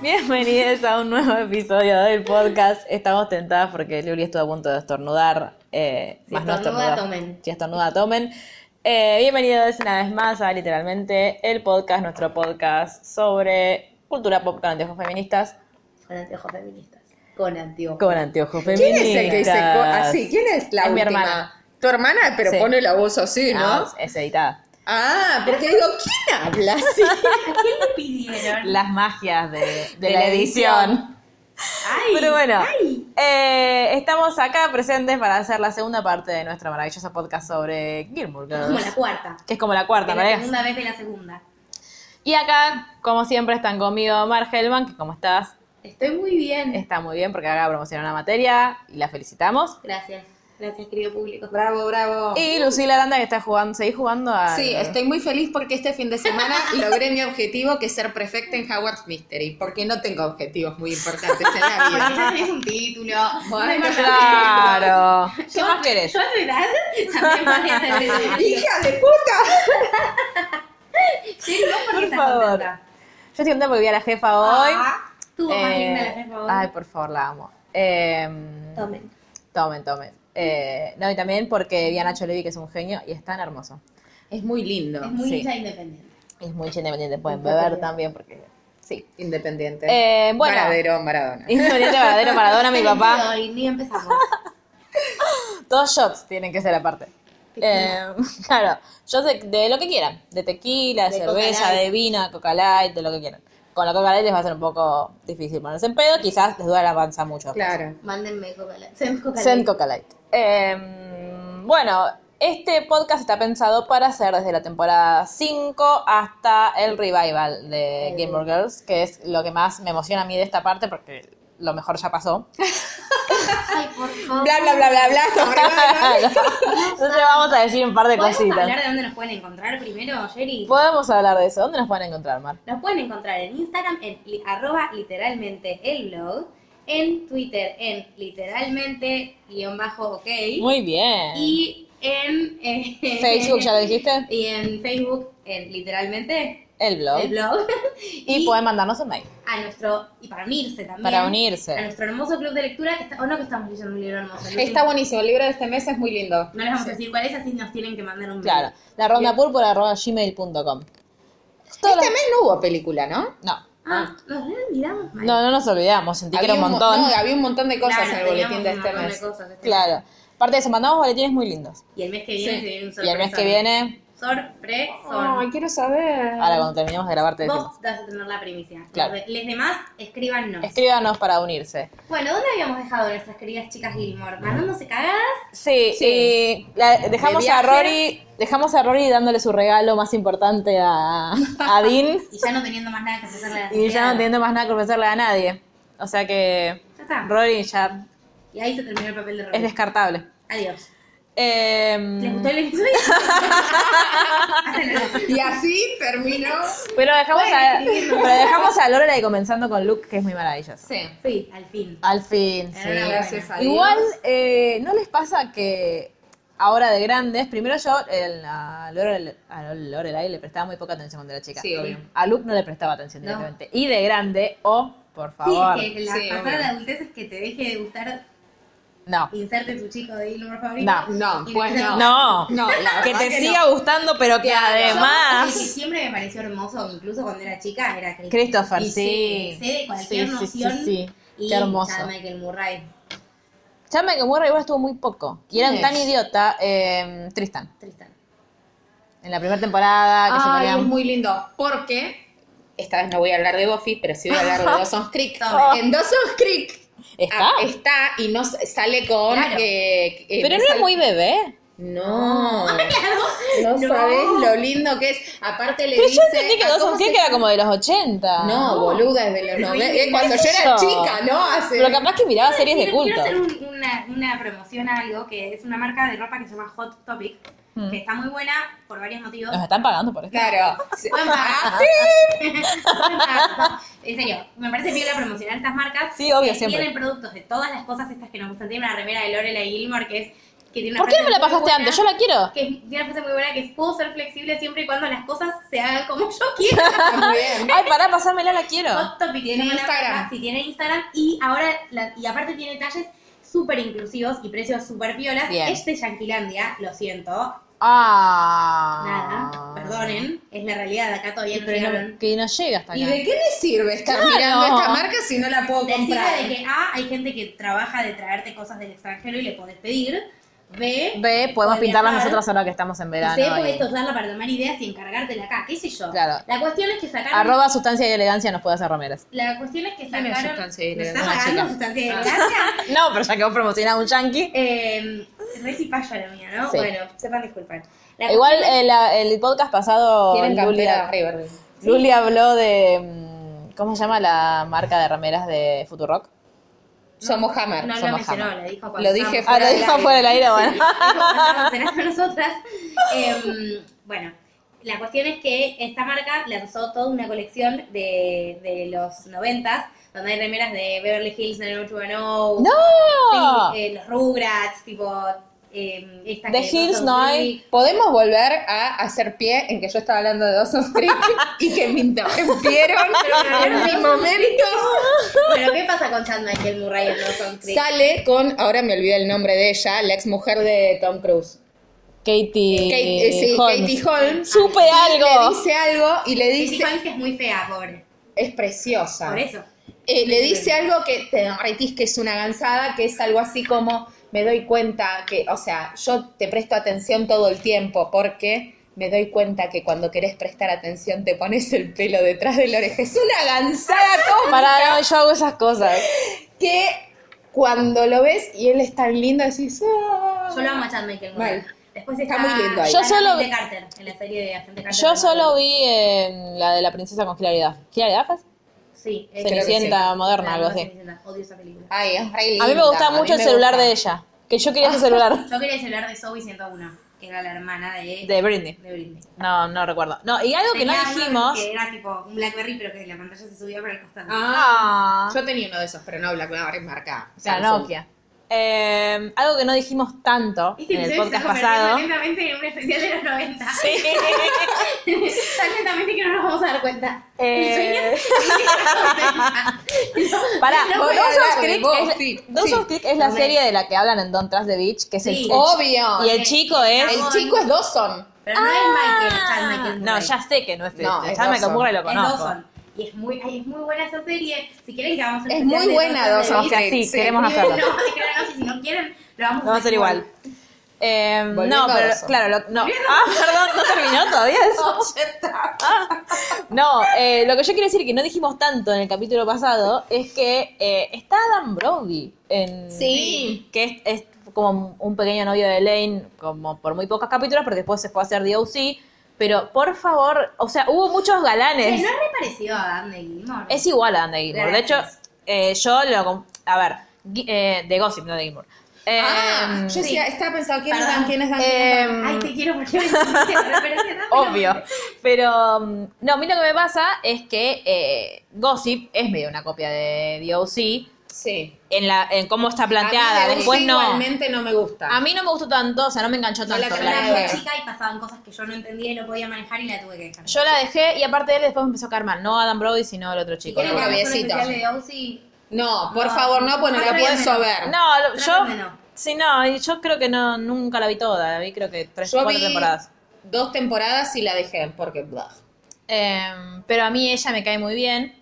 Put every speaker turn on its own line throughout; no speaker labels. Bienvenidos a un nuevo episodio del podcast. Estamos tentadas porque Luli estuvo a punto de estornudar. Eh,
Si
más no
estornuda,
estornudar.
tomen.
Si estornuda, tomen. Eh, bienvenidos una vez más a literalmente el podcast, nuestro podcast sobre cultura pop con anteojos feministas.
Con anteojos feministas. Con anteojos.
Con anteojos
¿Quién
feministas.
es el que dice co- así? ¿Quién es la
Es mi
última?
hermana.
Tu hermana, pero
Eh, Sí. Ah.
pone la voz así,
No,
¿no?
es editada.
Ah, porque digo, ¿quién habla así?
Las magias de, de
De
la
la
edición.
edición.
Pero bueno, eh, estamos acá presentes para hacer la segunda parte de nuestra maravillosa podcast sobre Gilmore Girls.
Como la cuarta.
que es como la cuarta,
Es la
¿verdad?
segunda vez de la segunda.
Y acá, como siempre, están conmigo Mar Hellman, que como estás,
Estoy muy bien.
está muy bien porque acá promocionó una materia y la felicitamos.
Gracias. Gracias, querido público.
Bravo,
Oh,
bravo.
Y Lucila Aranda, que está jugando, seguís jugando a...
Sí, estoy muy feliz porque este fin de semana logré mi objetivo que es ser prefecta en Howard's Mystery, porque no tengo objetivos muy importantes en la
Porque
vida.
ya tenés un título.
Bueno,
No hay más
Claro.
nada.
¿Qué
Yo-
más querés?
Yo a tu edad también podría estar feliz.
¡Hija de puta!
Sí, vos por, qué
Por
estás
favor.
contenta?
Yo estoy contenta porque vi a la jefa hoy.
Ah, Estuvo más
Eh,
linda la jefa hoy.
Ay, por favor, la amo. Eh,
Tomen.
Tomen, tomen. Eh, no, y también porque vi a Nacho Levi, que es un genio, y es tan hermoso.
Es muy lindo.
Es muy
sí.
linda e independiente.
Es muy independiente, pueden
Un poco
beber
de-
también porque... Sí.
Independiente.
Eh, bueno.
Varadero, Maradona.
Independiente verdadero Maradona, mi papá.
Hoy ni empezamos.
Dos shots tienen que ser aparte.
Tequila.
Eh, claro, yo de, de lo que quieran, de tequila, de
De
cerveza,
Coca Light.
de vino, de coca light, de lo que quieran. Con la coca light les va a ser un poco difícil ponerse en pedo, quizás les duele la panza mucho.
Claro.
Mándenme coca Send coca
Send coca light. Eh, bueno, este podcast está pensado para ser desde la temporada 5 hasta el revival de
El-
Game Boy Girls, que es lo que más me emociona a mí de esta parte porque lo mejor ya pasó.
Ay, por favor.
Bla, bla, bla, bla, bla, sobre Maradona.
Entonces vamos a decir un par de
¿Podemos
cositas.
hablar de dónde nos pueden encontrar primero, Jerry?
Podemos hablar de eso. ¿Dónde nos pueden encontrar, Mar?
Nos pueden encontrar en Instagram en li- arroba literalmente el blog, en Twitter en literalmente guión bajo ok
Muy bien.
y en eh,
Facebook, ¿ya lo dijiste?
Y en Facebook en literalmente
El blog.
el blog
Y, pueden mandarnos un mail
a nuestro y para unirse también
para
a
unirse.
nuestro hermoso club de lectura que está, o no que estamos leyendo un libro hermoso. Lucy,
Está buenísimo, el libro de este mes es muy lindo.
No les vamos a decir cuál es, así nos tienen que mandar un
Claro. La ronda púrpura arroba gmail.com. Todas
Este
las-
mes no hubo película, ¿no?
No.
Ah, nos re olvidamos. mal.
No, no nos olvidamos. Sentí que era un
Había mo-
montón.
no, había un montón de cosas
Claro,
en el boletín de
teníamos
este
un montón
mes.
de cosas este mes.
Claro. Aparte de eso, mandamos boletines muy lindos.
Y el mes que viene
Sí.
se viene un
Y el mes
sorpresón.
que viene,
Sorpresón.
Ay, quiero saber.
ahora cuando terminemos de grabarte, decimos.
Vos vas a tener la primicia.
Claro.
Los de- Les demás, escríbanos.
Escríbanos para unirse.
bueno, ¿dónde habíamos dejado a nuestras queridas chicas Gilmore?
Mm.
Mandándose cagadas.
Sí, y la- dejamos
De
a
viaje.
Rory, dejamos a Rory dándole su regalo más importante a, a Dean.
Y ya no teniendo más nada que hacerle a
Y
la
ya no
sociedad.
teniendo más nada que ofrecerle a nadie. O sea que
Ya está.
Rory ya
Y ahí se terminó el papel de
es
Rory.
descartable.
Adiós.
Eh,
¿Les gustó el episodio?
Y así terminó.
pero Pues dejamos a,
Pueden escribirnos.
pero dejamos a Lorelai comenzando con Luke, que es muy maravilloso.
Sí.
sí, al fin.
Al fin,
Era
sí.
una
Gracias a Dios.
Igual, eh, ¿no les pasa que ahora de grandes, primero yo el- a Lorelai, a Lorelai le prestaba muy poca atención cuando era chica.
Sí, obvio.
A Luke no le prestaba atención
No.
directamente. Y de grande, oh, por favor,
Sí, es que la
Sí,
pasada
obvio.
de adultez es que te deje de gustar,
no.
inserte tu chico de Gilmore favorito.
No.
No,
Y
pues
no.
no.
No,
No, la verdad
que te
que no.
siga gustando, pero que
Claro.
Yo, el que
además...
siempre me pareció hermoso, incluso cuando era chica, era Christopher.
Christopher,
Y
sí.
sé de cualquier
Sí, sí, sí,
noción.
sí.
Y
Qué hermoso.
ya Michael Murray,
Ya me que Murray igual estuvo muy poco. Y eran
Sí.
tan idiota, eh, Tristan.
Tristan.
En la primera temporada, Ah, que se
Ay, es
pelean.
muy lindo, porque esta vez no voy a hablar de Buffy, pero sí voy a hablar de Dawson's Creek. Ah. En Dawson's Creak
¿Está?
ah, está y no s- sale con
Claro.
que- que
Pero
me
no
sal-
es muy Ah, bebé.
No, no sabes lo lindo que es. Aparte le
Pero
dice
yo entendí que
¿a cómo
Dawson
se
Creek era como de los 80.
No, boluda, es de los 90. Es cuando yo
Eso.
era chica, ¿no? Hace...
Pero capaz que miraba series de
Quiero-
culto.
Quiero hacer un- una, una promoción a algo que es una marca de ropa que se llama Hot Topic,
Mm.
que está muy buena por varios motivos.
Nos están pagando por esto.
Claro. Sí. Ah,
en serio, me parece bien la promocionar estas marcas.
Sí, obvio,
que
siempre.
Tienen productos de todas las cosas estas que nos gustan. Tiene una remera de Lorelai Gilmore que es... Que tiene una
¿Por qué no
frase
me la
muy
pasaste
buena,
antes? Yo la quiero.
Que es- tiene una frase muy buena que es, puedo ser flexible siempre y cuando las cosas se hagan como yo quiero.
muy bien.
Ay, pará, pasámela, la quiero.
Hot Topic
Tiene
se llama la
Instagram.
marca, Sí, Ah, tiene Instagram y ahora la- y aparte tiene talles súper inclusivos y precios súper piolas.
Bien.
Este Yanquilandia, lo siento,
Ah.
nada, perdonen, es la realidad, de acá todavía no llegaron.
Que no llega hasta acá.
¿Y de qué me sirve estar mirando esta marca si no la puedo
Te sirve
comprar?
de que A, hay gente que trabaja de traerte cosas del extranjero y le podés pedir. B,
Ve, podemos
Podría
pintarla
estar.
nosotras ahora que estamos en verano.
C,
y-
podés usarla para tomar ideas y encargártela acá, qué sé yo.
Claro.
La cuestión es que sacaron...
Arroba sustancia y elegancia nos puede hacer Romeras.
La cuestión es que
Dame
sacaron...
sustancia y
¿Me
elegancia,
estás pagando
chica.
sustancia y
Ah.
elegancia?
No, pero ya que vos promocionás un yankee.
Eh, re cipaya la mía, ¿no?
Sí.
Bueno, sepan disculpar. La
Igual
cuestión
eh, la- el podcast pasado
Tienen
Luli,
campera Riverdale.
Luli habló de mm, ¿cómo se llama la marca de remeras de Futurock?
Somos Hammer.
es- no lo
somos
mencionó,
jamás.
la dijo cuando
Lo dije
estábamos-
Ah, lo
del
dijo
aire.
fuera del aire, bueno.
Cuando estábamos cenando nosotras. Em, bueno, la cuestión es que esta marca lanzó toda una colección de, de los noventas, donde hay remeras de Beverly Hills, 90210,
¡No!
sí, eh, los Rugrats, tipo... em, esta
The
que
Hills
son
no
muy-
hay.
Podemos volver a hacer pie en que yo estaba hablando de Dawson's Creek y que me interrumpieron en mi momento.
Bueno, ¿qué pasa con San Michael Murray en Dawson Creek?
Sale con, ahora me olvidé el nombre de ella, la ex mujer de Tom Cruise.
Katie,
Kate- eh, sí,
Holmes.
Katie Holmes.
Supe
Y Le
algo.
dice algo y le
Dice
dice,
Juan que es muy fea, pobre.
es preciosa.
Por eso.
Eh, le dice algo que te retís que es una gansada, que es algo así como, me doy cuenta que, o sea, yo te presto atención todo el tiempo porque me doy cuenta que cuando querés prestar atención te pones el pelo detrás de la oreja. Es una gansada tonta
Pará, no, yo hago esas cosas.
que cuando lo ves y él es tan lindo decís, "Ah".
Yo lo amo a Chad Michael Murray.
Mal.
Después
Está
está,
muy lindo ahí.
Yo
Yo
solo-
solo... Agente Carter, en la serie de Agente Carter.
Yo solo vi en la de la princesa con Hilaridad. ¿Hilaridad?
Sí, es-
Cenicienta
Eh, sí.
moderna, algo así.
Cenicienta. Odio esa película.
Ay, es re
A mí me
linda,
gustaba
a mí
mucho el
me
celular
gusta.
de ella. Que yo quería ese celular.
Yo quería hablar de Zoe 101, que era la hermana de,
De Britney.
de Britney.
No, no recuerdo. No, y algo que no
Tenía algo
dijimos.
Que era tipo un Blackberry, pero que la pantalla se subía para el costado.
Ah,
Yo tenía uno de esos, pero no Blackberry marca.
la
Samsung.
Nokia. Eh, algo que no dijimos tanto
Este
en el
episodio se
podcast
está
pasado.
convirtiendo lentamente en un especial de los 90. Tan lentamente que no nos vamos a dar cuenta.
Eh,
El sueño-
Pará,
No voy a
Dawson's
hablar de
Creek
vos,
es,
sí.
Dawson's
Sí.
Creek es la
Ok.
serie de la que hablan en Don't Trust the Beach, que es el,
Sí.
el-
Obvio.
y el chico es...
El chico es Dawson.
Pero no es Michael, Chad Michael Murray.
Ah. no, ya sé que no es
No,
este.
es
Ya me
Dawson.
ocurre lo
Es
conozco.
Dawson. Y es muy, ay, es muy buena esa serie. Si quieren que vamos a hacer
Es
especial
muy
de
buena Dawson
Dawson's
Creek,
Creek.
sí, queremos hacer.
Creek. No, de cara, no sé si no quieren, lo vamos a
Lo vamos a hacer igual. Eh, no,
Volviendo Oh, a
pero
Dawson.
claro, lo- no. Ah, perdón, no terminó todavía eso. Ah, No, eh, lo que yo quiero decir que no dijimos tanto en el capítulo pasado es que eh, está Adam Brody en
Sí.
que es, es como un pequeño novio de Elaine, como por muy pocos capítulos, porque después se fue a hacer DOC. Pero por favor, o sea, hubo muchos
Que
galanes.
no es re parecido a Adam de Gilmore.
Es igual a Andy Gilmore. De hecho,
Gracias.
eh, yo lo. com- A ver, gui- eh, de Gossip, no de Gilmore. Eh,
Ah, yo decía, estaba pensado, ¿quién es
Perdón.
Dan? ¿Quién es Dan? ¿Quién es Dan?
em,
Ay, te quiero porque me hiciste la referencia rápidamente.
Obvio. Pero mm, no, a mí lo que me pasa es que eh, Gossip es medio una copia de DOC
Sí.
en, la, en cómo está
A
planteada.
mí de
Después
Gossip
no.
Igualmente no me gusta.
A mí no me gustó tanto, o sea, no me enganchó
No la
tanto.
Yo
la
era
dejé.
muy
Claro.
chica y pasaban cosas que yo no entendía y no podía manejar y la tuve que dejar.
Yo la dejé y aparte de él después me empezó a caer mal. No Adam Brody, sino el otro
Si
chico.
quieren que
No,
Con
hagamos un
Gaviecito.
especial de Ah, Aussie,
No, por
No.
favor, no, pues no la
Tráeme
pienso
no.
ver.
lo- yo.
Tráeme no.
Sí, no, y yo creo que no, nunca la vi toda. La vi creo que tres,
Yo
cuatro
vi
temporadas.
dos temporadas y la dejé, porque... blah.
Eh, pero a mí ella me cae muy bien.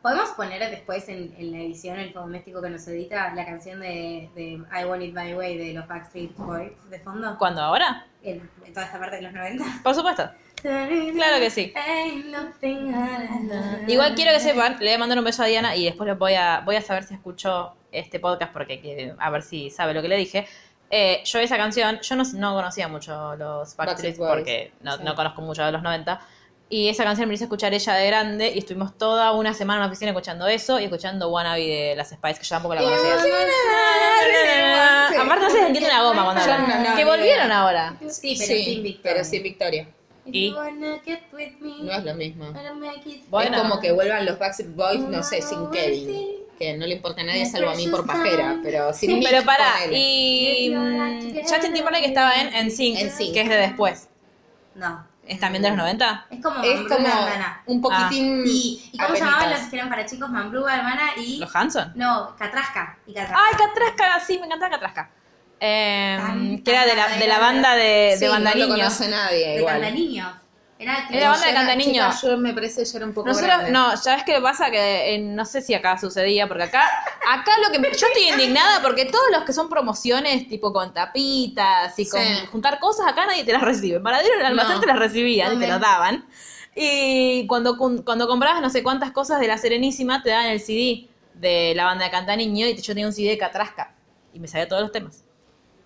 ¿Podemos poner después en, en la edición, el doméstico que nos edita, la canción de, de I Want It My Way de los Backstreet Boys de fondo?
¿Cuándo ahora?
El- el toda esta parte de los 90.
Por supuesto. Claro que sí.
Ain't nothing I love.
Ah,
Igual quiero que sepan, le voy a mandar un beso a Diana y después les voy a, voy a saber si escuchó este podcast porque que- a ver si sabe lo que le dije. Eh, yo esa canción, yo no, no conocía mucho los Backstreet
Backstreet Boys,
porque no,
sí.
no conozco mucho de los 90. Y esa canción me hizo escuchar ella de grande y estuvimos toda una semana en la oficina escuchando eso y escuchando Wannabe de las Spice, que yo tampoco la conocía.
Ah, Sí.
Aparte no se les entiende una goma cuando
Yo
hablan.
no, no,
que
ni
volvieron ahora.
Sí, pero sin
Sí,
Victoria.
pero sin victoria.
Y-
You wanna get with me,
No es lo mismo.
wanna make it-
Bueno.
Es como que vuelvan los Backstreet Boys, no sé, sin Kevin. Que no le importa a nadie salvo a mí por pajera, pero sin mí.
Pero pará, y mm, Justin Timberlake estaba en NSYNC,
NSYNC.
que es de después.
No.
¿Es también de los 90?
Es como
Es
Mambrú,
como
la hermana.
un poquitín.
Ah, ¿Y, y cómo llamaban los
apenitas.
que eran para chicos? Mambruga, hermana y...
Mm, ¿Los Hanson?
No, Catrasca y Catrasca.
¡Ay, Catrasca! Sí, me encanta Catrasca. Eh,
Tan-
que era de la, de la banda de,
Sí,
de Banda
No lo
Niños.
conoce nadie
de
igual.
Cantaniños. Era
Era banda de
Yo era-
Cantaniño.
chica, Yo me parece yo era un poco
Nosotros,
grande.
no, ¿sabes qué pasa? Que eh, no sé si acá sucedía, porque acá, acá lo que. Yo estoy indignada porque todos los que son promociones, tipo con tapitas y con
Sí.
juntar cosas, acá nadie te las recibe. En Paradero en el almacén
No.
te las recibían,
No
te
me-
las daban. Y cuando, cum- cuando comprabas no sé cuántas cosas de la Serenísima, te daban el CD de la banda de Cantaniño y yo tenía un CD de Catrasca y me sabía todos los temas.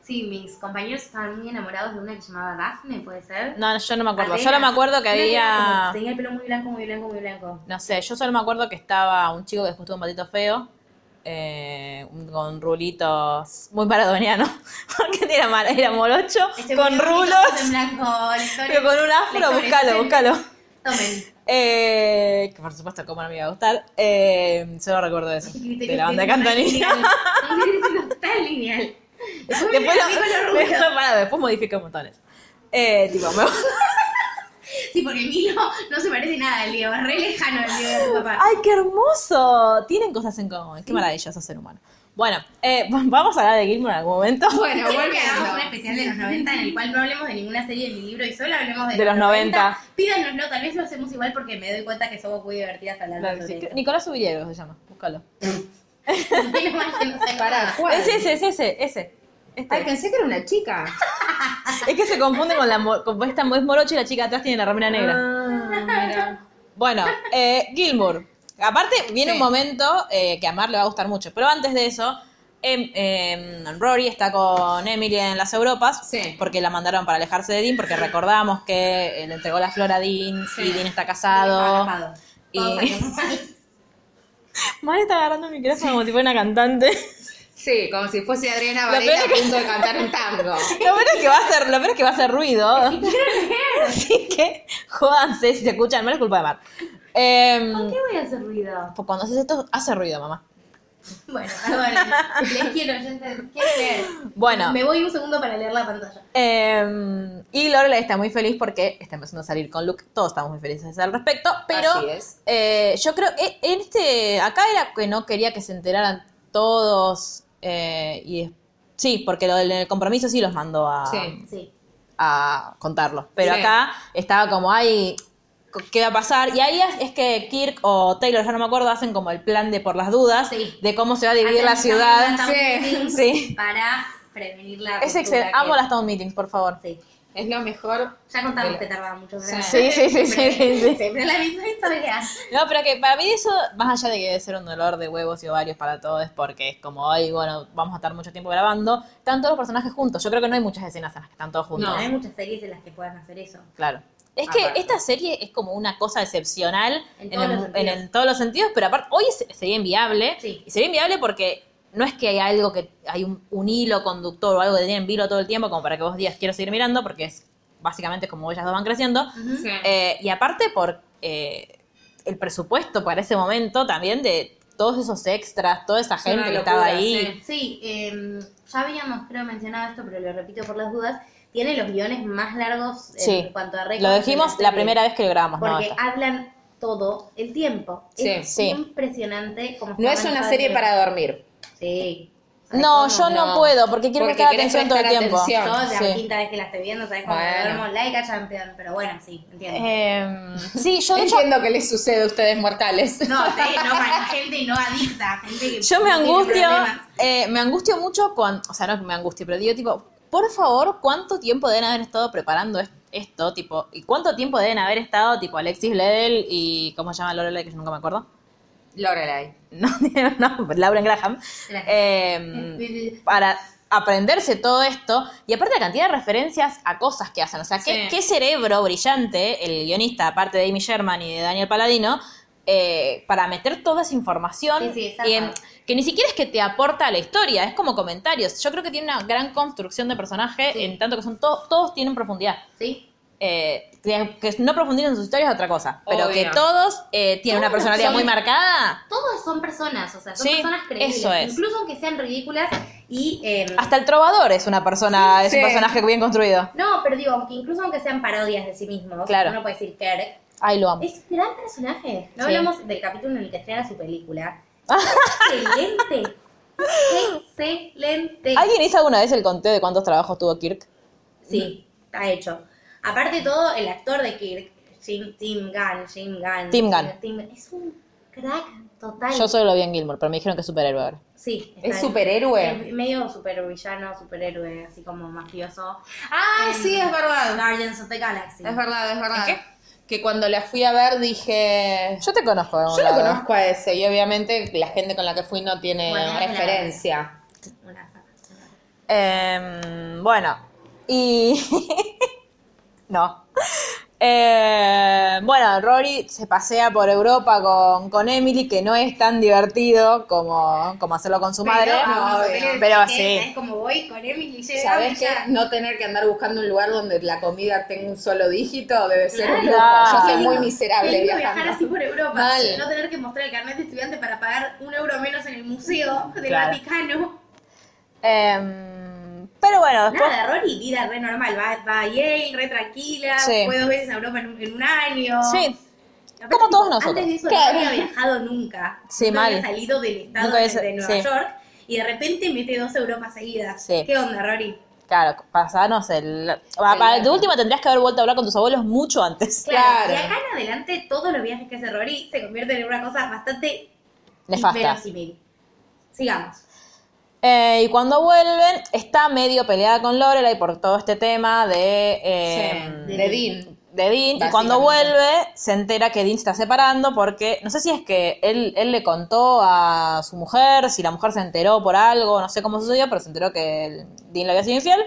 Sí, mis compañeros estaban muy enamorados de una que se llamaba Daphne, ¿puede ser?
No, yo no me acuerdo.
Atenas.
Solo me acuerdo que
Una era como
había.
que Tenía el pelo muy blanco, muy blanco, muy blanco.
No sé, yo solo me acuerdo que estaba un chico que después tuvo un patito feo, eh, un- con rulitos muy maradoniano, porque era, mar- era morocho,
Este
con
muy bonito, todo en
rulos,
blanco, el sol-
pero con un afro,
Lectores,
búscalo,
sí.
búscalo.
Tomen.
Eh, que por supuesto, como no me iba a gustar, eh, solo recuerdo eso, de la banda cantonina.
No está lineal. Después me
Después,
lo digo los
lo-
rulos.
pará, después modifiqué montones. Eh, tipo, me-
Sí, porque Milo no se parece nada al Diego, es re lejano al Diego de tu papá.
¡Ay, qué hermoso! Tienen cosas en común, qué maravilloso ser humano. Bueno, eh, vamos a hablar de Gilmore en algún momento.
Bueno,
Creo que hagamos un
volviendo.
especial de los 90 en el cual no hablemos de ninguna serie de mi libro y solo hablemos de,
De los 90.
Pídanoslo, tal vez lo hacemos igual porque me doy cuenta que somos muy divertidas hablando
Claro que sí.
sobre eso.
Nicolás Ubillero se llama, búscalo.
Menos mal que no sé
Pará,
nada.
¿cuál?
Es ese, es ese, ese. Este.
Ay, pensé que era una chica.
Es que se confunde con la mo- con esta es morocha y la chica atrás tiene la remera negra.
Ah.
Bueno, eh, Gilmour. Aparte, viene
Sí.
un momento eh, que a Mar le va a gustar mucho. Pero antes de eso, em- em, Rory está con Emily en las Europas
Sí.
porque la mandaron para alejarse de Dean, porque recordamos que eh, le entregó la flor a Dean y Dean está casado.
Enojado.
Y-
Todos salimos mal.
Mar está agarrando el micrófono como si fuera una cantante.
Sí, como si fuese Adriana
Lo
Varela
peor
a punto de cantar un tango.
Lo peor es que va a hacer, lo peor es que va a hacer ruido. Así que jódanse, si se escuchan mal es culpa de Mar. Em,
¿Por qué voy a hacer ruido?
pues cuando haces esto, hace ruido, mamá.
Bueno, perdón. Les quiero, oyentes, quiero leer.
Bueno,
Me voy un segundo para leer la pantalla.
em, y Lorelai está muy feliz porque está empezando a salir con Luke. Todos estamos muy felices al respecto, pero
Así es.
eh, yo creo que en este, acá era que no quería que se enteraran todos. eh, y es- sí, porque lo del compromiso sí los mandó a,
Sí.
Sí.
a contarlo. Pero
Sí.
acá estaba como, ay, ¿qué va a pasar? Y ahí es, es que Kirk o Taylor, ya no me acuerdo, hacen como el plan de por las dudas
Sí.
de cómo se va a dividir la
Antes de
ciudad.
empezar a mandar un
Sí.
meeting
Sí.
Para prevenir la
Es
ruptura
excelente.
que-
Amo las town meetings, por favor.
Sí.
Es lo mejor.
Ya contamos que tardaba mucho. ¿verdad?
Sí, sí, sí, sí,
Pero-
sí, sí.
Siempre la misma historia.
No, pero que para mí eso, más allá de que debe ser un dolor de huevos y ovarios para todos, porque es como, ay, bueno, vamos a estar mucho tiempo grabando, están todos los personajes juntos. Yo creo que no hay muchas escenas en las que están todos juntos.
No. Hay muchas series en las que puedan hacer eso.
Claro. Es que
Aparte.
esta serie es como una cosa excepcional
Ah, En
en,
todos
el-
los
en- en
sentidos.
todos los sentidos, pero aparte, hoy es- sería inviable.
Sí.
Y sería inviable porque no es que hay algo que hay un, un hilo conductor o algo que tienen vilo todo el tiempo, como para que vos digas quiero seguir mirando, porque es básicamente como ellas dos van creciendo.
Sí.
Eh, y aparte por eh, el presupuesto para ese momento también de todos esos extras, toda esa gente que estaba ahí.
Sí, eh, ya habíamos creo mencionado esto, pero lo repito por las dudas. Tiene los guiones más largos en
Sí.
cuanto a récords.
Lo dijimos
de
la
serie,
primera vez que lo grabamos, ¿no?
Porque
Esta.
hablan todo el tiempo.
Sí.
es
Sí.
impresionante. Como
No es una serie para dormir.
Sí. Ay,
No,
¿cómo?
yo no,
No.
puedo, porque quiero
Porque
prestar
querés
atención todo el
prestar
tiempo.
atención.
Yo es la
Sí.
quinta vez que la estoy viendo, ¿sabes? Como
Bueno.
duermo like a champion, pero bueno, sí, entiendo.
Eh, sí, yo de hecho,
Entiendo que les sucede a ustedes mortales.
No, sí, no para gente no adicta, gente que
yo me
no tiene
angustio,
problemas.
eh, me angustio mucho cuando, o sea, no es que me angustio, pero digo tipo, por favor, ¿cuánto tiempo deben haber estado preparando es- esto? Tipo, ¿y cuánto tiempo deben haber estado, tipo, Alexis Bledel y, ¿cómo se llama Lorelai? Que yo nunca me acuerdo.
Lorelai.
No, no, Lauren Graham. Em, para aprenderse todo esto y aparte la cantidad de referencias a cosas que hacen. O sea, ¿qué,
Sí.
qué cerebro brillante el guionista, aparte de Amy Sherman y de Daniel Paladino, eh, para meter toda esa información
Sí, sí, está
y en-
mal.
que ni siquiera es que te aporta a la historia, es como comentarios. Yo creo que tiene una gran construcción de personaje
Sí.
en tanto que son todos todos tienen profundidad.
¿Sí?
Eh, que, que no profundicen en sus historias es otra cosa, pero
Obvio.
que todos eh, tienen una
Todos
personalidad
son-
muy marcada.
Todos son personas, o sea, son
Sí,
personas creíbles.
eso es.
Incluso aunque sean ridículas y... em,
Hasta el trovador es una persona, es
Sí.
un personaje bien construido.
No, pero digo, aunque incluso aunque sean parodias de sí mismos,
Claro.
uno puede decir Kirk,
Ay, lo amo.
Es un gran personaje. No
Sí.
hablamos del capítulo en el que estrena su película. Excelente. Excelente.
¿Alguien hizo alguna vez el conteo de cuántos trabajos tuvo Kirk?
Sí, está hecho. Aparte de todo, el actor de Kirk, Jim, Tim Gunn, Jim Gunn.
Tim Gunn.
Tim- es un crack total.
Yo solo lo vi en Gilmore, pero me dijeron que es superhéroe ahora.
Sí. está
Es
ahí.
superhéroe.
Es medio supervillano, superhéroe, así como mafioso.
Ah,
En
sí, es verdad.
Guardians of the Galaxy.
Es verdad, es verdad. Que cuando la fui a ver dije...
Yo te conozco de algún
Yo lo
lado.
conozco a ese y obviamente la gente con la que fui no tiene
Bueno, no te la-
referencia.
Una faca.
Em, bueno, y... no. Em, bueno, Rory se pasea por Europa con, con Emily, que no es tan divertido como, como hacerlo con su madre.
no,
pero,
¿sabes qué?
sí.
¿Sabes cómo voy con Emily? Llega
¿Sabes
y
qué?
ya.
No tener que andar buscando un lugar donde la comida tenga un solo dígito debe ser un lujo.
Claro.
Yo soy
Qué
muy
lindo-
miserable
qué lindo viajar así
viajando.
por Europa,
Mal.
no tener que mostrar el carnet de estudiante para pagar un euro menos en el museo del
Claro.
Vaticano.
Em, pero bueno, después...
Nada, Rory, vida re normal, va, va a Yale, re tranquila,
Sí.
fue dos veces a Europa en un, en un año.
Sí,
Aparte,
como todos
tipo,
nosotros.
Antes de eso
Claro.
no había viajado nunca.
Sí,
nunca
mal.
había salido del estado
Nunca había
de,
sa-
de Nueva
sí.
York y de repente mete dos Europas seguidas.
Sí.
¿Qué onda, Rory?
Claro, pasanos el... va, para- de última tendrías que haber vuelto a hablar con tus abuelos mucho antes.
Claro.
Claro.
Y acá en adelante todos los viajes que hace Rory se convierten en una cosa bastante
Nefasta.
inverosímil. Sigamos.
Eh, y cuando vuelven, está medio peleada con Lorelai por todo este tema de... eh,
Sí,
De Dean.
de Dean, y cuando
Básicamente.
vuelve se entera que Dean se está separando porque no sé si es que él, él le contó a su mujer, si la mujer se enteró por algo, no sé cómo sucedió, pero se enteró que el- Dean le había sido infiel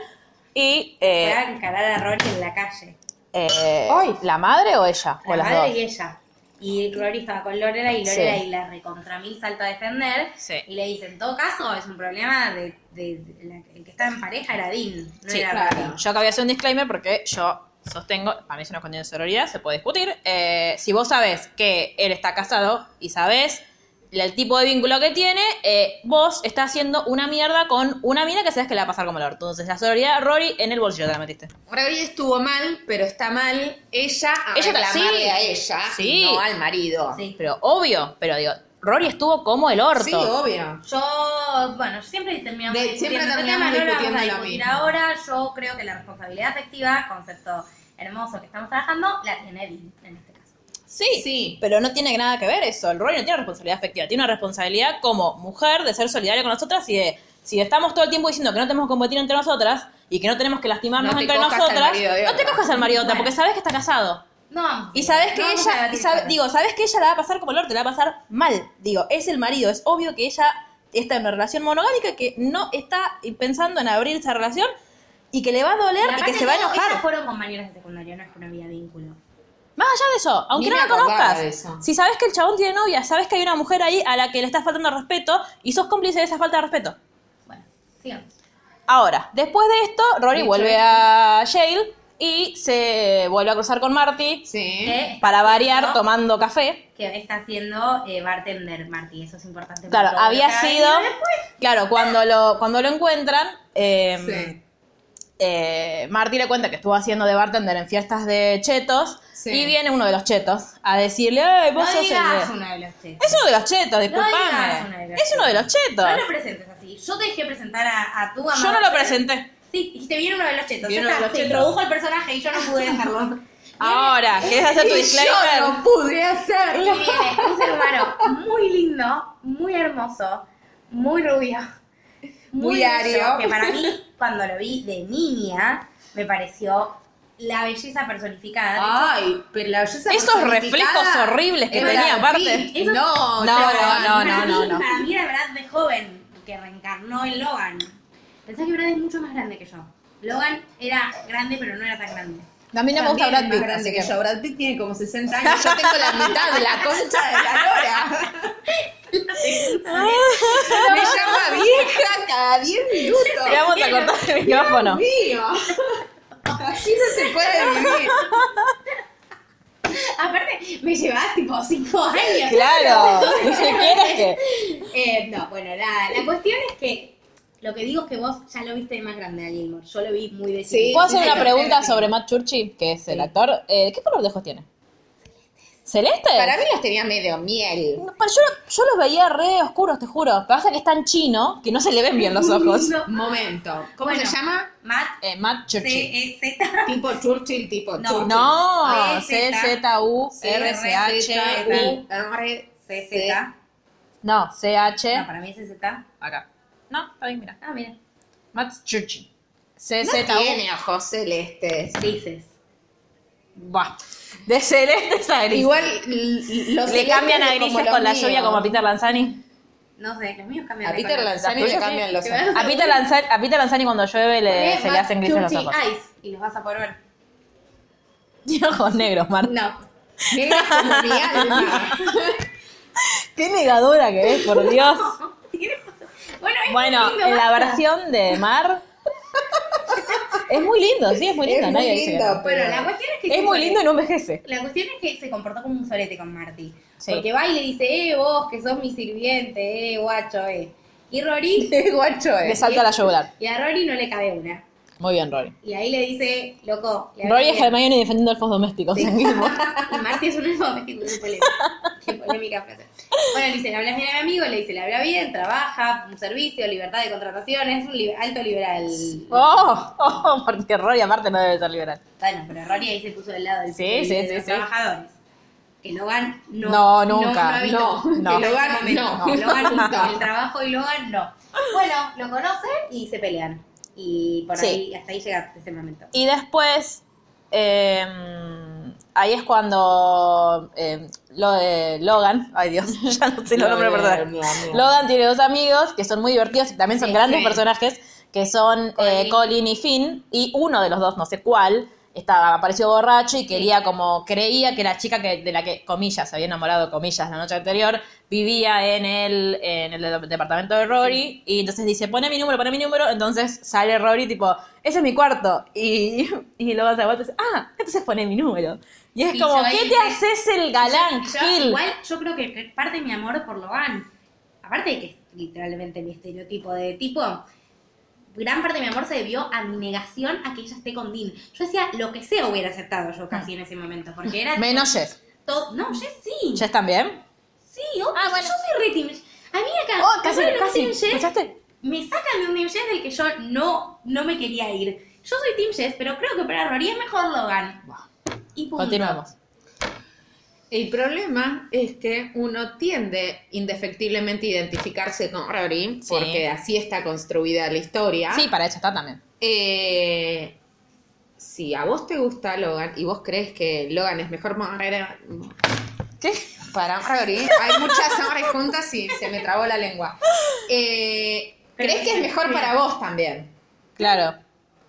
y
Fue
eh,
a encarar a Rory en la calle.
eh, la madre o ella o
la
las
madre
dos.
y ella. Y Rory estaba con Lorela y Lorela
Sí.
y la recontra mil salta a defender.
Sí.
Y le dice, en todo caso, es un problema de, de- de la- el que estaba en pareja era Dean, no
Sí,
era Rory.
Yo acá voy a hacer un disclaimer porque yo sostengo, para mí es una condición de sororidad, se puede discutir. Eh, si vos sabés que él está casado y sabés la- el tipo de vínculo que tiene, eh, vos estás haciendo una mierda con una mina que sabés que le va a pasar como el orto. Entonces la sororidad, Rory, en el bolsillo te la metiste.
Rory estuvo mal, pero está mal ella a
Ella-
reclamarle
sí.
Ah, a ella,
Sí.
y no al marido.
Sí.
Pero obvio, pero digo, Rory estuvo como el orto.
Sí, obvio.
Yo, bueno, yo siempre terminamos
De-
discutiendo
siempre
este tema, no lo vamos
terminamos
a
discutiendo lo
discutir
mismo.
ahora. Yo creo que la responsabilidad afectiva, concepto hermoso que estamos trabajando, la tiene Dean en este caso.
Sí, pero no tiene nada que ver eso. El Rory no tiene responsabilidad afectiva, tiene una responsabilidad como mujer de ser solidaria con nosotras y de si estamos todo el tiempo diciendo que no tenemos que competir entre nosotras y que no tenemos que lastimarnos
No te
entre
cojas al
nosotras,
marido de
no te
otra.
cojas al marido de otra, porque sabes que está casado.
No, vamos a-
Y sabes que
no vamos a
ella,
debatir
y sabe-
sobre
digo, sabes que ella la va a pasar como el orto, la va a pasar mal. Digo, es el marido, es obvio que ella está en una relación monogámica que no está pensando en abrir esa relación y que le va a doler
Y
y
aparte
que se va a
todo,
enojar.
Ellas fueron compañeras de secundaria, no es que no había vínculo.
Más allá de eso, aunque no
Ni me
la
acordaba de
conozcas,
eso.
si sabes que el chabón tiene novia, sabes que hay una mujer ahí a la que le estás faltando respeto y sos cómplice de esa falta de respeto.
Bueno, sigamos.
Ahora, después de esto, Rory vuelve a Yale y se vuelve a cruzar con Marty
Sí.
Que-
para variar
¿no?
tomando café.
Que está haciendo eh, bartender, Marty, eso es importante.
Claro,
porque
había
lo que ha
sido,
venido después-
claro, cuando lo cuando lo encuentran, em,
Sí.
eh, Marty le cuenta que estuvo haciendo de bartender en fiestas de chetos
Sí.
y viene uno de los chetos a decirle, "Ey, vos
No
sos el
digas
de-".
una de las chicas.
Es uno de los chetos,
digas una
disculpame.
de los
es uno de los chetos.
No lo presentes así. Yo te dejé presentar a, a tu amado.
Yo no lo presenté.
Sí, dijiste, viene uno de los chetos.
Viene
Ya
uno de
está,
los
se
chetos.
introdujo el personaje y yo no pude dejarlo.
Ahora, ¿quieres hacer tu disclaimer?
Yo no pude
Y
hacerlo.
viene un ser humano muy lindo, muy hermoso, muy rubio, muy
Diario.
bello, que para mí, cuando lo vi de niña, me pareció la belleza personificada. De hecho,
Ay, pero la belleza
Esos reflejos
personificada
horribles que
era
tenía,
de
aparte.
Pete. No,
No, no,
no,
Ah, no,
para
no,
mí,
no.
Para mí era Brad de joven, que reencarnó en Logan. Pensá que Brad es mucho más grande que yo. Logan era grande, pero no era tan grande.
A mí no me
También es
gusta Brad
más
Pitt,
grande
así que
que
yo. Brad Pitt tiene como 60 años. Yo tengo la mitad de la concha de la lora. Me llama vieja cada 10 minutos.
Le vamos a cortar el micrófono.
mío. Así no se puede vivir.
Aparte, me llevaba tipo 5 años.
Claro. ¿Qué quieres que?
Eh, no, bueno, la, la cuestión es que lo que digo es que vos ya lo viste de más grande a Gilmore. Yo lo vi muy de
Sí.
chiquita.
¿Puedo hacer
sí,
una
sí,
pregunta
sí.
sobre Matt Churchi, que es el actor? Eh, ¿Qué color de ojos tiene? ¿Celeste?
Para mí los tenía medio miel.
No, pero yo, yo los veía re oscuros, te juro. Lo que pasa es que es tan chino que no se le ven bien los ojos.
No.
Momento. ¿Cómo
Bueno.
se llama?
Matt E,
Eh, Matt Churchi.
C-E-Z.
Tipo Churchill, tipo
No.
Churchill.
No,
C,
C,
Z,
Z, U, R, C, H, I.
R-C-Z.
C-Z.
No, C,
No,
H.
para mí es Z.
Acá. No, está bien, mira.
Ah, mira.
Matt Churchi. C,
No
Z, U.
tiene ojos celestes.
Dices.
Buah. De celeste a gris.
Igual l- los
le
celestes
cambian a
como
grises
los
con la
míos.
lluvia como a Peter Lanzani.
No sé, los míos cambian
A
de
Peter
color.
Lanzani
Las
le
tuyas
cambian
sí.
los
Te
ojos.
vas
A Peter Lanzani, a Peter Lanzani cuando llueve le,
Eh,
se le
Matt
hacen grises los
Churchill
ojos.
Eyes, y los vas a poder ver.
Tiene ojos negros, Marta.
No. Negras como mi alma.
Qué negadora que es, por Dios.
Bueno, es
Bueno,
muy lindo,
en la
basta.
versión de Mar. Es muy lindo, sí, es muy lindo.
Es muy
nadie dice que
lindo,
no.
Bueno, la cuestión es que...
Es
se
muy
fue.
lindo y no envejece.
La cuestión es que se comportó como un solete con Marty.
Sí.
Porque va y le dice, eh, vos, que sos mi sirviente, eh, guacho, eh. Y Rory,
Qué guacho
eh. Le
es.
salta la yugular.
y a Rory no le cabe una.
Muy bien, Rory.
Y ahí le dice, loco, le
Rory
hablas
es
bien.
Hermione defendiendo elfos domésticos. en Gilmore.
Y Marty es un elfo, qué polémica. Qué polémica frase. Bueno, le dice, le hablas bien a mi amigo, le dice, le habla bien, trabaja, un servicio, libertad de contratación, es un li- alto liberal.
Oh, oh, porque Rory aparte no debe ser liberal.
Bueno, pero Rory ahí se puso del lado del
Sí,
del-
sí,
de
sí,
los
sí.
trabajadores. Que Logan no.
No, nunca,
habitó.
no, no.
Que Logan no.
No.
Que Logan El trabajo y Logan no. Bueno, lo conocen y se pelean. Y por
Sí.
ahí, hasta ahí llega ese momento.
Y después, eh, ahí es cuando eh, lo de Logan, ay Dios, ya no sé el nombre del personaje. Logan tiene dos amigos que son muy divertidos y también son
Sí,
grandes
sí.
personajes, que son eh,
Colin.
Colin y Finn, y uno de los dos, no sé cuál, estaba, apareció borracho y quería como, creía que la chica que, de la que, comillas, se había enamorado, comillas, la noche anterior, vivía en el, en el de- departamento de Rory, y entonces dice, pone mi número, pone mi número, entonces sale Rory tipo, ese es mi cuarto, y, y Logan se vuelve y dice, ah, entonces pone mi número. Y es
Y
como,
yo ahí
¿qué te
dije-
haces el galán,
Yo-
Gil?
Igual yo creo que- que parte de mi amor por Logan, aparte de que es literalmente mi estereotipo de tipo, gran parte de mi amor se debió a mi negación a que ella esté con Dean. Yo decía lo que sea hubiera aceptado yo casi en ese momento, porque era
Menos Jess.
todo. No, Jess sí.
¿Jess también?
Sí, obvio, yo soy re team Jess. A mí acá,
Ah, Oh, casi,
¿saben lo que
casi.
es team Jess?
¿Escuchaste?
me sacan de un Team Jess del que yo no, no me quería ir. Yo soy Team Jess, pero creo que para Rory es mejor Logan. Y punto.
Continuamos.
El problema es que uno tiende indefectiblemente a identificarse con Rory,
Sí.
porque así está construida la historia.
Sí, para ella está también.
Eh, si a vos te gusta Logan y vos crees que Logan es mejor manera-
¿Qué?
para Rory, hay muchas hombres juntas y se me trabó la lengua. Eh, crees que es mejor para vos también.
Claro.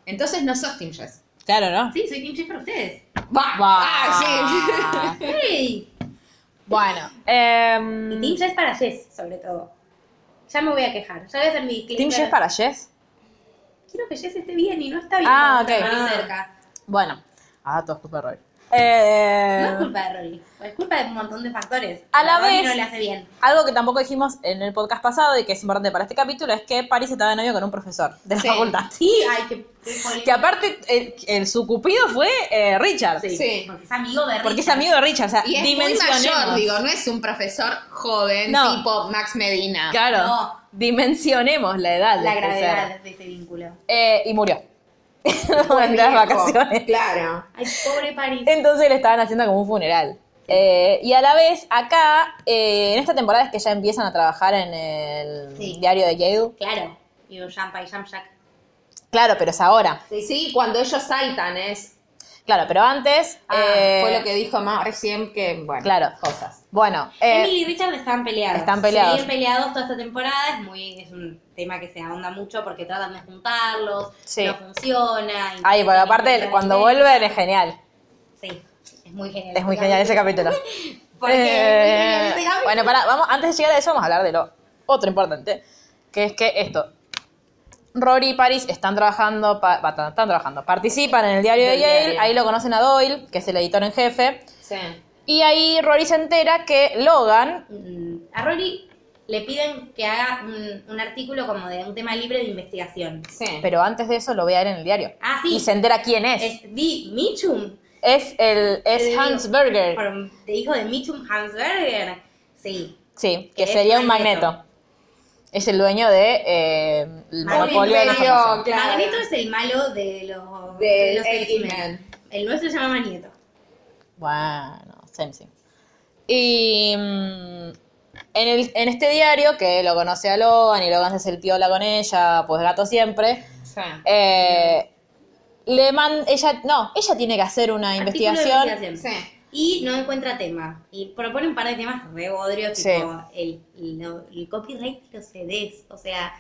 Entonces no sos Team Jess.
Claro, ¿no?
Sí, soy Team Jess para ustedes.
Va, Ah, sí.
¡Hey!
Bueno.
Y
em,
Team Jess para Jess, sobre todo. Ya me voy a quejar. Ya voy a hacer mi clip.
¿Team Jess para Jess?
Quiero que Jess esté bien y no está bien.
Ah,
cuando
ok.
está muy
Ah.
cerca.
Bueno. Ah, todo es culpa de Rory.
No
Eh,
es culpa de Rory. Es culpa de un montón de factores.
A la
Rory
vez-
no le hace bien.
Algo que tampoco dijimos en el podcast pasado y que es importante para este capítulo es que Paris estaba de novio con un profesor de la
Sí.
facultad.
Sí, ay, qué, qué polémica.
Que aparte, el, el- su cupido fue eh, Richard.
Sí,
Sí.
Porque es amigo de Richard.
Porque es amigo de Richard. O sea,
Y es muy mayor,
dimensionemos.
digo, no es un profesor joven
No.
tipo Max Medina.
Claro.
No.
Dimensionemos la edad. de
La
este
gravedad
ser.
de ese vínculo.
Eh, y murió.
Buen
Durante las
viejo,
vacaciones.
Claro.
Ay, pobre Paris.
Entonces le estaban haciendo como un funeral. Eh, y a la vez, acá, eh, en esta temporada es que ya empiezan a trabajar en el
Sí.
diario de Yale.
Claro. y un Jampa y Jamshack.
Claro, pero es ahora.
Sí, cuando ellos saltan es.
Claro, pero antes.
Ah,
eh,
fue lo que dijo más recién que, bueno,
Claro.
cosas.
Bueno, eh,
Emily y Richard están peleados.
Están peleados.
Siguen peleados toda esta temporada. Es, muy, es un tema que se ahonda mucho porque tratan de juntarlos.
Sí.
No funciona.
ay, porque aparte, cuando vuelven es genial.
Sí, es muy genial.
Es muy genial ese capítulo.
Porque-
Eh,
Ese capítulo.
bueno, pará, vamos, antes de llegar a eso, vamos a hablar de lo otro importante, que es que esto. Rory y Paris están trabajando, pa- va, están están trabajando, participan en el diario de
Del
Yale,
diario.
ahí lo conocen a Doyle, que es el editor en jefe,
Sí.
y ahí Rory se entera que Logan,
Mm, A Rory le piden que haga un, un artículo como de un tema libre de investigación.
Sí.
pero antes de eso lo voy a ver en el diario,
Ah, sí.
y se entera quién es. Es,
Es Di Mitchum.
el, es
Te
Hans
digo,
Berger,
por- Te dijo de Mitchum Hansberger. Sí.
sí, que
es
sería un
Magneto.
magneto. Es el dueño de eh, el
Magneto.
monopolio de la
Imperio,
información.
Claro.
Magneto es el malo de los, de
Del
los X-Men.
X-Men.
El nuestro se llama Magneto.
Bueno, same thing. Y mm, en, el, en este diario, que lo conoce a Logan y Logan se hace el piola con ella, pues gato siempre,
Sí.
eh, le man, ella, no, ella tiene que hacer una
Artículo de
investigación.
investigación.
Sí.
Y no encuentra tema. Y propone un par de temas rebodrios,
Sí.
tipo el, lo- el copyright de los CDs. O sea,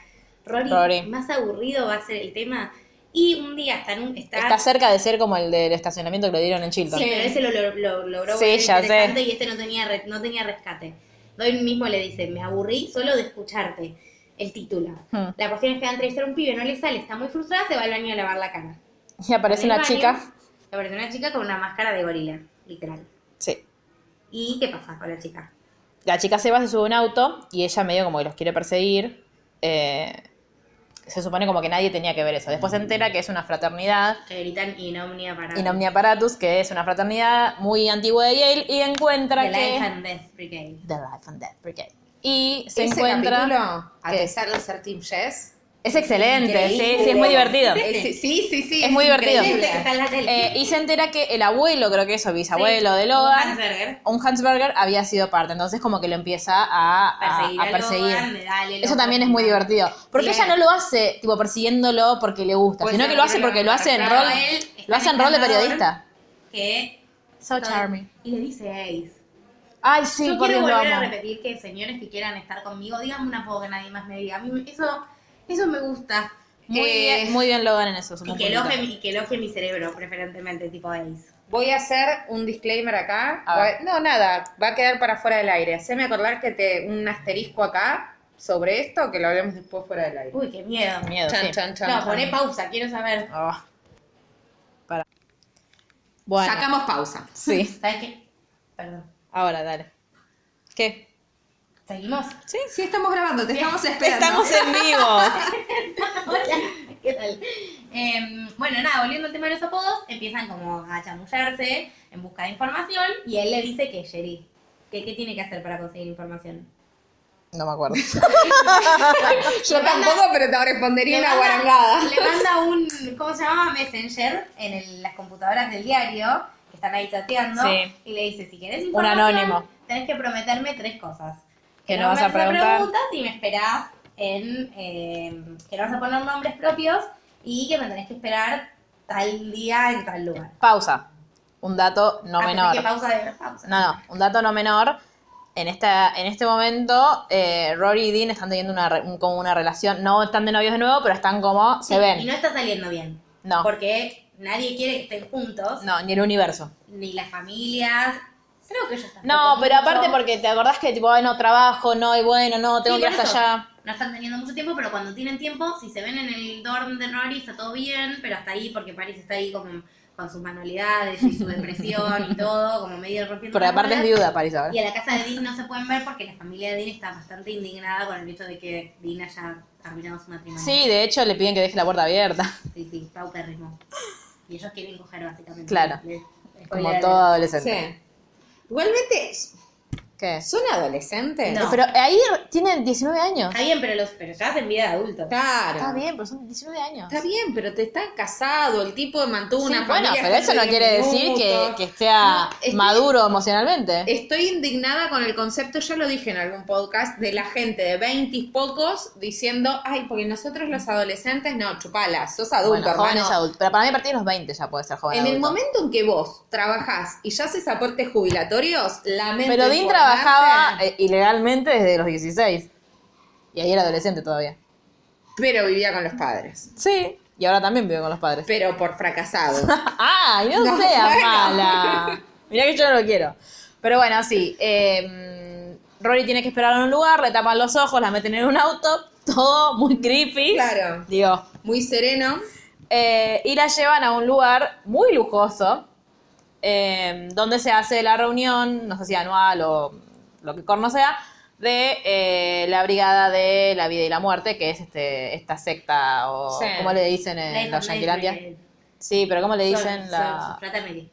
Rory,
Rory.
más aburrido va a ser el tema. Y un día está en un. Está,
Está cerca de ser como el del estacionamiento que le dieron en Chilton.
Sí, pero ese lo, lo- lo- logró
Sí,
volver
ya sé.
interesante y este no tenía, re- no tenía rescate. Doyle mismo le dice, me aburrí solo de escucharte el título.
Hmm.
La cuestión es que va a entrevistar a un pibe, no le sale, está muy frustrada, se va al baño a lavar la cara.
Y aparece
En el
una
baño,
chica.
Aparece una chica con una máscara de gorila, literal.
Sí.
¿Y qué pasa con la chica?
La chica se va, se sube a un auto y ella medio como que los quiere perseguir. eh, se supone como que nadie tenía que ver eso. Después se entera que es una fraternidad
Que gritan inomnia para...
In Omnia Paratus, que es una fraternidad muy antigua de Yale, y encuentra
The
que.
Life and Death Brigade.
The Life and Death Brigade. Y se
Ese
encuentra.
capítulo, a
¿Qué?
pesar de ser Team Jess.
Es excelente, sí,
Increíble.
sí, es muy divertido.
Es- sí, sí, sí.
Es muy divertido.
Increíble
increíble.
que está en la tele.
Eh, y se entera que el abuelo, creo que es, o bisabuelo
Sí,
de
un
Logan,
Hansberger.
un Hansberger, había sido parte. Entonces, como que lo empieza a, a-
Perseguir
a
a
perseguir.
Logan, de dale,
Eso
loco,
también es muy
no.
divertido. Porque
Bien.
ella no lo hace, tipo, persiguiéndolo porque le gusta,
Pues
sino
no,
que lo hace
quiero
porque lo hace en
Claro,
rol.
él está
Lo hace en rol de
encantador.
periodista.
Que...
So charming.
Y le dice a Ace.
Ay, sí,
Yo
por
quiero
Dios lo
volver a
amo.
repetir que señores que quieran estar conmigo, díganme un apodo que nadie más me diga. A mí eso, eso me gusta.
Muy,
Eh,
bien, muy bien Logan en eso.
Y
supongo.
que, elogie, mi- y que elogie mi cerebro, preferentemente, tipo Ace.
Voy a hacer un disclaimer acá.
A ver.
Voy- No, nada, va a quedar para fuera del aire. Haceme acordar que te un asterisco acá sobre esto, que lo hablemos después fuera del aire.
Uy, qué miedo.
Miedo,
Chan,
sí.
chan, chan,
No,
chan.
poné pausa, quiero saber.
Ah. Para. Bueno,
Sacamos pausa.
sí.
¿Sabes qué? Perdón.
Ahora, dale. ¿Qué?
¿Seguimos?
Sí, sí, estamos grabando, te estamos esperando.
Estamos en vivo.
Hola, ¿qué tal? Em, bueno, nada, volviendo al tema de los apodos, empiezan como a chamullarse en busca de información y él le dice que es Sherry. Que, ¿Qué tiene que hacer para conseguir información?
No me acuerdo.
Yo tampoco, pero te respondería una guarangada.
le manda un, ¿cómo se llama? Messenger en el- las computadoras del diario, que están ahí chateando,
Sí.
y le dice, si querés información,
anónimo.
tenés que prometerme tres cosas.
Que no
me
vas a
haces las
preguntar.
preguntas y me esperás en, eh, que no vas a poner nombres propios y que me tenés que esperar tal día en tal lugar.
Pausa. Un dato no
Ah, pensé
menor.
que pausa de pausa.
No, no, un dato no menor. En, esta, en este momento, eh, Rory y Dean están teniendo una, re- un- como una relación. No están de novios de nuevo, pero están como.
Sí,
se ven.
Y no está saliendo bien.
No.
Porque nadie quiere que estén juntos,
No, ni el universo.
ni las familias. Creo que ellos están.
No, pero aparte porque te acordás que tipo, ay, no trabajo, no, y bueno, no, tengo
Sí,
que
por
ir hasta
eso.
allá.
No están teniendo mucho tiempo, pero cuando tienen tiempo, si se ven en el dorm de Rory, está todo bien, pero hasta ahí, porque Paris está ahí como con sus manualidades y su depresión y todo, como medio rompiendo.
Porque
las
aparte es
bolas.
viuda, ¿eh? París, ahora.
Y a la casa de Dean no se pueden ver porque la familia de Dean está bastante indignada con el hecho de que Dean haya arruinado su matrimonio.
Sí, de hecho le piden que deje la puerta abierta,
Sí, sí, paupérrimo. Y ellos quieren coger, básicamente.
Claro.
Les- les
como
spoiler.
todo adolescente.
Sí. Igualmente,
¿Qué?
¿Son adolescentes?
No.
Pero ahí tienen 19 años.
Está bien, pero, los, pero ya hacen vida de adultos.
Claro.
Está bien, pero son 19 años.
Está bien, pero te está casado, el tipo mantuvo
Sí,
una
bueno,
familia.
pero eso
hasta
no
hace
quiere
10
decir que,
minutos.
que sea
No, estoy-
maduro emocionalmente.
Estoy indignada con el concepto, ya lo dije en algún podcast, de la gente de 20 y pocos diciendo, ay, porque nosotros los adolescentes, no, chupala, sos adulto,
Bueno, joven
hermano.
es adulto. Pero para mí a partir de los 20 ya puede ser joven
En el
adulto.
momento en que vos trabajás y ya haces aportes jubilatorios, lamento
Pero Dean
informarte-
trabajaba eh, ilegalmente desde los 16. Y ahí era adolescente todavía.
Pero vivía con los padres.
Sí. Y ahora también vive con los padres.
Pero por fracasado.
¡Ay, no,
No,
seas
bueno.
mala! Mirá que yo no lo quiero. Pero bueno, sí. eh, Rory tiene que esperar en un lugar, le tapan los ojos, la meten en un auto. Todo muy creepy.
Claro.
Digo,
Muy sereno.
Eh, y la llevan a un lugar muy lujoso, eh, donde se hace la reunión, no sé si anual o lo que corno sea, de eh, la Brigada de la Vida y la Muerte, que es este esta secta, o
Sí.
¿cómo le dicen en la Yanquilandia? Sí, pero ¿cómo le dicen? la...
Fraternity.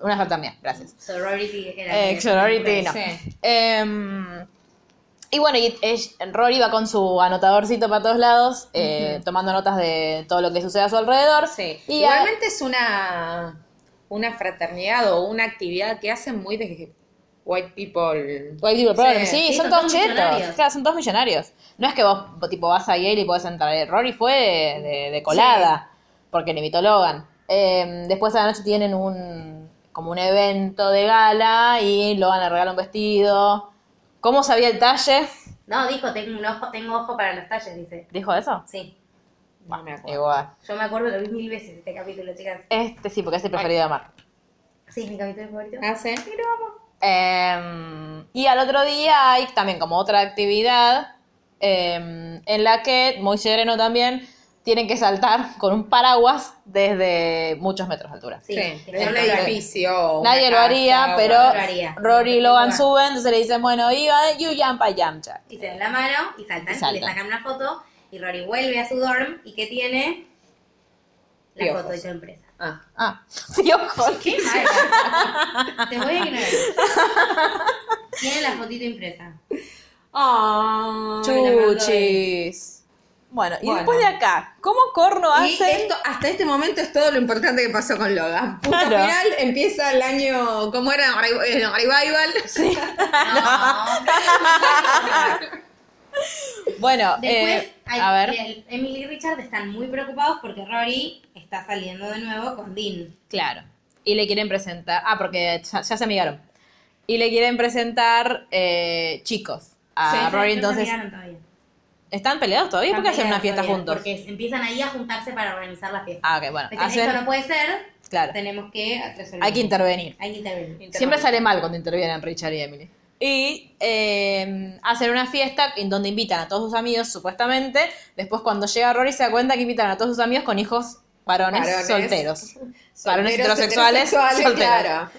Una fraternidad, gracias.
Sorority era.
Eh, sorority, no.
Sí.
Em, y bueno, y, ella- Rory va con su anotadorcito para todos lados, eh, tomando notas de todo lo que sucede a su alrededor. Y a-
Igualmente es una, una fraternidad o una actividad que hacen muy de white people.
White People Problem,
Sí,
sí,
sí,
son
son
todos
todos
chetos.
millonarios.
Claro, son todos millonarios. No es que vos, tipo, vas a Yale y podés entrar. Eh, Rory fue de, de- de colada, porque le invitó Logan. Eh, después a la noche tienen un como un evento de gala y Logan le regala un vestido. ¿Cómo sabía el talle?
No, dijo, tengo, un ojo, tengo ojo para los talles, dice.
¿Dijo eso?
Sí.
No me acuerdo.
Igual.
Yo me acuerdo, lo vi mil veces este capítulo, chicas.
Este sí, porque es el preferido de Mar.
Sí, es mi capítulo favorito.
¿Hacen?
Eh, y al otro día hay también como otra actividad eh, en la que, muy sereno también, tienen que saltar con un paraguas desde muchos metros de altura.
Sí,
Sí,
que
de un
son los-
edificio. o una
Este, Nadie lo
casa,
haría,
o-
pero
no lo haría.
Rory y Logan
Bueno.
suben, entonces le dicen, bueno, Ivan, you jump, I jump, Jack.
Y se dan la mano y saltan,
Y
y,
saltan.
le sacan una foto. Y Rory vuelve a su dorm y ¿qué tiene? La
Piojos.
foto hecha empresa.
Ah,
Ah, piojos.
¿Qué mala. Te voy a ignorar. Tiene la fotito impresa.
Chuchis. Bueno, y
Bueno.
después de acá, ¿cómo corno
Y
hacen?
esto, hasta este momento es todo lo importante que pasó con Logan. Punto
Claro.
final, empieza el año, ¿cómo era? Re- eh, Revival.
Bueno,
Después,
eh,
hay-
a ver.
el- Emily y Richard están muy preocupados porque Rory está saliendo de nuevo con Dean.
Claro. Y le quieren presentar. Ah, porque ya, ya se amigaron. Y le quieren presentar eh, chicos a
Sí,
Rory.
no
Entonces,
terminaron todavía.
¿están peleados todavía? ¿Por qué hacen
Están
una
peleados
fiesta
todavía,
juntos?
Porque empiezan ahí a juntarse para organizar la fiesta.
Ah, ok, bueno.
Dicen,
Hacen,
Esto no puede ser,
claro.
tenemos que resolverlo.
Hay que intervenir.
Hay que intervenir.
Siempre sale mal cuando intervienen Richard y Emily. Y eh, hacen una fiesta en donde invitan a todos sus amigos, supuestamente. Después, cuando llega Rory, se da cuenta que invitan a todos sus amigos con hijos varones,
Varones.
solteros.
Solteros,
Varones heterosexuales, solteros.
Claro.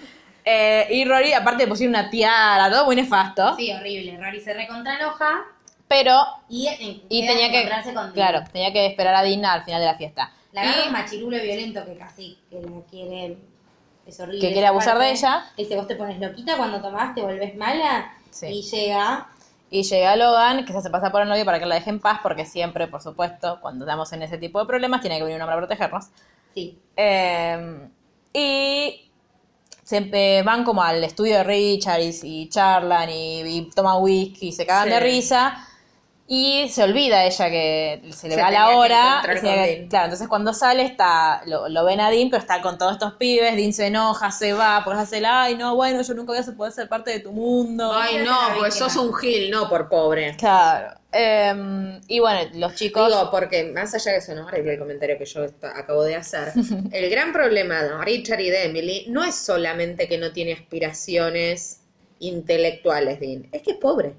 Eh, y Rory, aparte, le pusieron una tiara, todo muy nefasto.
Sí, horrible. Rory se recontraloja
Pero
y, en-
Y
queda
tenía que,
encontrarse con Dean.
claro, tenía que esperar a Dina al final de la fiesta.
La agarra
Y-
un machirulo violento que casi que la quiere. Es horrible.
Que quiere
esa
abusar
parte.
de ella.
Le Dice, vos te pones loquita cuando tomás, te volvés mala.
Sí.
Y llega.
y llega Logan, que se hace pasar por el novio para que la deje en paz, porque siempre, por supuesto, cuando estamos en ese tipo de problemas, tiene que venir un hombre a protegernos.
Sí.
Eh, y se eh, van como al estudio de Richard y, y charlan y, y toman whisky y se cagan
Sí.
de risa. Y se olvida ella que se le
Se
va
tenía
la
que
hora.
encontrar
y se-
con Dean.
claro, entonces cuando sale está, lo, lo ven a Dean, pero está con todos estos pibes. Dean se enoja, se va, pues hace la, ay, no, bueno, yo nunca voy a poder ser parte de tu mundo.
Ay, no, pues sos un gil, no por pobre.
Claro. Eh, y bueno, los chicos.
Digo, porque más allá de eso, no horrible el comentario que yo esta- acabo de hacer, el gran problema de Richard y de Emily no es solamente que no tiene aspiraciones intelectuales, Dean, es que es pobre.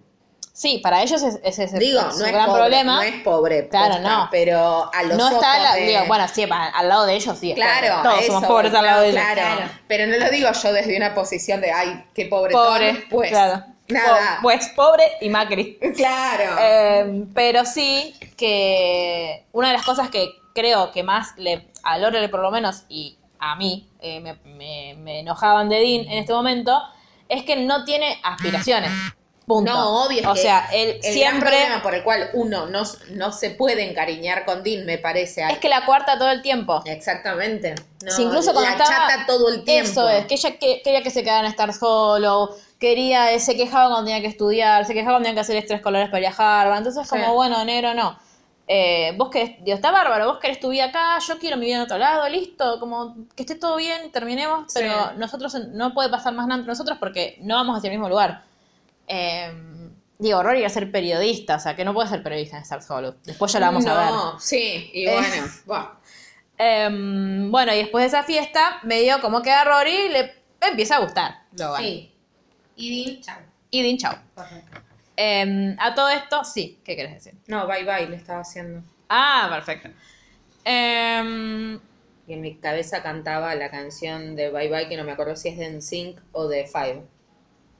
sí, para ellos es, Este es ese
Digo, no
su
es
gran
pobre,
problema.
no es pobre,
Claro, no.
pero a los
No está,
ojos
la-
de-
digo, bueno, sí, pa- al lado de ellos sí. está.
Claro,
todos
eso,
somos pobres al
claro,
lado de ellos.
claro. Pero no lo digo yo desde una posición de, ay, qué pobre,
Pobre,
pues,
claro.
nada. Ah.
Po- pues pobre y Macri.
Claro.
Eh, pero sí que una de las cosas que creo que más le, a Lorel por lo menos y a mí eh, me, me- me enojaban de Dean en este momento es que no tiene aspiraciones. Punto.
No, obvio. es
O
que
sea, él
el
siempre.
gran problema por el cual uno no, no se puede encariñar con Dean, me parece.
Es que la cuarta todo el tiempo.
Exactamente. No,
Si incluso cuando
la
estaba-
chata todo el tiempo.
Eso es, que ella que- quería que se quedaran a estar solo, quería, eh, se quejaba cuando tenía que estudiar, se quejaba cuando tenía que hacer extraescolares para viajar, entonces
Sí.
como, bueno, negro, no. Eh, vos querés, digo, está bárbaro, vos querés tu vida acá, yo quiero mi vida en otro lado, listo, como que esté todo bien, terminemos,
Sí.
pero nosotros no puede pasar más nada entre nosotros porque no vamos hacia el mismo lugar. Eh, digo, Rory iba a ser periodista, o sea, que no puede ser periodista en estar solo. Después ya la vamos a ver.
No, sí, y
Eh.
bueno, buah.
Em, bueno, y después de esa fiesta, medio como que a Rory le empieza a gustar. Logan.
Sí. Y Dean, chao.
Y Din Chao.
Correcto.
Em, a todo esto, sí, ¿qué querés decir?
No, bye bye le estaba haciendo.
Ah, perfecto. Em,
Y en mi cabeza cantaba la canción de Bye Bye, que no me acuerdo si es de NSYNC o de Five.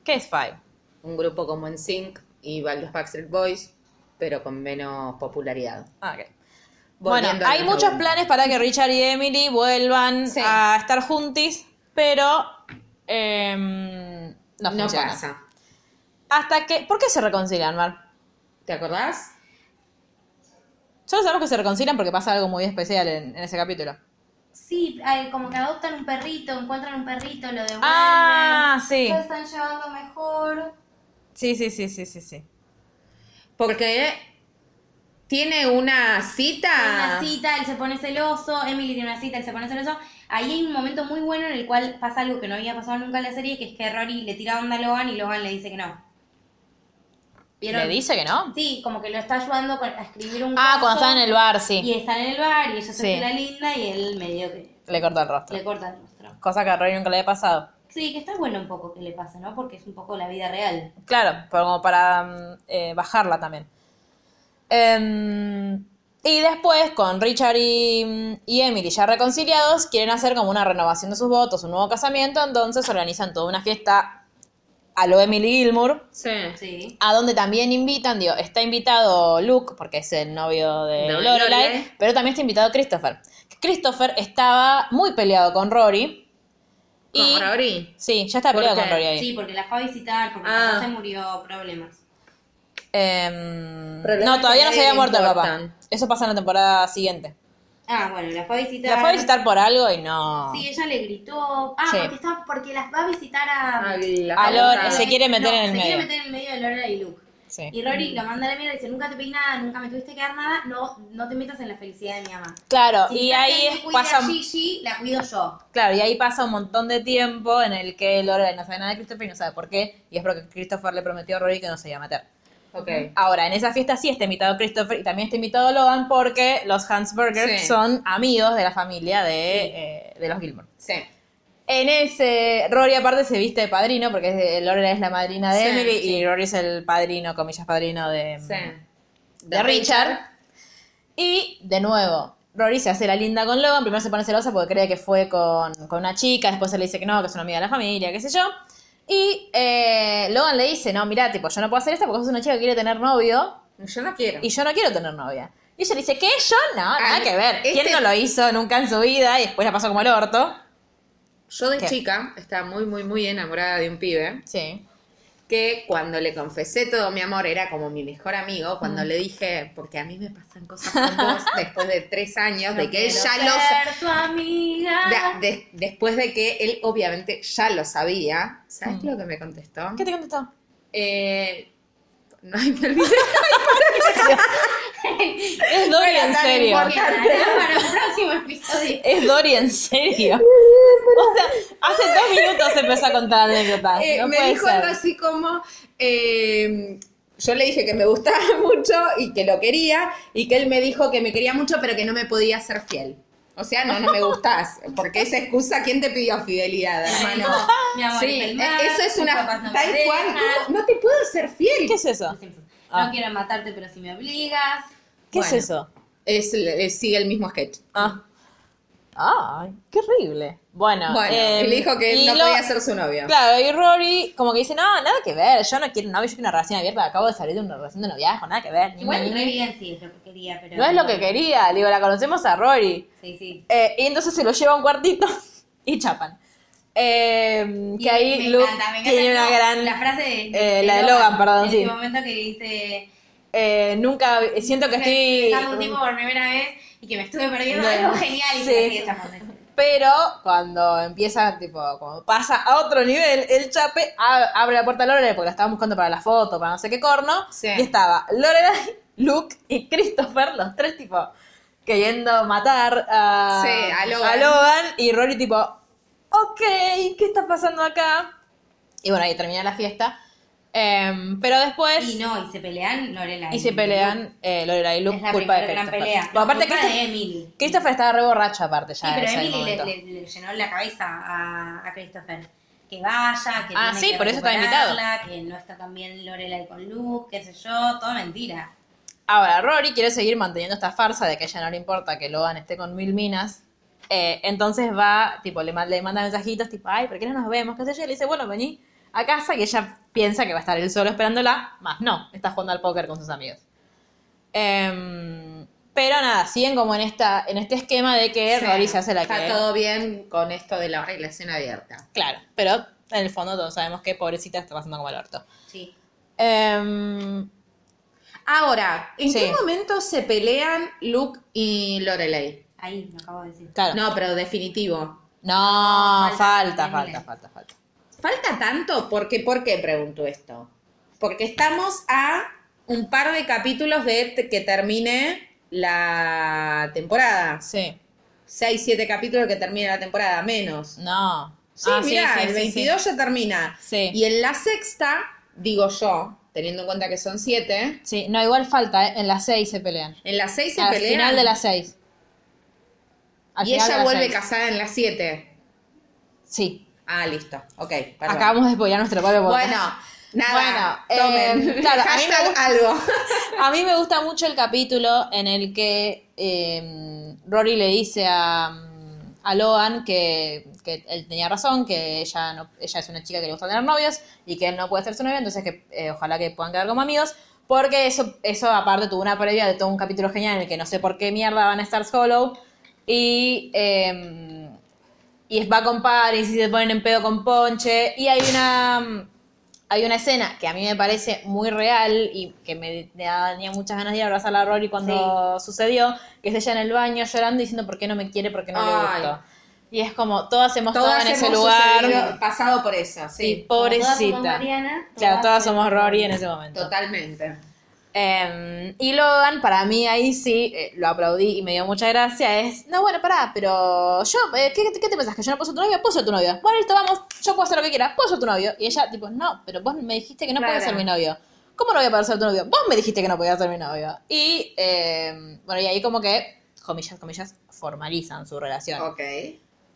¿Qué es Five?
Un grupo como NSYNC y los Backstreet Boys, pero con menos popularidad.
Ah, ok.
Volviendo
Bueno,
a
hay
los
muchos
90.
planes para que Richard y Emily vuelvan
Sí.
a estar juntis, pero em, no,
No
funciona.
pasa.
Hasta que, ¿por qué se reconcilian, Mar?
¿Te acordás?
Solo sabemos que se reconcilian porque pasa algo muy especial en- en ese capítulo.
Sí, ay, como que adoptan un perrito, encuentran un perrito, lo devuelven.
Ah, sí.
Lo están llevando mejor.
Sí, sí, sí, sí, sí, sí.
Porque tiene una cita.
Tiene
Ah.
una cita, él se pone celoso, Emily tiene una cita, él se pone celoso. Ahí hay un momento muy bueno en el cual pasa algo que no había pasado nunca en la serie, que es que Rory le tira onda a Logan y Logan le dice que no. ¿Vieron?
¿Le dice que no?
Sí, como que lo está ayudando con- a escribir un
Ah, cuando
caso,
están en el bar, sí.
Y están en el bar y ella
Sí.
se hace la linda y él medio que
Le corta el rostro.
le corta el rostro.
Cosa que a Rory nunca le había pasado.
Sí, que está bueno un poco que le pase, ¿no? Porque es un poco la vida real.
Claro, pero como para mm, eh, bajarla también. Em, y después, con Richard y, mm, y Emily ya reconciliados, quieren hacer como una renovación de sus votos, un nuevo casamiento, entonces organizan toda una fiesta a lo Emily Gilmour,
Sí.
Sí.
a donde también invitan, digo, está invitado Luke, porque es el novio de
De
Lorelai,
Lorelai.
pero también está invitado Christopher. Christopher estaba muy peleado con Rory.
Con
y,
Rory.
Sí, ya está peleado
¿Por
con
qué?
Rory ahí.
Sí, porque la fue a visitar, porque
Ah.
el papá se murió, problemas.
Em,
Problemas
no,
que
todavía no se
nadie
había
le
muerto el papá.
importan.
Eso pasa en la temporada siguiente.
Ah, bueno, la fue a visitar.
La fue a visitar por algo y no.
Sí, ella le gritó. Ah,
Sí.
porque, está, porque las va a visitar a...
A la
A
Lorelai.
Lore- se quiere meter
No,
en el
se
medio. Mm.
quiere meter en el medio de Lorelai y Luke.
Sí.
Y Rory lo manda a la mierda y dice, nunca te pedí nada, nunca me tuviste que dar nada, no, no te metas en la felicidad de mi mamá.
Claro,
Si
y
estás
ahí
que me
es-
cuida
pasa,
Gigi, la cuido yo.
claro, y ahí pasa un montón de tiempo en el que Lorelai no sabe nada de Christopher y no sabe por qué, y es porque Christopher le prometió a Rory que no se iba a meter.
Ok.
Ahora, en esa fiesta sí está invitado Christopher y también está invitado Logan porque los Hansburgers
Sí.
son amigos de la familia de, eh, de los Gilmore.
Sí.
En ese, Rory aparte se viste de padrino porque es de- Lorelai es la madrina de
Sí,
Emily
sí.
y Rory es el padrino, comillas, padrino de,
Sí.
de Richard. Y de nuego, Rory se hace la linda con Logan. Primero se pone celosa porque cree que fue con, con una chica. Después se le dice que no, que es una amiga de la familia, qué sé yo. Y eh, Logan le dice: No, mirá, tipo, yo no puedo hacer esto porque sos una chica que quiere tener novio
Yo no quiero.
y yo no quiero tener novia. Y ella le dice: ¿Qué? Yo no, nada
Ay,
que ver. ¿Quién
este-
no lo hizo nunca en su vida? Y después la pasó como el orto.
Yo de
¿Qué?
chica estaba muy, muy, muy enamorada de un pibe
Sí.
que cuando le confesé todo mi amor era como mi mejor amigo. Cuando
Mm.
le dije, porque a mí me pasan cosas con vos después de tres años, de que él
Quiero
ya lo sa-
ser tu amiga.
de- de- después de que él obviamente ya lo sabía. ¿Sabes lo que me contestó?
Mm. ¿Qué te contestó?
Eh, no, ay, me olvidé.
Es Dory en serio.
Que ganará para un próximo episodio.
Es Dory en serio. O sea, hace dos minutos empezó a contar anécdotas.
Eh,
Ah, no
me
puede
dijo
ser.
algo así como, eh, yo le dije que me gustaba mucho y que lo quería, y que él me dijo que me quería mucho, pero que no me podía ser fiel. O sea, no, no me gustás, porque esa excusa, ¿quién te pidió fidelidad, hermano?
Mi amor,
Sí,
es el
eh,
mar,
eso es
tus
una...
papás no me
Tal cual,
dejan.
¿cómo? no te puedo ser fiel.
¿Qué es eso? Ah.
No quiero matarte, pero si me obligas.
¿Qué
Bueno.
es eso?
Es, eh, sigue el mismo sketch.
Ah. Ay, qué horrible. Bueno,
Bueno,
eh,
y le dijo que
y
él no
lo-
podía ser su novio.
Claro, y Rory como que dice, no, nada que ver, yo no quiero un novio, yo quiero una relación abierta, acabo de salir de una relación de noviazgo, nada que ver. ni
Igual
ni-
re bien sí es lo que quería, pero.
no es lo que quería, le digo, la conocemos a Rory.
Sí, sí.
Eh, y entonces se lo lleva a un cuartito y chapan. Eh,
Y
que ahí
me
Luke
encanta, me encanta
tiene una
la-
gran...
La frase de,
eh, la de Logan, perdón,
En
sí.
ese momento que dice...
eh, nunca... Siento que
"Me- me encanta un
estoy...
tipo por primera vez y que me estuve perdiendo
No.
algo genial. Y
Sí.
así estamos.
Pero cuando empieza, tipo, cuando pasa a otro nivel, el chape a- abre la puerta a Lorelai porque la estaban buscando para la foto, para no sé qué corno.
Sí.
Y estaba Lorelai, Luke y Christopher, los tres, tipo, queriendo matar a,
Sí, a Logan.
Logan, Y Rory, tipo, ok, ¿qué está pasando acá? Y bueno, ahí termina la fiesta. Em, pero después.
Y no, y se pelean Lorela.
y se pelean eh, Lorelai y Luke,
Es la
culpa de
primera gran
Christopher.
pelea.
Porque aparte,
Culpa de
Christopher,
Emily.
Christopher estaba re borracho, aparte, ya
Sí,
en
pero
ese
Emily le,
momento.
le- le llenó la cabeza a, a Christopher. Que vaya, que
Ah,
tiene
sí,
que
por eso está
recuperarla, Que no está tan bien Lorelai con Luke, qué sé yo, todo mentira.
Ahora, Rory quiere seguir manteniendo esta farsa de que a ella no le importa que Logan esté con mil minas. Eh, entonces va, tipo, le, ma- le manda mensajitos, tipo, ay, ¿por qué no nos vemos? ¿Qué sé yo? Y le dice, bueno, vení a casa. Y ella piensa que va a estar él solo esperándola, más no, está jugando al póker con sus amigos. Em, pero nada, siguen como en, esta, en este esquema de que Rory se hace la
Está
que...
todo bien con esto de la relación abierta.
Claro, pero en el fondo todos sabemos que pobrecita está pasando como el orto.
Sí.
Em,
Ahora, ¿en
Sí.
qué momento se pelean Luke y Lorelei?
Ahí, lo acabo de decir.
claro. No,
No, pero definitivo.
falta,
falta,
falta,
Emily.
falta, falta.
¿Falta tanto? Porque, ¿Por qué pregunto esto? Porque estamos a un par de capítulos de t- que termine la temporada.
Sí.
Seis, siete capítulos que termine la temporada, menos.
No.
Sí,
Ah,
mirá,
sí, sí,
el
sí,
22 ya termina.
Sí.
Y en la sexta, digo yo, teniendo en cuenta que son siete,
Sí. Sí, no, igual falta, ¿eh? En las seis se pelean.
en las seis se
Al
pelean.
final de las seis. Al
y
final de
ella
las
vuelve
seis.
casada en las siete.
Sí.
Ah, listo. Ok, perdón.
Acabamos de spoilear nuestro propio podcast.
Bueno, nada.
Bueno,
tomen.
eh, claro, a mí me
Hashtag
gusta-
algo.
A mí me gusta mucho el capítulo en el que eh, Rory le dice a, a Logan que, que él tenía razón, que ella no, ella es una chica que le gusta tener novios y que él no puede ser su novio, entonces que eh, ojalá que puedan quedar como amigos. Porque eso, eso aparte tuvo una previa de todo un capítulo genial en el que no sé por qué mierda van a estar Hollow. Y, eh, y es- va con Paris y se ponen en pedo con Ponche. Y hay una hay una escena que a mí me parece muy real y que me da- tenía muchas ganas de ir a abrazar a Rory cuando sucedió, que es ella en el baño llorando diciendo por qué no me quiere, por qué no
Ay.
le gusto. Y es como, todas hemos
Todas
estado en ese
hemos
lugar.
sucedido- pasado por eso,
Sí,
sí.
Todas somos
pobrecita.
Mariana.
Claro, todas somos Rory en
ese
ese momento.
Totalmente.
Eh, y Logan, para mí ahí sí, eh, lo aplaudí y me dio mucha gracia, es, no, bueno, pará, pero yo, eh, ¿qué, qué te pensás? ¿Que yo no puedo ser tu novio? Puedo ser tu novio. Bueno, listo, vamos, yo puedo hacer lo que quiera, puedo ser tu novio. Y ella, tipo, no, pero vos me dijiste que no
Claro.
podías ser mi novio. ¿Cómo no voy a poder ser tu novio? Vos me dijiste que no podías ser mi novio. Y, eh, bueno, y ahí como que, comillas, comillas, formalizan su relación.
Ok.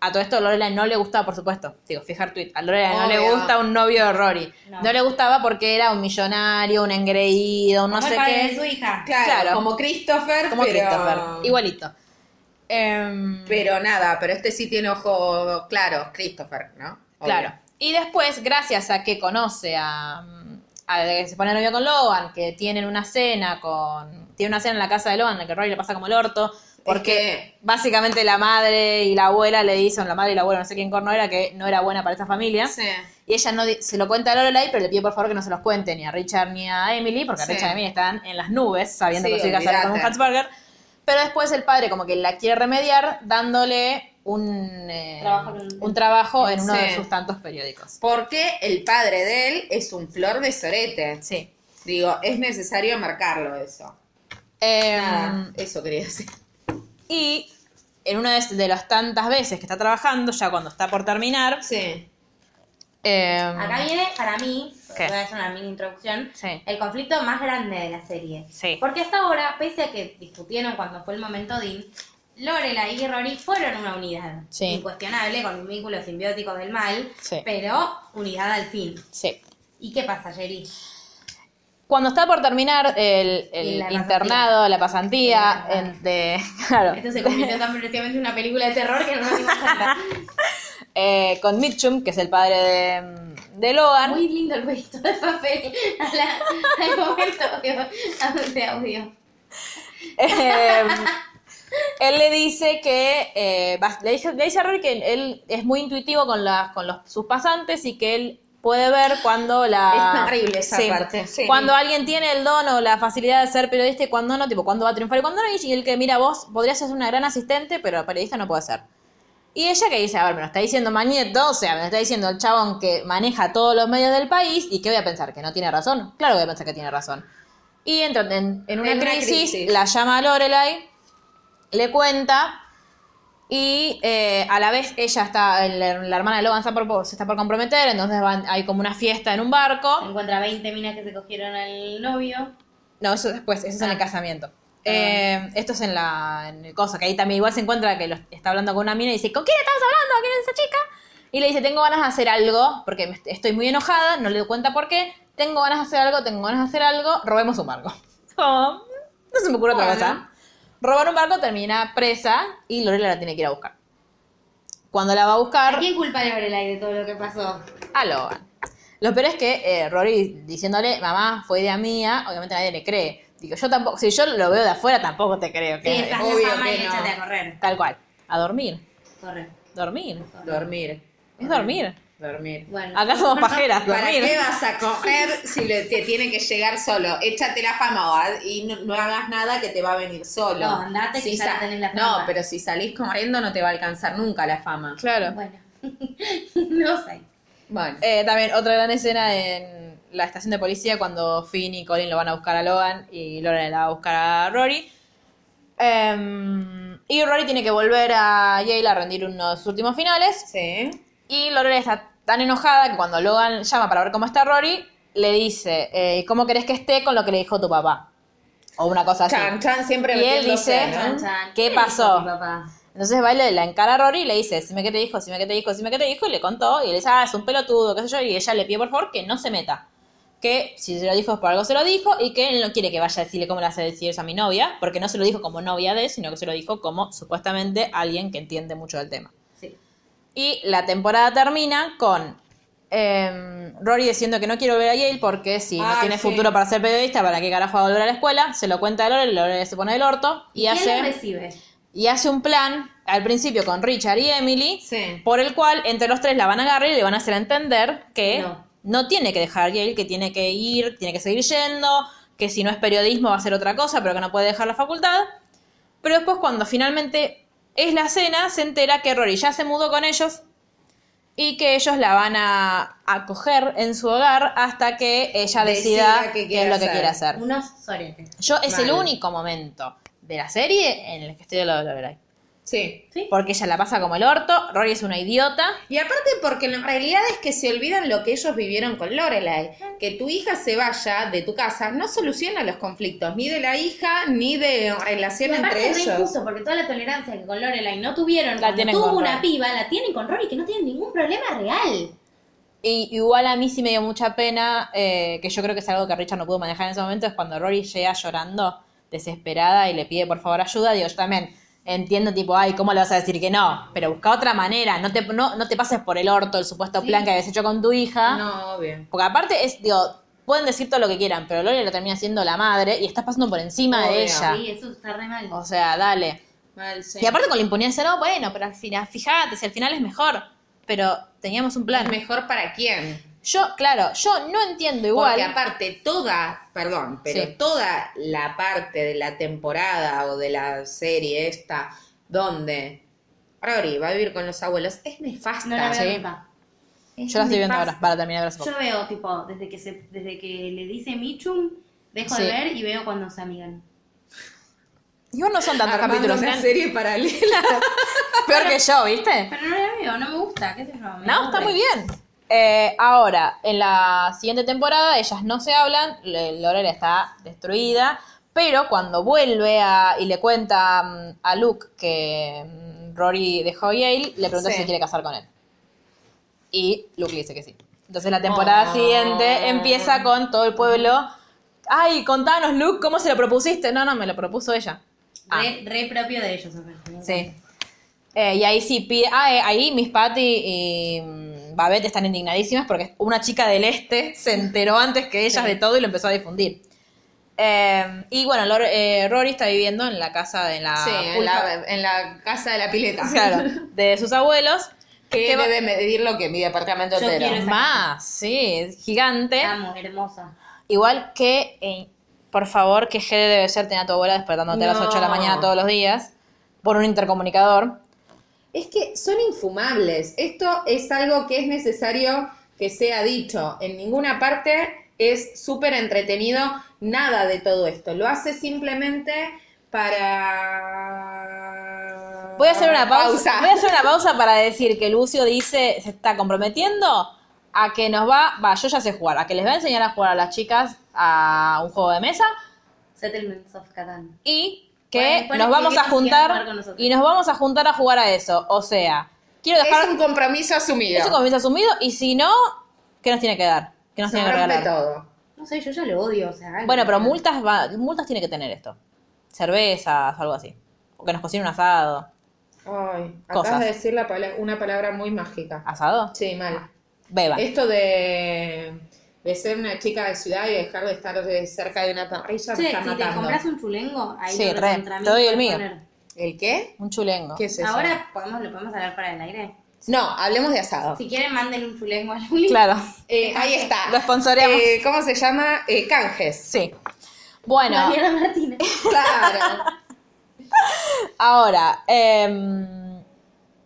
A todo esto a Lorela no le gustaba, por supuesto. Digo, fijar tweet. A Lorela no le
Obvio.
gusta un novio de Rory. No.
No.
le gustaba porque era un millonario, un engreído, un no sé qué.
de su hija.
Claro,
Claro.
como Christopher,
Como
pero...
Christopher, igualito. Em,
Pero nada, pero este sí tiene ojo claro, Christopher, ¿no? Obvio.
claro. Y después, gracias a que conoce a, mm, a que se pone novio con Logan, que tienen una cena con. Tiene una cena en la casa de Logan, en la que Rory le pasa como el orto. Porque
Porque
básicamente la madre y la abuela le dicen, la madre y la abuela, no sé quién corno era, que no era buena para esta familia. Y ella no di- se lo cuenta a Lorelai, pero le pide por favor que no se los cuente ni a Richard ni a Emily, porque
Sí.
Richard y Emily están en las nubes sabiendo
Sí,
que se casar con un
olvídate.
Hatzberger. Pero después el padre como que la quiere remediar dándole un, eh,
Trabajo en un-
un trabajo en uno de
Sí.
sus tantos periódicos.
porque el padre de él es un flor de sorete.
Sí.
Digo, es necesario marcarlo eso.
Eh,
Nada, eso quería decir.
y en una de, de las tantas veces que está trabajando, ya cuando está por terminar,
Sí.
eh,
Acá viene, para mí,
¿Qué?
voy a hacer una mini introducción,
Sí.
el conflicto más grande de la serie.
Sí.
Porque hasta ahora, pese a que discutieron cuando fue el momento Dean, Lorela y Rory fueron una unidad.
Sí.
Incuestionable, con un vínculo simbiótico del mal,
Sí.
pero unidad al fin.
sí.
¿Y qué pasa, Jerry?
Cuando está por terminar el, el
La pasantía.
internado, la pasantía,
La-
en- de- claro,
Esto se convirtió tan precisamente en una película de terror que no nos dimos cuenta.
eh, con Mitchum, que es el padre de, de Logan.
Muy lindo el pedito de papel a la- al momento de, de audio.
Eh, Él le dice que, eh, va- le, dice, le dice a Rory que él es muy intuitivo con, las con los, sus pasantes y que él puede ver cuando la...
Es terrible esa parte, sí.
Cuando alguien tiene el don o la facilidad de ser periodista y cuando no, tipo, cuando va a triunfar y cuando no, y el que mira vos, podría ser una gran asistente, pero periodista no puede ser. Y ella que dice, a ver, me lo está diciendo Mañeto, o sea, me lo está diciendo el chabón que maneja todos los medios del país, ¿y qué voy a pensar? ¿Que no tiene razón? Claro que voy a pensar que tiene razón. Y entra en, en una,
En una
crisis,
crisis.
la llama a Lorelai, le cuenta, y eh, a la vez ella está, la, la hermana de Logan está por, se está por comprometer, entonces van- hay como una fiesta en un barco.
Encuentra 20 minas que se cogieron al novio.
No, eso después, eso es en el casamiento. Eh, esto es en la en el cosa, que ahí también igual se encuentra que lo- está hablando con una mina y dice, ¿con quién estabas hablando? ¿Quién es esa chica? Y le dice, tengo ganas de hacer algo, porque me- estoy muy enojada, no le doy cuenta por qué, tengo ganas de hacer algo, tengo ganas de hacer algo, robemos un barco. Como, no se me ocurre otra cosa. Robar un barco termina presa y Lorela la tiene que ir a buscar. Cuando la va a buscar...
¿A quién culpa Lorelai de todo lo que pasó?
a Logan. Lo peor es que eh, Rory diciéndole, mamá, fue idea mía, obviamente nadie le cree. Digo, yo tampoco, si yo lo veo de afuera tampoco te creo.
Sí,
Que
estás de
obvio
fama y
que no.
échate a correr.
Tal cual. A dormir.
Corre.
Dormir.
Dormir.
Es dormir.
Dormir.
Bueno.
Acá somos pajeras,
¿Para qué
dormir.
vas a coger si le- te tiene que llegar solo? Échate la fama o haz- y no, no hagas nada que te va a venir solo.
No, andate que ya
sa-
la tenés la
No,
fama.
pero si salís corriendo no te va a alcanzar nunca la fama.
Claro.
Bueno. no sé.
Bueno,
Eh, también otra gran escena en la estación de policía cuando Finn y Colin lo van a buscar a Logan y Loren la va a buscar a Rory. Em, y Rory tiene que volver a Yale a rendir uno de sus últimos finales.
sí.
Y Lorelai está tan enojada que cuando Logan llama para ver cómo está Rory, le dice, eh, ¿cómo querés que esté con lo que le dijo tu papá? O una cosa así.
Chan, chan, siempre
Y él
metiéndose,
dice-
¿no?
Chan, chan.
¿Qué
le
pasó?
dijo a tu papá?
Entonces va y le la encara a Rory y le dice, si me qué te dijo, si me qué te dijo, si me qué te dijo, y le contó, y le dice, ah, es un pelotudo, qué sé yo, y ella le pide por favor que no se meta. Que si se lo dijo es por algo se lo dijo, y que él no quiere que vaya a decirle cómo le hace decir eso a mi novia, porque no se lo dijo como novia de él, sino que se lo dijo como supuestamente alguien que entiende mucho del tema.
Sí.
Y la temporada termina con eh, Rory diciendo que no quiere volver a Yale porque si
Ah,
no tiene
sí.
futuro para ser periodista, ¿para qué carajo va a volver a la escuela? Se lo cuenta a Lorelai, Lorelai se pone el orto y,
¿Quién
hace
lo recibe?
y hace un plan al principio con Richard y Emily,
Sí.
por el cual entre los tres la van a agarrar y le van a hacer entender que no,
No.
tiene que dejar Yale, que tiene que ir, tiene que seguir yendo, que si no es periodismo va a ser otra cosa, pero que no puede dejar la facultad. Pero después cuando finalmente es la cena, se entera que Rory ya se mudó con ellos y que ellos la van a acoger en su hogar hasta que ella
Decida
decida,
qué
qué es
quiere
lo que
hacer.
quiere hacer.
Unos soretes.
Yo es el
Mal.
único momento de la serie en el que estoy de lado de Lorelai.
Sí.
Porque ella la pasa como el orto, Rory es una idiota.
Y aparte porque en realidad es que se olvidan lo que ellos vivieron con Lorelai. Que tu hija se vaya de tu casa no soluciona los conflictos, ni de la hija, ni de relación entre
Aparte es re
ellos.
injusto porque toda la tolerancia que con Lorelai no tuvieron
La
cuando
tienen
tuvo
con
una
Rory.
piba, la tienen con Rory que no tienen ningún problema real.
Y igual a mí sí me dio mucha pena, eh, que yo creo que es algo que Richard no pudo manejar en ese momento, es cuando Rory llega llorando, desesperada, y le pide por favor ayuda. Digo, yo también entiendo, tipo, ay, ¿cómo le vas a decir que no? Pero busca otra manera, no te, no, no te pases por el orto el supuesto plan que habías hecho con tu hija.
No, obvio.
Porque aparte es, digo, pueden decir todo lo que quieran, pero Lorelai lo termina siendo la madre y estás pasando por encima
Obvio.
de ella. Oh,
Sí, eso está re mal.
O sea, dale.
Mal, sí.
Y aparte con la impunidad dice, no, bueno, pero al final, fíjate, si al final es mejor. Pero teníamos un plan.
mejor para quién.
Yo, claro, yo no entiendo igual.
Porque aparte toda, perdón, pero
Sí.
toda la parte de la temporada o de la serie esta donde Rory va a vivir con los abuelos es nefasta.
no la veo
sí.
nunca.
yo la estoy viendo
nefasta.
ahora, para terminar de ver hace poco.
Yo veo, tipo, desde que, se, desde que le dice Michum, dejo
Sí.
de ver y veo cuando se amigan.
Igual no son tantos
Armando
capítulos,
una
eran
serie paralela.
peor que yo, ¿viste?
Pero no la veo, no me gusta, qué sé yo. me
No, está
aburre.
muy bien. Eh, ahora, en la siguiente temporada, ellas no se hablan, Le- Lorela está destruida, pero cuando vuelve a- y le cuenta mm, a Luke que mm, Rory dejó Yale, le pregunta
Sí.
si se quiere casar con él. Y Luke le dice que sí. Entonces la temporada siguiente empieza con todo el pueblo. Ay, contanos, Luke, ¿cómo se lo propusiste? No, no, me lo propuso ella. Ah.
Re, re propio de ellos, me parece, me
Sí.
encanta.
Eh, y ahí sí pide. Ah, eh, ahí Miss Patty y mm, Babette están indignadísimas porque una chica del este se enteró antes que ellas de todo y lo empezó a difundir. Eh, y bueno, Lor- eh, Rory está viviendo en la casa de la,
sí, en
pulpa-
la, en la casa de la pileta.
claro, de sus abuelos.
Que
Te va-
debe medir lo que mi departamento
Yo
entero.
quiero esa-
Más, sí, es gigante.
Amo, hermosa.
Igual que, eh, por favor, que Gede debe ser tener a tu abuela despertándote a las
No.
8 de la mañana todos los días por un intercomunicador.
Es que son infumables. Esto es algo que es necesario que sea dicho. En ninguna parte es súper entretenido nada de todo esto. Lo hace simplemente para...
Voy a hacer una pausa. Voy a hacer una pausa para decir que Lucio dice, se está comprometiendo a que nos va, va, yo ya sé jugar, a que les va a enseñar a jugar a las chicas a un juego de mesa
Settlements of Catan.
y que
Bueno, después
nos
los
vamos a
chiquitos quieren
juntar
jugar con nosotros.
y nos vamos a juntar a jugar a eso. O sea, quiero dejar
Es un compromiso asumido.
eso como bien asumido y si no, ¿qué nos tiene que dar? ¿Qué nos
Se
tiene que
rompe
regalar?
todo.
No sé, yo ya lo odio, o sea.
Bueno,
no.
pero multas va, multas tiene que tener esto. Cervezas, algo así. O que nos cocine un asado.
Ay,
Cosas.
acabas de decir la pala- una palabra muy mágica.
¿Asado?
Sí, mal.
Beba.
Esto de, de ser una chica de ciudad y dejar de estar de cerca de una parrilla me
Che,
está
si te
matando.
compras un chulengo, ahí
Sí,
lo
re,
recontra
te
mil
doy el
puedes
mío.
poner.
¿El qué?
Un chulengo.
¿Qué es eso?
Ahora podemos, lo podemos hablar para el aire.
No, hablemos de asado.
Si quieren, manden un chulengo a Juli.
Claro.
Eh, ahí está.
Lo sponsoreamos.
Eh, ¿Cómo se llama? Eh, canjes.
Sí. Bueno,
Mariana Martínez.
Claro.
ahora, em,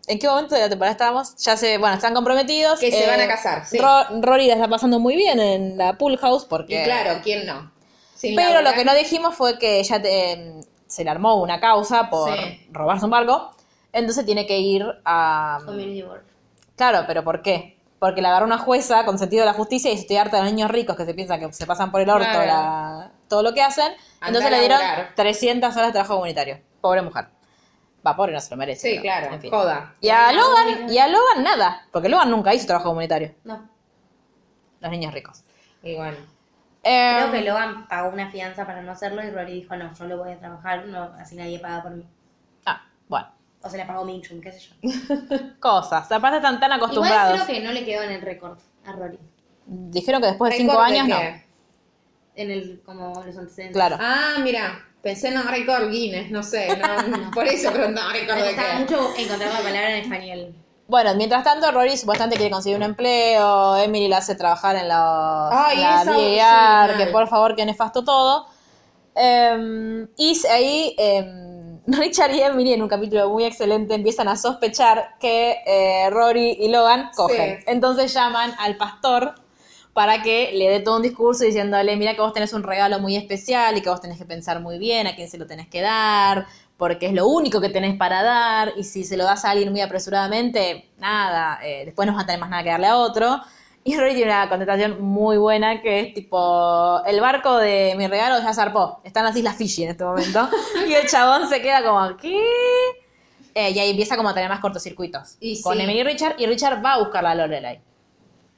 ¿en qué momento de la temporada estábamos? Ya se, bueno, están comprometidos. eh,
Que se van a casar, sí.
Ro- Rory la está pasando muy bien en la pool house porque...
y claro, ¿quién no? Sin
Pero
laburar.
lo que no dijimos fue que ella te- em, se le armó una causa por
Sí.
robarse un barco. Entonces tiene que ir a...
Community Board.
Claro, pero ¿por qué? Porque la agarró una jueza con sentido de la justicia y estoy harta de los niños ricos que se piensan que se pasan por el orto
Claro.
la- todo lo que hacen.
Andá
Entonces
a
le dieron
laburar.
300 horas de trabajo comunitario. Pobre mujer. Va, pobre no se lo merece.
Sí,
pero,
claro,
en fin.
joda.
Y a Logan, y a Logan nada, porque Logan nunca hizo trabajo comunitario.
No.
Los niños ricos.
Y bueno.
Eh,
Creo que Logan pagó una fianza para no hacerlo y Rory dijo, no, yo lo voy a trabajar, no, así nadie paga por mí.
Ah, bueno.
O se la pagó Minchum, qué sé yo.
Cosas. Aparte están tan acostumbrados.
Igual creo que no le quedó en el récord a Rory.
Dijeron que después de 5
¿Récord de
años no.
qué?
En el, como los antecedentes.
Claro.
Ah, mira, pensé en un récord Guinness, no sé, no, por eso preguntaba récord
Me
de
costaba
qué.
mucho encontrar la palabra en español.
Bueno, mientras tanto, Rory supuestamente quiere conseguir un empleo, Emily la hace trabajar en la,
Ay,
la
esa-
VAR,
sí,
que
mal.
por favor, que nefasto todo. Em, y ahí em, Richard y Emily, en un capítulo muy excelente, empiezan a sospechar que eh, Rory y Logan cogen.
Sí.
Entonces llaman al pastor para que le dé todo un discurso diciéndole, mira que vos tenés un regalo muy especial y que vos tenés que pensar muy bien a quién se lo tenés que dar, porque es lo único que tenés para dar, y si se lo das a alguien muy apresuradamente, nada, eh, después no vas a tener más nada que darle a otro. Y Rory tiene una contestación muy buena que es tipo, el barco de mi regalo ya zarpó, están las Islas Fiji en este momento, y el chabón se queda como, ¿qué? Eh, y ahí empieza como a tener más cortocircuitos
Y
con
sí.
Emily y Richard, y Richard va a buscar a Lorelai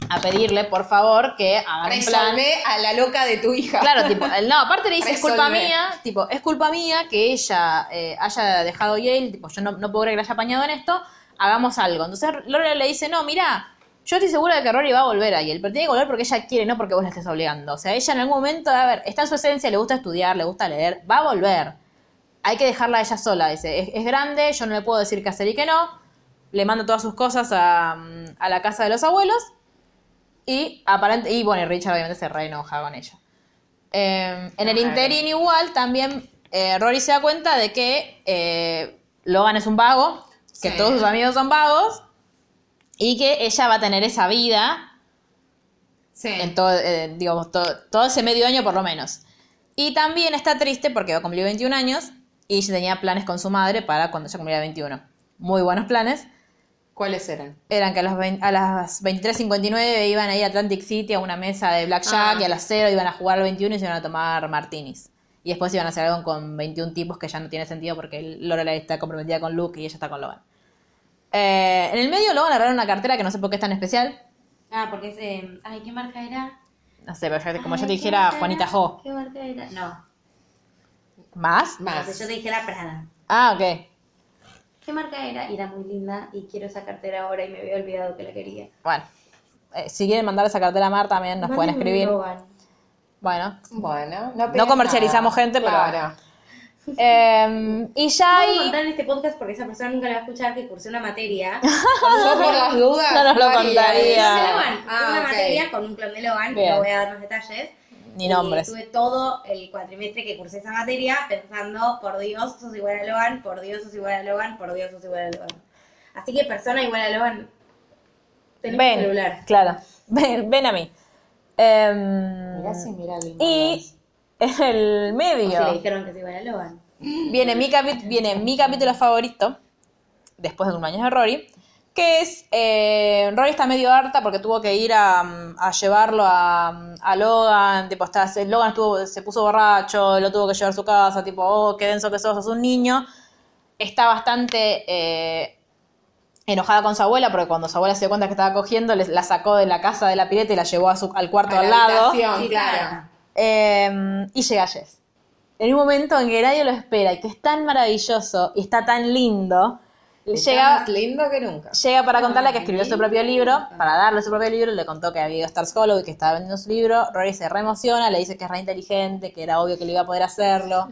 a pedirle, por favor, que hagan un plan.
Resolvé a la loca de tu hija.
Claro, tipo, no, aparte le dice, es culpa
Resolvé.
mía, tipo, es culpa mía que ella eh, haya dejado Yale, tipo, yo no, no puedo creer que la haya apañado en esto, hagamos algo. Entonces Lorelai le dice, no, mira, yo estoy segura de que Rory va a volver a Yale, pero tiene que volver porque ella quiere, no porque vos la estés obligando. O sea, ella en algún momento, a ver, está en su esencia, le gusta estudiar, le gusta leer, va a volver. Hay que dejarla a ella sola, dice, es, es grande, yo no le puedo decir qué hacer y qué no. Le mando todas sus cosas a, mm, a la casa de los abuelos y aparente, y bueno, y Richard obviamente se re enoja con ella. Eh, en el interín igual también eh, Rory se da cuenta de que eh, Logan es un vago, que
Sí.
todos sus amigos son vagos y que ella va a tener esa vida
Sí.
en todo, eh, digamos, todo, todo ese medio año por lo menos. Y también está triste porque va a cumplir 21 años y ella tenía planes con su madre para cuando ella cumpliera 21. Muy buenos planes
¿Cuáles eran?
eran que a las, vein- a las 23.59 iban a ir a Atlantic City a una mesa de blackjack
Ah.
y a las 0 iban a jugar al 21 y se iban a tomar martinis. Y después iban a hacer algo con 21 tipos que ya no tiene sentido porque Lorelai está comprometida con Luke y ella está con Logan. Eh, en el medio Logan agarraron una cartera que no sé por qué es tan especial.
Ah, porque es, eh, ay, ¿qué marca era?
No sé, pero yo- como
Ay,
yo te
¿qué
dijera
marca
Juanita
era?
Jo.
¿Qué marca era? No,
Ah.
¿Más?
no sé,
Más.
yo te dijera Prada.
Ah, ok.
¿Qué marca era? Y era muy linda y quiero esa cartera ahora y me había olvidado que la quería.
Bueno. Eh, si quieren mandar esa cartera a Mar también nos pueden
Mándenme
escribir.
un Logan.
Bueno.
Bueno,
No comercializamos gente, pero Em, y ya
No voy a
ahí.
contar en este podcast porque esa persona nunca la va a escuchar que cursé una materia.
Yo por las dudas.
No nos lo
haría eso.
contaría.
Clan de Logan. Tuve
Ah,
una
ok.
materia con un clon de Logan,
Bien.
no voy a dar más detalles.
Ni
Y
nombres.
Tuve todo el cuatrimestre que cursé esa materia pensando, por Dios, sos igual a Logan, por Dios, sos igual a Logan, por Dios, sos igual a Logan. Así que persona igual a Logan, tenés
Ven.
un celular.
Claro. Ven, ven a mí. Em,
Mirá si mirá lindo.
y en el
O si le
medio
dijeron que es igual a Logan.
viene mi, capi- viene mi capítulo favorito, después de cumpleaños de Rory, que es, eh, Rory está medio harta porque tuvo que ir a, mm, a llevarlo a, a Logan, tipo, está, se- Logan estuvo- se puso borracho, lo tuvo que llevar a su casa, tipo, oh, qué denso que sos, sos un niño. Está bastante eh, enojada con su abuela porque cuando su abuela se dio cuenta que estaba cogiendo, les- la sacó de la casa de la pileta y la llevó a su- al
A
cuarto
la
al lado.
habitación,
Sí,
claro.
Eh, y llega Jess. En un momento en que nadie lo espera y que es tan maravilloso y está tan lindo, le
Está
llega,
más lindo que nunca.
llega para contarle que escribió su propio libro, para darle su propio libro, le contó que había ido a Stars Hollow y que estaba vendiendo su libro, Rory se reemociona, le dice que es re inteligente, que era obvio que le iba a poder hacerlo,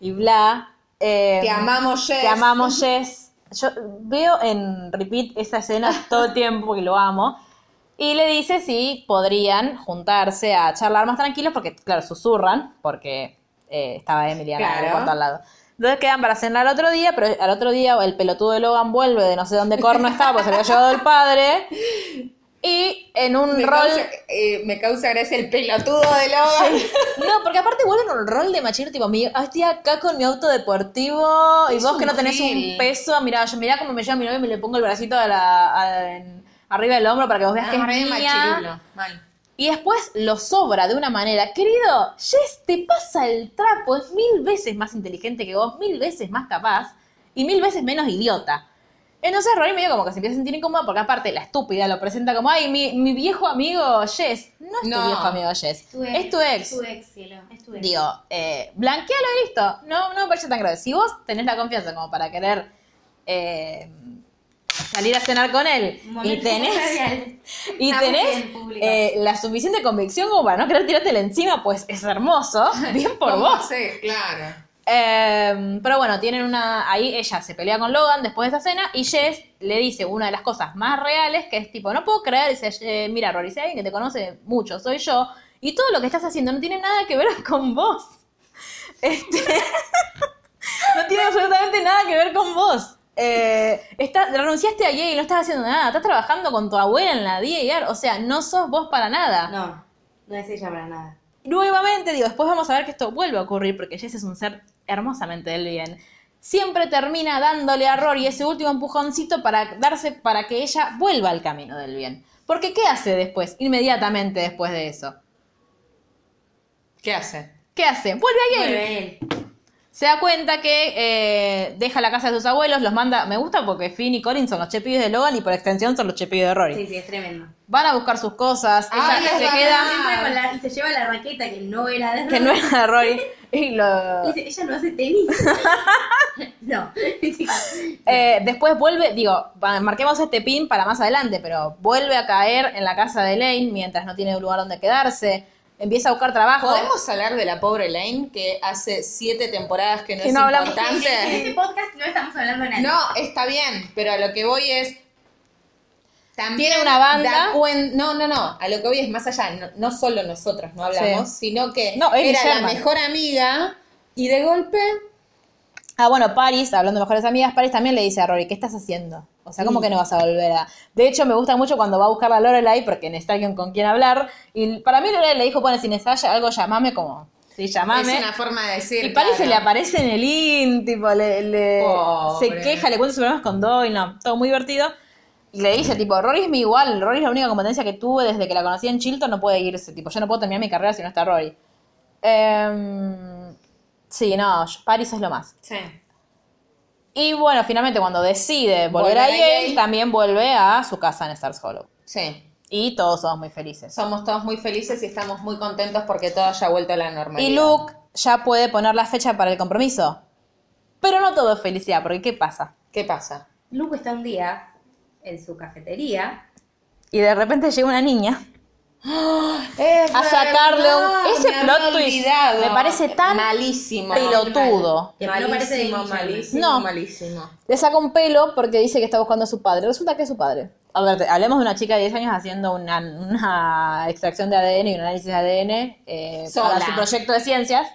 y bla. Eh,
Te amamos, Jess.
Te amamos, Jess. Yo veo en repeat esa escena todo el tiempo porque lo amo. Y le dice si podrían juntarse a charlar más tranquilos, porque, claro, susurran, porque eh, estaba Emiliana en el
Claro.
cuarto al lado. Entonces quedan para cenar al otro día, pero al otro día el pelotudo de Logan vuelve de no sé dónde corno estaba, porque se lo había llevado el padre. Y en un
Me
rol.
causa, eh, me causa gracia el pelotudo de Logan.
No, porque aparte vuelven un rol de machino, tipo, mi, "Ah, estoy acá con mi auto deportivo y vos que no tenés
gil.
un peso, mirá, yo mirá cómo me lleva mi novio y me le pongo el bracito a la- a- en- arriba del hombro para que vos veas que es
Ah, re
mía.
machirulo, mal.
Y después lo sobra de una manera. Querido, Jess te pasa el trapo, es mil veces más inteligente que vos, mil veces más capaz y mil veces menos idiota. Entonces Rory medio como que se empieza a sentir incómoda porque aparte la estúpida lo presenta como, ay, mi, mi viejo amigo Jess. No es tu
No.
viejo amigo Jess,
Tu ex,
es tu ex.
Es tu ex, cielo. Es tu ex.
Digo, eh, blanquealo y listo. No, no me parece tan grave. Si vos tenés la confianza como para querer eh, salir a cenar con él
Un momento
y tenés,
radial.
y
Estamos
tenés
bien, público.
eh, la suficiente convicción como para no querer tirártela encima, pues es hermoso. Bien por
¿Cómo
vos.
sé? claro.
Eh, pero bueno, tienen una. Ahí ella se pelea con Logan después de esa cena y Jess le dice una de las cosas más reales que es tipo: No puedo creer, dice, "Eh, mira, Rory, si hay alguien que te conoce mucho, soy yo. Y todo lo que estás haciendo no tiene nada que ver con vos. Este, no tiene absolutamente nada que ver con vos. Eh, está- renunciaste a Yale, no estás haciendo nada, estás trabajando con tu abuela en la DAR, o sea, no sos vos para nada.
No, no es ella para nada.
Nuevamente, digo, después vamos a ver que esto vuelve a ocurrir porque Jess es un ser hermosamente del bien. Siempre termina dándole a Rory ese último empujoncito para darse para que ella vuelva al camino del bien. Porque ¿qué hace después? Inmediatamente después de eso.
¿Qué hace?
¿Qué hace? Vuelve a Yale.
Vuelve él.
Se da cuenta que eh, deja la casa de sus abuelos, los manda. Me gusta porque Finn y Colin son los chepillos de Logan y por extensión son los chepillos de Rory.
Sí, sí, es tremendo.
Van a buscar sus cosas,
Ah,
ella
es
se
verdad.
queda,
Siempre con la- y se lleva la raqueta que no era de
que no era de Rory, y lo,
Y dice, ella no hace tenis. no.
Eh, después vuelve, digo, pa- marquemos este pin para más adelante, pero vuelve a caer en la casa de Lane mientras no tiene un lugar donde quedarse. Empieza a buscar trabajo.
¿Podemos hablar de la pobre Lane que hace siete temporadas que no
Que
es
no hablamos.
En este
importante?
podcast no estamos hablando de nada.
No, está bien, pero a lo que voy es. También
Tiene una banda.
da cuen- no, no, no. A lo que voy es más allá. No, no solo nosotros no hablamos, sino que
No, Amy
era la
Sherman.
mejor amiga y de golpe.
Ah, bueno, Paris, hablando de mejores amigas, Paris también le dice a Rory, ¿qué estás haciendo? O sea, ¿cómo que no vas a volver a...? De hecho, me gusta mucho cuando va a buscar a Lorelai porque necesita alguien con quien hablar. Y para mí Lorelai le dijo, bueno, si necesitas algo, llamame como... Sí, llamame.
Es una forma de decir.
Ah, Y Paris se le
claro.
aparece en el IN, tipo, le, le- se
Pobre.
queja, le cuenta sus problemas con Doyle, no, todo muy divertido. Y le dice, tipo, Rory es mi igual, Rory es la única competencia que tuve desde que la conocí en Chilton, no puede irse, tipo, yo no puedo terminar mi carrera si no está Rory. Em, sí, no, yo- Paris es lo más.
Sí.
Y bueno, finalmente cuando decide volver
Volver
a
a
Yale,
Yale.
también vuelve a su casa en Stars Hollow.
Sí.
Y todos somos muy felices.
Somos todos muy felices y estamos muy contentos porque todo haya vuelto a la normalidad.
Y Luke ya puede poner la fecha para el compromiso. Pero no todo es felicidad, porque ¿qué pasa?
¿Qué pasa?
Luke está un día en su cafetería
Y de repente llega una niña
Es
a sacarle
verdad,
un- ese
me
plot
había
twist
olvidado.
me parece tan
malísimo.
pelotudo.
Que no parece de Guillermo.
No.
malísimo.
Le saca un pelo porque dice que está buscando a su padre. Resulta que es su padre. A ver, te- hablemos de una chica de 10 años haciendo una, una extracción de ADN y un análisis de ADN eh, para
Sola.
su proyecto de ciencias.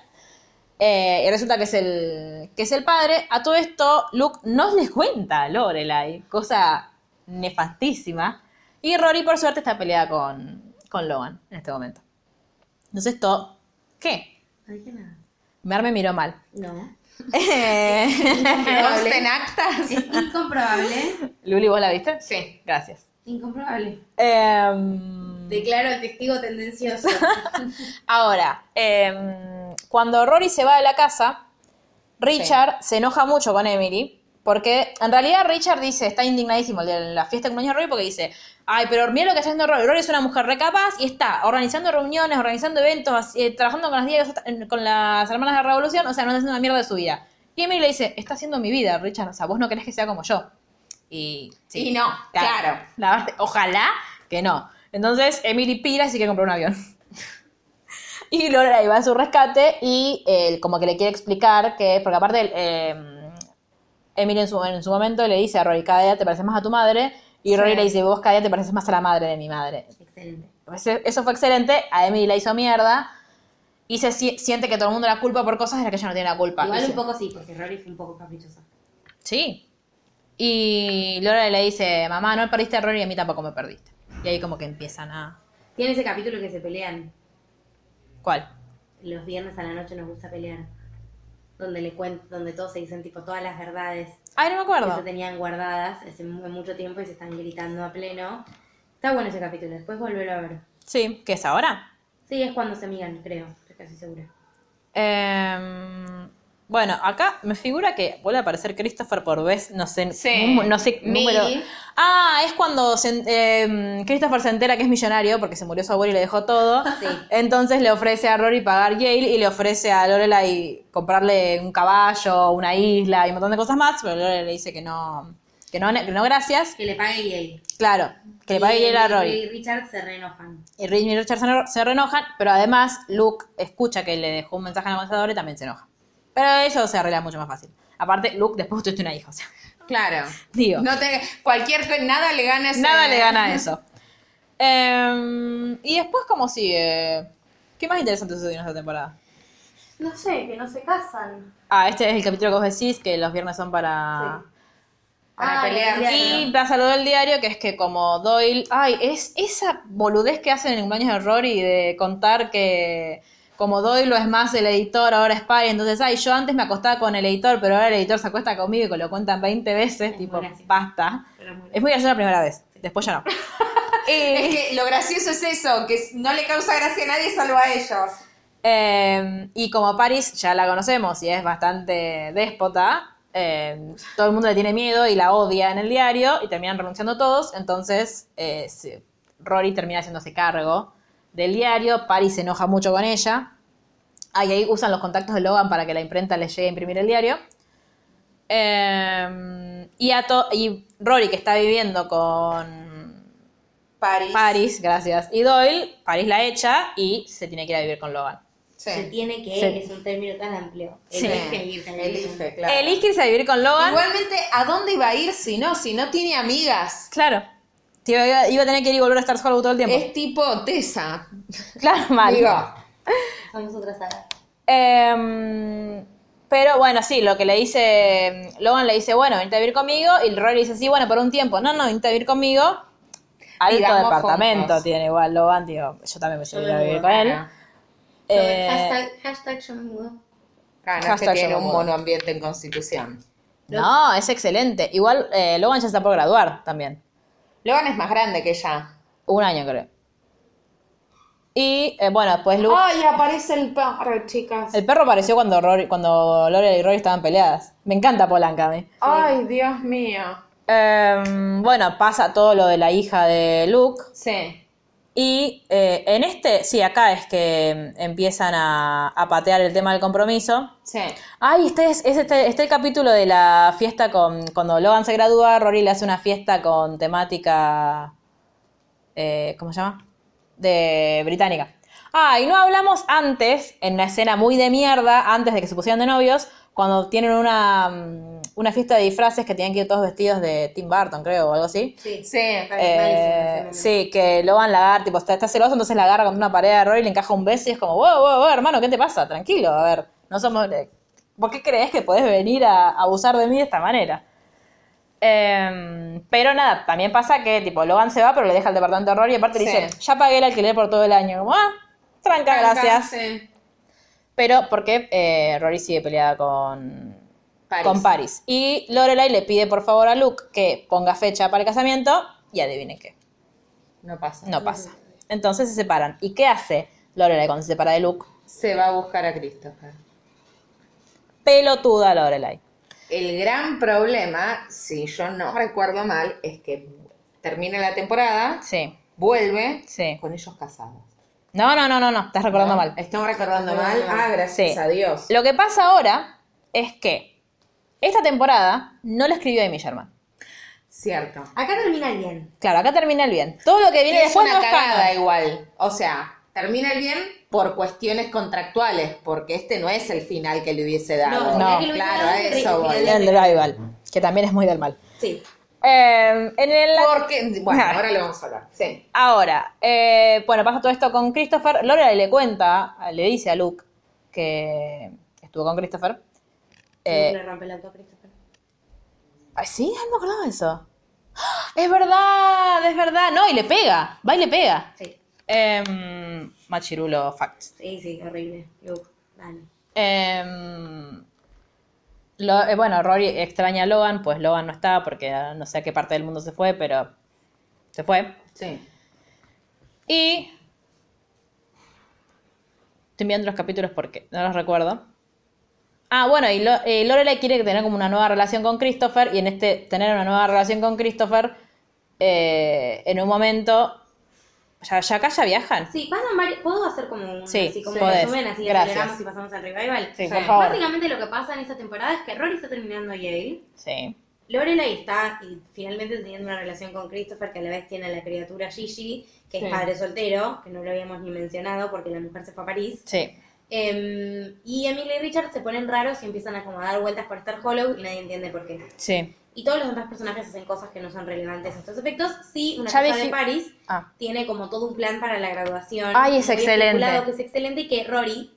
Eh, y resulta que es el que es el padre. A todo esto, Luke no les cuenta a Lorelai, cosa nefastísima. Y Rory, por suerte, está peleada con, con Logan en este momento. Entonces, esto, ¿qué?
No dije nada.
Mer me miró mal.
No.
Eh,
¿Consta en
Es
actas?
incomprobable.
Luli, ¿vos la viste? Sí. Gracias.
Incomprobable.
Em,
Declaro el testigo tendencioso.
ahora, em, cuando Rory se va de la casa, Richard se enoja mucho con Emily. Porque en realidad Richard dice, está indignadísimo el día de la fiesta de cumpleaños de Rory porque dice, ay, pero mira lo que está haciendo Rory. Rory es una mujer recapaz y está organizando reuniones, organizando eventos, así, eh, trabajando con las, diarias, eh, con las hermanas de la revolución, o sea, no está haciendo una mierda de su vida. Y Emily le dice, está haciendo mi vida, Richard, o sea, vos no querés que sea como yo. Y, sí.
Y no, claro.
La verdad, ojalá que no. Entonces, Emily pira y se quiere comprar un avión. Y Lorelai va a su rescate y él como que le quiere explicar que, porque aparte eh, Emily en su, en su momento le dice a Rory, cada día te pareces más a tu madre, y Rory le dice, vos cada día te pareces más a la madre de mi madre.
Excelente.
Pues, eh, eso fue excelente, a Emily la hizo mierda, y se si- siente que todo el mundo la culpa por cosas de las que ella no tiene la culpa.
Igual
Dice.
un poco sí, porque Rory fue un poco caprichosa.
Sí. Y Lorelai le dice, mamá, no perdiste a Rory y a mí tampoco me perdiste. Y ahí como que empiezan a...
Tiene ese capítulo que se pelean.
¿Cuál?
Los viernes a la noche nos gusta pelear. Donde le cuento, donde todos se dicen tipo todas las verdades
Ay, no me
que
acuerdo.
se tenían guardadas hace mu- mucho tiempo y se están gritando a pleno. Está bueno ese capítulo, después volverlo a ver.
Sí, ¿qué es ahora?
Sí, es cuando se miran, creo, estoy casi segura.
Em, bueno, acá me figura que vuelve a aparecer Christopher por vez, no sé,
Sí.
num- no sé
Mil.
número. Ah, es cuando se en- em, Christopher se entera que es millonario porque se murió su abuelo y le dejó todo.
Sí.
Entonces le ofrece a Rory pagar Yale y le ofrece a Lorelai comprarle un caballo, una isla y un montón de cosas más, pero Lorelai le dice que no, que no, que no gracias.
Que le pague Yale.
Claro, que le pague
Y-
Yale a
Y
Rory.
Richard se reenojan.
Y Ridley y Richard se eno- se renojan, pero además Luke escucha que le dejó un mensaje al avanzador y también se enoja. Pero eso se arregla mucho más fácil. Aparte, Luke después tuviste una hija, o sea,
Claro.
digo,
No te, cualquier co- nada le gana ese-
nada le gana a eso. Em, y después, ¿cómo sigue? ¿Qué más interesante sucedió en esta temporada?
No sé, que no se casan.
Ah, este es el capítulo que vos decís, que los viernes son para...
Para
Ah,
pelear.
el
Y pasa lo del diario, que es que como Doyle, ay, es esa boludez que hacen en el cumpleaños de Rory de contar que como Doyle lo es más el editor, ahora es Spy, entonces, ay, yo antes me acostaba con el editor, pero ahora el editor se acuesta conmigo y que lo cuentan 20 veces,
Es
tipo,
muy gracioso.
basta.
Pero muy
Es muy gracioso la primera vez, después ya no.
Es
Eh,
que lo gracioso es eso, que no le causa gracia a nadie salvo a ellos.
eh, y como Paris ya la conocemos y es bastante déspota, eh, todo el mundo le tiene miedo y la odia en el diario y terminan renunciando todos, entonces eh, se- Rory termina haciéndose cargo del diario, Paris se enoja mucho con ella, ahí, ahí usan los contactos de Logan para que la imprenta les llegue a imprimir el diario. Eh, y, a to- y Rory que está viviendo con
Paris.
Paris, gracias, y Doyle, Paris la echa y se tiene que ir a vivir con Logan.
Se
Sí.
tiene que,
Sí.
es un término tan amplio.
Sí.
Elige irse al
Elige,
libro.
claro.
Elige irse a vivir con Logan.
Igualmente, ¿a dónde iba a ir si no? Si no tiene amigas.
Claro. Te Iba, iba a tener que ir y volver a estar solo todo el tiempo.
Es tipo Tessa.
Claro, mal.
Digo, ah,
Somos otra saga.
Em, pero bueno, sí, lo que le dice. Logan le dice, bueno, venite a vivir conmigo. Y Rory le dice, sí, bueno, por un tiempo. No, no, venite a vivir conmigo. Alto
Vivamos
departamento
juntos.
tiene igual Logan, digo, yo también me llevo a vivir con él.
Claro.
Eh,
hashtag, hashtag yo me mudo.
Claro, no es que
Hashtag
tiene
yo
un
no puedo.
monoambiente en Constitución.
no, es excelente. Igual eh, Logan ya está por graduar también.
Logan es más grande que ella.
Un año creo. Y eh, bueno, pues Luke.
¡Ay, aparece el perro, chicas!
El perro apareció cuando, Rory, cuando Lorelai y Rory estaban peleadas. Me encanta Polanca a mí.
¡Ay, Dios mío!
Em, bueno, pasa todo lo de la hija de Luke.
Sí.
Y eh, en este, sí, acá es que mm, empiezan a, a patear el tema del compromiso.
Sí.
Ay, este es, es este, este el capítulo de la fiesta con. Cuando Logan se gradúa, Rory le hace una fiesta con temática. eh, ¿Cómo se llama? de británica. Ah, y no hablamos antes, en una escena muy de mierda, antes de que se pusieran de novios, cuando tienen una, mm, una fiesta de disfraces que tienen que ir todos vestidos de Tim Burton, creo, o algo así.
Sí.
Sí.
Eh, sí, que Logan la agarra, tipo, está, está celoso, entonces la agarra contra una pared de Roy, le encaja un beso y es como, wow, wow, wow, hermano, ¿qué te pasa? Tranquilo, a ver, no somos... eh, ¿Por qué crees que podés venir a abusar de mí de esta manera? Em, pero nada, también pasa que, tipo, Logan se va, pero le deja el departamento de Rory y aparte le
Sí.
dicen, ya pagué el alquiler por todo el año. Como, ah, tranca, gracias.
Sí.
Pero porque eh, Rory sigue peleada con
Paris.
con Paris. Y Lorelai le pide por favor a Luke que ponga fecha para el casamiento y adivinen qué.
No pasa.
No pasa. Entonces se separan. ¿Y qué hace Lorelai cuando se separa de Luke?
Se va a buscar a Christopher.
Pelotuda Lorelai.
El gran problema, si yo no recuerdo mal, es que termina la temporada,
Sí,
vuelve
sí.
con ellos casados.
No, no, no, no, no. Estás recordando
¿No?
mal.
Estoy recordando mal. Ah, gracias
Sí.
a Dios.
Lo que pasa ahora es que esta temporada no la escribió Amy Sherman.
Cierto.
Acá termina bien.
Claro, acá termina el bien. Todo lo que viene
es
después
una
no es
cagada
canon.
igual. O sea, termina el bien por cuestiones contractuales, porque este no es el final que le hubiese
No,
dado.
No,
que lo hubiese
claro,
dado
a
el
eso
final
voy.
del-
El rival, que también es muy del mal.
Sí.
Em,
Eh, en el,
Porque, bueno, ahora lo vamos a hablar. Sí.
Ahora, eh, bueno, pasa todo esto con Christopher. Lorelai le cuenta, le dice a Luke que estuvo con Christopher. Eh,
Le rompe el auto a Christopher.
ay, sí, Ay, no me acordaba de eso. ¡Ah! Es verdad, es verdad. No, y le pega, va y le pega.
Sí.
Em, machirulo facts.
Sí, sí, horrible. Luke, dale.
Em, lo- eh, bueno, Rory extraña a Logan, pues Logan no está porque ah, no sé a qué parte del mundo se fue, pero se fue.
Sí.
Y estoy mirando los capítulos porque no los recuerdo. Ah, bueno, y Lo- eh, Lorelai quiere tener como una nueva relación con Christopher y en este tener una nueva relación con Christopher, eh, en un momento, ya, ya acá ya viajan.
Sí, pasan vari- ¿Puedo hacer como un
Sí,
así, como
sí.
un
podés.
resumen, así
Gracias.
aceleramos y pasamos al revival?
Sí,
Sí.
por favor.
Básicamente lo que pasa en esta temporada es que Rory está terminando Yale,
Sí,
Lorelai está y finalmente teniendo una relación con Christopher, que a la vez tiene a la criatura Gigi, que
Sí.
es padre soltero, que no lo habíamos ni mencionado porque la mujer se fue a París.
sí,
Em, y Emily y Richard se ponen raros y empiezan a como a dar vueltas por Star Hollow y nadie entiende por qué.
sí.
Y todos los demás personajes hacen cosas que no son relevantes a estos efectos. Sí, una
Ya
cosa
dije-
de París
Ah,
tiene como todo un plan para la graduación.
Ay, es
muy
excelente.
estipulado, Que es excelente y que Rory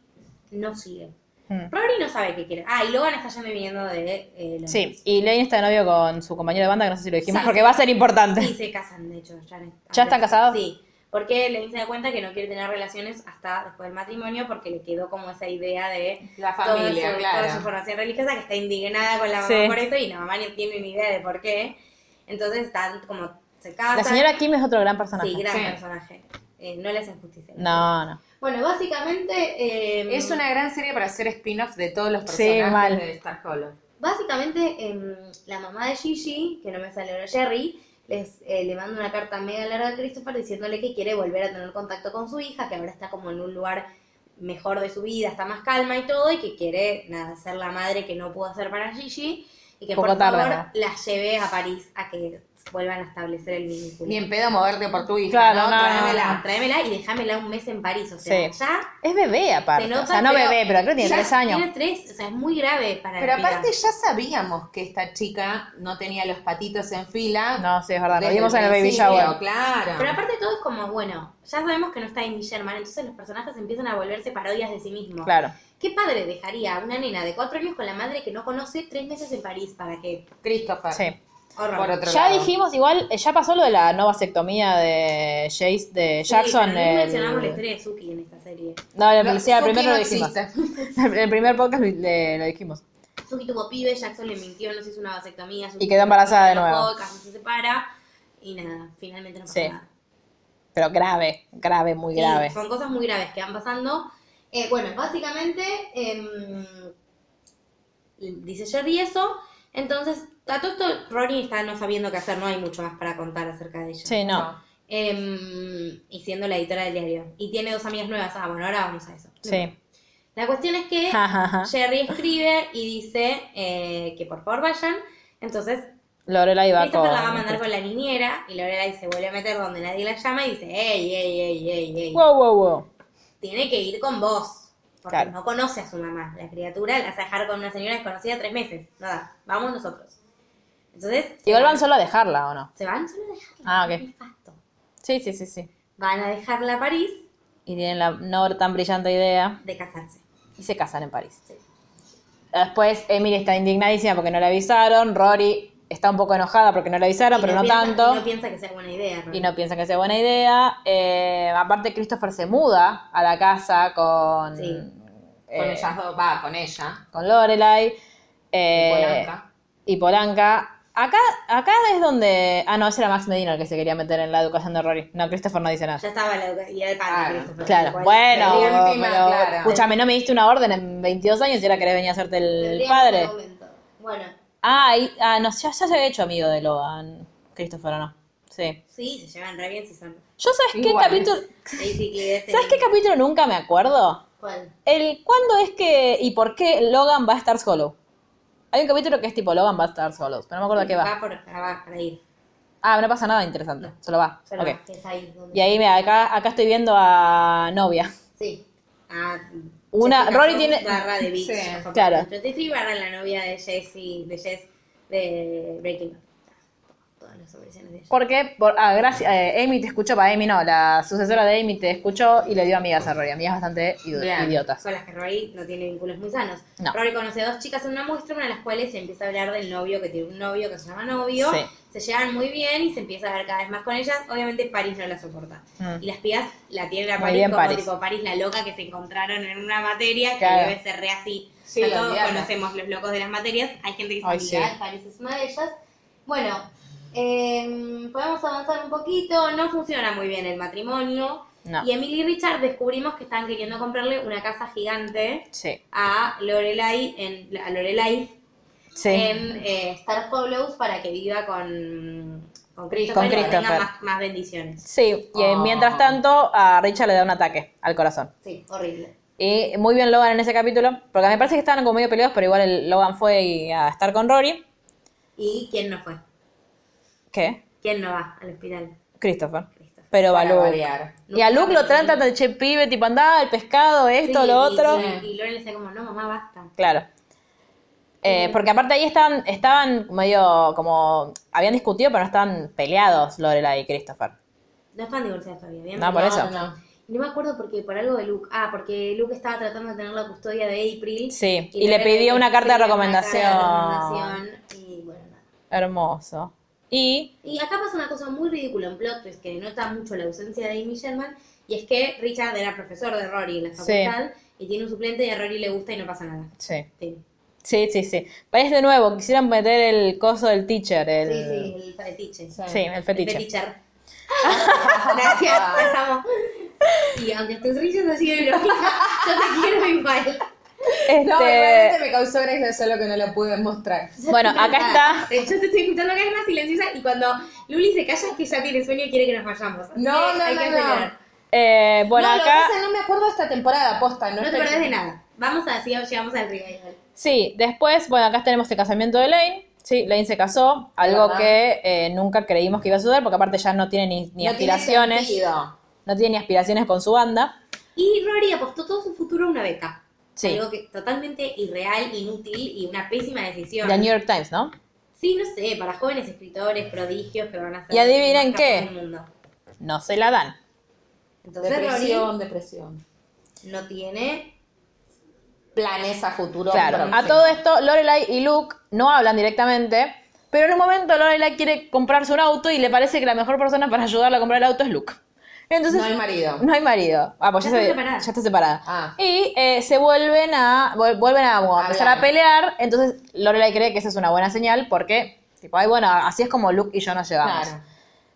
no sigue.
mm.
Rory no sabe qué quiere. Ah, y Logan está yendo y viniendo de... eh, Londres.
Sí, y Lane está de novio con su compañero de banda, que no sé si lo dijimos,
Sí.
porque va a ser importante.
Sí, se casan, de hecho. ¿Ya,
¿Ya están casados?
Sí, porque Lane se da cuenta que no quiere tener relaciones hasta después del matrimonio porque le quedó como esa idea de
La
toda su-
familia,
toda su
claro.
formación religiosa que está indignada con la mamá
Sí.
por eso y la mamá ni tiene ni idea de por qué. Entonces están como... Se casan.
La señora Kim es otro gran personaje.
Sí, gran
Sí.
personaje. Eh, no le hacen justicia.
No, no.
Bueno, básicamente, eh,
Es una gran serie para hacer spin-off de todos los
Sí,
personajes
mal.
de Star Hollow.
básicamente eh, la mamá de Gigi, que no me sale ahora Jerry, les, eh, le manda una carta mega larga a Christopher diciéndole que quiere volver a tener contacto con su hija, que ahora está como en un lugar mejor de su vida, está más calma y todo, y que quiere nada, ser la madre que no pudo ser para Gigi, y que
Poco
por
tarde,
favor
¿no?
las lleve a París a que vuelvan a establecer el vínculo.
Ni
Ah.
en pedo moverte por tu hija.
Claro,
¿no?
no,
Tráemela.
Ah, Tráemela y dejámela un mes en París, o sea,
Sí.
ya
Es bebé aparte.
Se nota,
o sea, no
pero-
bebé, pero creo que tiene
Ya
tres años.
Tiene tres, o sea, es muy grave para
Pero
la piba.
aparte ya sabíamos que esta chica no tenía los patitos en fila.
No, sí, es verdad. Lo
desde
vimos en el baby
principio,
shower.
Claro.
Pero aparte todo es como, bueno, ya sabemos que no está Amy Sherman, entonces los personajes empiezan a volverse parodias de sí mismos.
Claro.
¿Qué padre dejaría a una nena de cuatro años con la madre que no conoce tres meses en París? ¿Para qué?
Christopher.
Sí.
Horror.
Por otro
Ya
lado.
dijimos, igual, eh, ya pasó lo de la no vasectomía de Jace, de
Sí,
Jackson.
pero no
el-
mencionamos la historia de Suki en esta serie.
No, el,
No,
sí, al
Suki
primero
no
lo dijimos.
existe.
El primer podcast lo, le- lo dijimos.
Suki tuvo pibe, Jackson le mintió, no se hizo una vasectomía. Suki
Y quedó embarazada de
no
nuevo.
jugó, casi se separa. Y nada, finalmente no pasa
Sí.
nada.
Pero grave, grave, muy
Sí,
grave.
son cosas muy graves que van pasando. Eh, bueno, básicamente em, dice Jerry eso. Entonces, a todo esto Rory está no sabiendo qué hacer, no hay mucho más para contar acerca de ella.
Sí, no.
Em, y siendo la editora del diario. Y tiene dos amigas nuevas. Ah, bueno, ahora vamos a eso.
Sí.
La cuestión es que
Ja, ja, ja.
Jerry escribe y dice eh, que por favor vayan. Entonces,
Lorelai va
Christopher
con...
la va a mandar con la niñera y Lorelai se vuelve a meter donde nadie la llama y dice, ey, ey, ey, ey, ey,
Wow, wow, wow.
tiene que ir con vos. Porque
Claro.
no conoce a su mamá. La criatura la vas a dejar con una señora desconocida tres meses. Nada, vamos nosotros. Entonces,
Igual van solo a dejarla, ¿o no?
se van solo a dejarla.
Ah, ok.
es nefasto.
Sí, sí, sí, sí.
Van a dejarla a París
Y tienen la no tan brillante idea
de casarse.
y se casan en París. Después Emily está indignadísima porque no le avisaron, Rory está un poco enojada porque no le avisaron,
Y
pero no
piensa-
tanto.
No piensa que sea buena idea. ¿no?
y no piensa que sea buena idea. Eh, aparte, Christopher se muda a la casa con,
Sí.
eh,
Con ellas dos, va, con ella.
con Lorelai eh,
Polanca.
y Polanca. Acá, acá es donde. Ah, no, ese era Max Medina el que se quería meter en la educación de Rory. No, Christopher no dice nada.
Ya estaba la educación de
Claro,
padre. Christopher,
Ah, Claro,
igual.
bueno,
la víctima,
pero-
claro.
escúchame, no me diste una orden en 22 años y ahora querés venir a hacerte el
Tendría
padre.
un momento. Bueno,
Ah, y- ah, no, ya, ya se había hecho amigo de Logan, Christopher, ¿o no? Sí.
Sí, se llevan re bien si son.
Yo, ¿sabes qué
Igual.
capítulo?
basically, este-
¿Sabes qué capítulo nunca me acuerdo?
¿Cuál?
El cuándo es que y por qué Logan va a estar solo. Hay un capítulo que es tipo Logan va a estar solo, pero no me acuerdo a qué va.
Va por acá, para ir.
Ah, no pasa nada interesante, solo va.
Solo
Ok.
va, que es ahí donde-
Y ahí mira, acá, acá estoy viendo a novia.
Sí. Ah,
Una-
Jessica
Rory
Jones
tiene-
Barra de Beach.
Sí,
Jessica
claro.
Jones 33 barra la novia de Jessie, de Jess, de Breaking Bad. Todas las apariciones de ella.
Porque, por, ah, gracias, eh, Amy te escuchó, para Amy no, la sucesora de Amy te escuchó y le dio amigas a Rory, amigas bastante ido-
Bien.
idiotas.
Con las que Rory no tiene vínculos muy sanos.
No.
Rory conoce a dos chicas en una muestra, una de las cuales se empieza a hablar del novio, que tiene un novio que se llama novio.
Sí.
Se llevan muy bien y se empieza a ver cada vez más con ellas. Obviamente París no la soporta.
Mm.
Y las pibas la tienen a
Muy
París
bien,
como
París.
tipo París la loca que se encontraron en una materia, que
Claro.
debe ser re así.
Sí,
Ya todos
olvidate.
conocemos los locos de las materias. Hay gente que se
Ay,
olvida,
sí.
París es una de ellas. Bueno, em, podemos avanzar un poquito. No funciona muy bien el matrimonio.
No.
Y Emily y Richard descubrimos que están queriendo comprarle una casa gigante
Sí.
a Lorelai en a Lorelai
Sí.
en eh, Star Hollows para que viva con con Christopher,
Con
y que tenga
Christopher.
más, más bendiciones.
sí, y eh,
Oh.
mientras tanto a Richard le da un ataque al corazón.
Sí, horrible.
Y muy bien Logan en ese capítulo, porque me parece que estaban como medio peleados, pero igual el Logan fue y- a estar con Rory.
¿Y quién no fue?
¿Qué?
¿Quién no va al hospital?
Christopher.
Christopher.
Pero a
Para
Luke.
variar.
Y a Luke lo tratan de che pibe, tipo andá, el pescado, esto,
Sí,
lo
y-
otro.
Y, y Lorelai dice como, no, mamá, basta.
Claro. Eh, porque aparte ahí estaban, estaban medio como. Habían discutido, pero no estaban peleados Lorelai y Christopher.
No están divorciados todavía, ¿bien?
No, por eso.
Y no me acuerdo porque por algo de Luke. Ah, porque Luke estaba tratando de tener la custodia de April.
Sí, y le pidió una carta de recomendación.
Y bueno, nada.
Hermoso. Y.
Y acá pasa una cosa muy ridícula en plot twist que denota mucho la ausencia de Amy Sherman, y es que Richard era profesor de Rory en la
Sí.
facultad, y tiene un suplente y a Rory le gusta y no pasa nada.
Sí.
Sí,
Sí, sí, sí. Parece de nuevo, quisieran meter el coso del teacher. El...
sí, sí, el fetiche.
Sí, el fetiche.
El feticher. Gracias, pasamos. Y aunque estés riendo así de broma, yo te quiero igual.
Este,
No, igualmente me causó gracia solo que no lo pude mostrar.
Bueno, acá está.
Eh, Yo te estoy escuchando acá es más silenciosa y cuando Luli se calla es que ya tiene sueño y quiere que nos vayamos. Así
No,
que
no,
hay
no,
que
no.
acelerar.
eh, bueno,
no, lo que
acá.
pasa, no me acuerdo esta temporada posta. No,
No te
estoy-
perdés de nada. Vamos a así, llegamos al revival.
Sí, después, bueno, acá tenemos el casamiento de Lane. Sí, Lane se casó, algo
Ajá.
que eh, nunca creímos que iba a suceder, porque aparte ya no tiene ni, ni
no tiene
aspiraciones,
sentido.
no tiene ni aspiraciones con su banda.
Y Rory apostó todo su futuro a una beca.
Sí.
Algo que totalmente irreal, inútil y una pésima decisión.
De New York Times, ¿no?
Sí, no sé, para jóvenes escritores, prodigios que van a ser.
Y adivinen
más
qué.
capos del mundo.
No se la dan.
Entonces
Depresión, depresión.
Rory no tiene.
Planes a futuro.
Claro. A
Sí.
todo esto, Lorelai y Luke no hablan directamente, pero en un momento Lorelai quiere comprarse un auto y le parece que la mejor persona para ayudarla a comprar el auto es Luke. Entonces,
No hay marido.
No hay marido. Ah, pues ya,
Ya
se-
está separada.
ya está separada.
Ah.
Y eh, se vuelven a, vuel- vuelven a, bueno, empezar a
Hablar.
pelear. Entonces Lorelai cree que esa es una buena señal porque, tipo, ay, bueno, así es como Luke y yo nos llevamos.
Claro.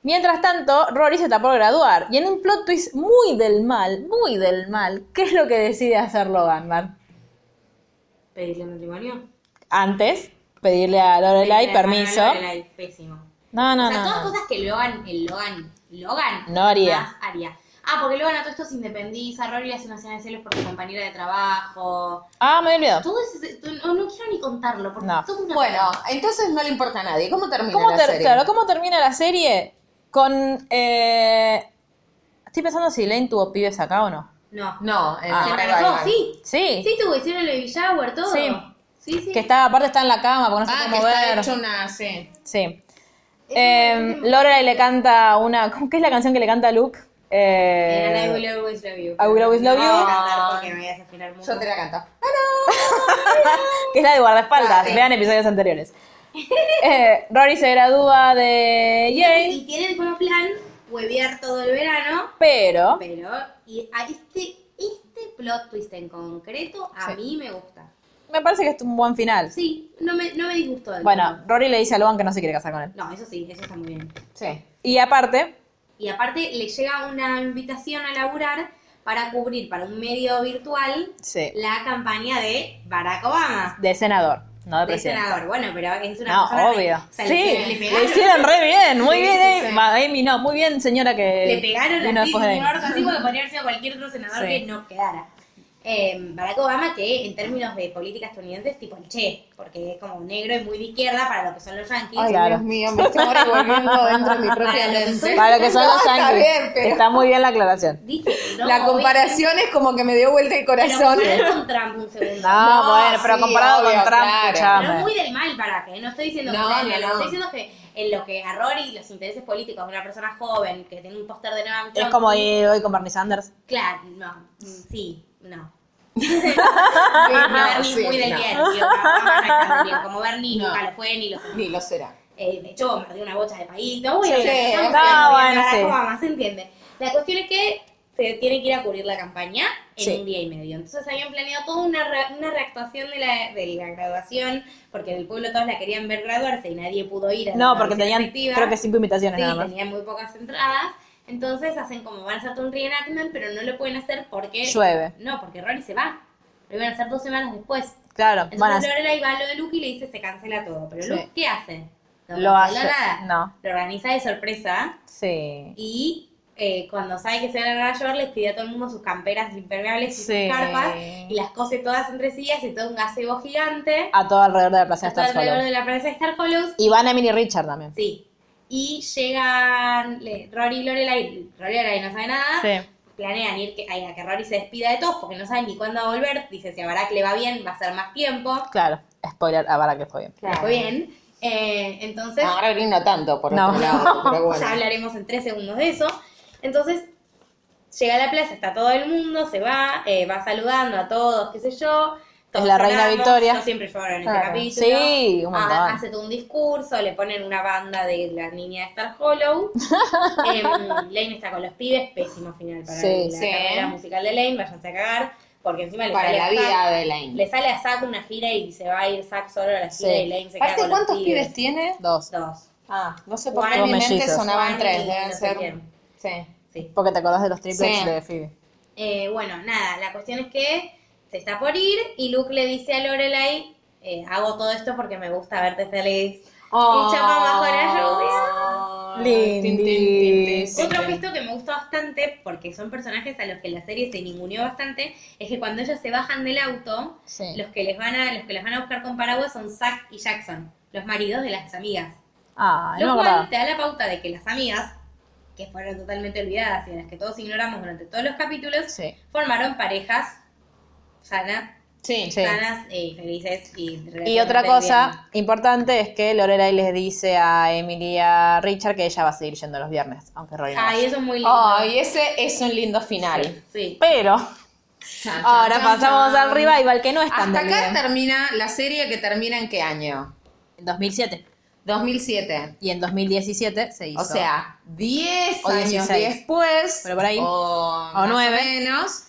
Mientras tanto, Rory se está por graduar. Y en un plot twist muy del mal, muy del mal, ¿qué es lo que decide hacer Logan, man?
¿Pedirle matrimonio?
Antes, pedirle a Lorelai
Pedirle a
permiso.
Lorelai, pésimo.
No, no,
o sea, todas
no. no.
cosas que Logan, el Logan, Logan
No haría.
más haría. Ah, porque luego Ana todo esto se independiza, Rory le hace una escena de celos por su compañera de trabajo.
Ah, me he olvidado.
Todo ese, tú- no, no quiero ni contarlo, porque
No.
es todo una-
Bueno, entonces no le importa a nadie. ¿Cómo termina
¿Cómo
la
ter-
serie?
claro, ¿cómo termina la serie? Con. eh, Estoy pensando si Lane tuvo pibes acá o no.
No.
No, en
Ah.
¿Se
Samurai
embarazó?
Gun.
Sí.
Sí.
Sí, tuvo, hicieron el baby shower, todo.
Sí.
Sí, sí.
Que está, aparte está en la cama, porque no se
Ah, que
puede mover.
está hecho una, sí.
Sí. Eh, Lorelai le canta una. ¿cómo- ¿Qué es la canción que le canta a Luke?
Eh,
Eh,
I will always love you.
I will always love
No voy a
you.
cantar porque me voy a desafinar mucho.
Yo te la canto.
que es la de guardaespaldas.
Ah, sí.
Vean episodios anteriores. Eh, Rory se gradúa de Yale,
Y tienen como plan huevear todo el verano,
pero
pero y a este, este plot twist en concreto a
Sí.
mí me gusta.
me parece que es un buen final.
Sí, no me, no me disgustó. del
Bueno,
todo.
Rory le dice a Logan que no se quiere casar con él.
No, eso sí, eso está muy bien.
Sí.
Y aparte,
Y aparte le llega una invitación a laburar para cubrir para un medio virtual
sí,
la campaña de Barack Obama.
de senador, no de
De
Ah, presidente.
senador, bueno, pero es una
No,
persona
obvio.
o sea,
Sí,
le pegaron- le
le
pegaron-
hicieron re bien, muy
Sí,
bien,
sí,
Amy.
sí.
Va, Amy, no, muy bien señora que
Le pegaron
vino
así,
después de
un
Amy.
orto así, porque podría haber sido cualquier otro senador
Sí.
que no quedara. Eh, Barack Obama, que en términos de política estadounidense es tipo el che, porque es como negro y muy de izquierda para lo que son los yanquis.
Ay,
Claro.
Dios mío, me estoy revolviendo dentro de mi propia mente.
Para lo que son
No,
los
Está
yankees.
bien, pero
Está muy bien la aclaración.
Dije, no,
la comparación es como que me dio vuelta el
pero
corazón.
compáralo con Trump un segundo.
No, bueno, pero
sí,
comparado
obvio,
con Trump,
claro.
escuchame.
Pero es muy del mal para que, no estoy diciendo
No,
que sea del mal,
no, no.
estoy diciendo que en lo que a Rory los intereses políticos de una persona joven que tiene un póster de Noam
Es
Chomsky,
como ir hoy con Bernie Sanders.
Claro, no, sí, no.
Sí, no,
Bernie
sí,
muy del
no.
bien, digo, Obama no es tan bien como Bernie
No.
nunca lo fue ni lo
Ni lo será.
Eh, de hecho, perdió una bocha de país. No voy a
Sí,
hablar,
sí,
estamos
está
hablando
bueno,
de Barack
sí.
Obama, se entiende. La cuestión es que se tiene que ir a cubrir la campaña en
Sí.
un día y medio. Entonces habían planeado toda una, re- una reactuación de la, de la graduación, porque en el pueblo todos la querían ver graduarse y nadie pudo ir. A la
No, porque
graduación
tenían,
efectiva.
creo que cinco invitaciones
Sí,
nada más.
tenían muy pocas entradas. Entonces hacen como van a hacer un reenactment, pero no lo pueden hacer porque...
Llueve.
No, porque Rory se va. Lo iban a hacer dos semanas después.
Claro,
Entonces
van a-
Lorelai va a lo de Luke y le dice se cancela todo. Pero
Sí.
Luke, ¿qué hace? No
lo
cancela
hace.
nada.
No,
Lo organiza de sorpresa
sí.
y eh, cuando sabe que se van a llevar les pide a todo el mundo sus camperas impermeables y
Sí.
sus carpas y las cose todas entre sí y hace todo un gazebo gigante
A todo alrededor de la plaza de
a todo
Ah, Star
alrededor
Hollow.
de la plaza de Star Hollows.
Y van Emily Richard también.
Sí. Y llegan le- Rory y Lorelai. Lorelai no sabe nada
Sí.
planean ir que, a que Rory se despida de todos porque no saben ni cuándo va a volver. Dice, si a Barack le va bien, va a ser más tiempo.
Claro, spoiler, a Barack que fue bien.
Le fue bien. Eh, entonces,
Ah,
Ahora Green no tanto, por
No.
otro lado, pero bueno.
ya hablaremos en tres segundos de eso. Entonces, llega a la plaza, está todo el mundo, se va, eh, va saludando a todos, qué sé yo. Todos
Es la reina
lloramos,
Victoria.
Yo siempre lloro en
Claro.
este capítulo.
Sí, un montón.
Ah, hace todo un discurso, le ponen una banda de la niña de Star Hollow. Em, Lane está con los pibes, pésimo final para
Sí,
la
sí.
carrera musical de Lane, váyanse a cagar, porque encima le
Para
sale
la
a
vida
Zack-
de Lane.
Le sale a Zack una gira y se va a ir Zack solo a la
Sí.
gira y Lane se queda
Aparte,
con los
¿cuántos pibes tiene?
Dos.
Dos.
Ah, no sé por qué
Juan
en mi
y
mente
mellizos.
sonaban
Juan
tres,
y
deben
no sé
ser.
quién.
Sí.
Sí.
Porque te acordás de los triplets
Sí.
de Phoebe.
Eh, bueno, nada, la cuestión es que se está por ir y Luke le dice a Lorelai, eh, hago todo esto porque me gusta verte feliz. Y chapa bajo la
Oh.
lluvia.
Tin, tin, tin, tin, tin,
Otro
tin.
gesto que me gusta bastante, porque son personajes a los que la serie se ninguneó bastante, es que cuando ellos se bajan del auto,
Sí.
los que les van a, los que las van a buscar con paraguas son Zack y Jackson, los maridos de las amigas.
Ah,
Lo
no me
cual
acordaba.
te da la pauta de que las amigas, que fueron totalmente olvidadas y de las que todos ignoramos durante todos los capítulos,
Sí.
formaron parejas sanas,
Sí.
Sí.
sanas y felices. Y,
Y
relativamente
otra
bien.
cosa importante es que Lorelai les dice a Emily y a Richard que ella va a seguir yendo los viernes, aunque Rory no vaya.
Ay, eso es muy lindo.
Ay, ese es un lindo final.
Sí.
Pero
Chan, chan,
ahora
chan,
pasamos
chan.
al revival que no es tan
Hasta
del
acá
bien.
termina la serie que termina en qué año?
En 2007.
2007.
Y en 2017 se hizo.
O sea, 10
O
años
16.
después,
Pero por ahí.
o,
O
más
nueve.
o menos,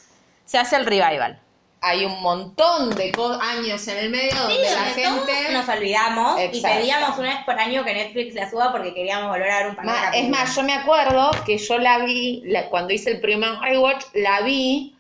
se hace el revival.
hay un montón de co- años en el medio
Sí,
donde la
donde
gente...
todos nos olvidamos
Exacto.
y pedíamos una vez por año que Netflix la suba porque queríamos volver a ver un par de
Ma- es
capítulos.
más, yo me acuerdo que yo la vi, la- cuando hice el primer rewatch, la vi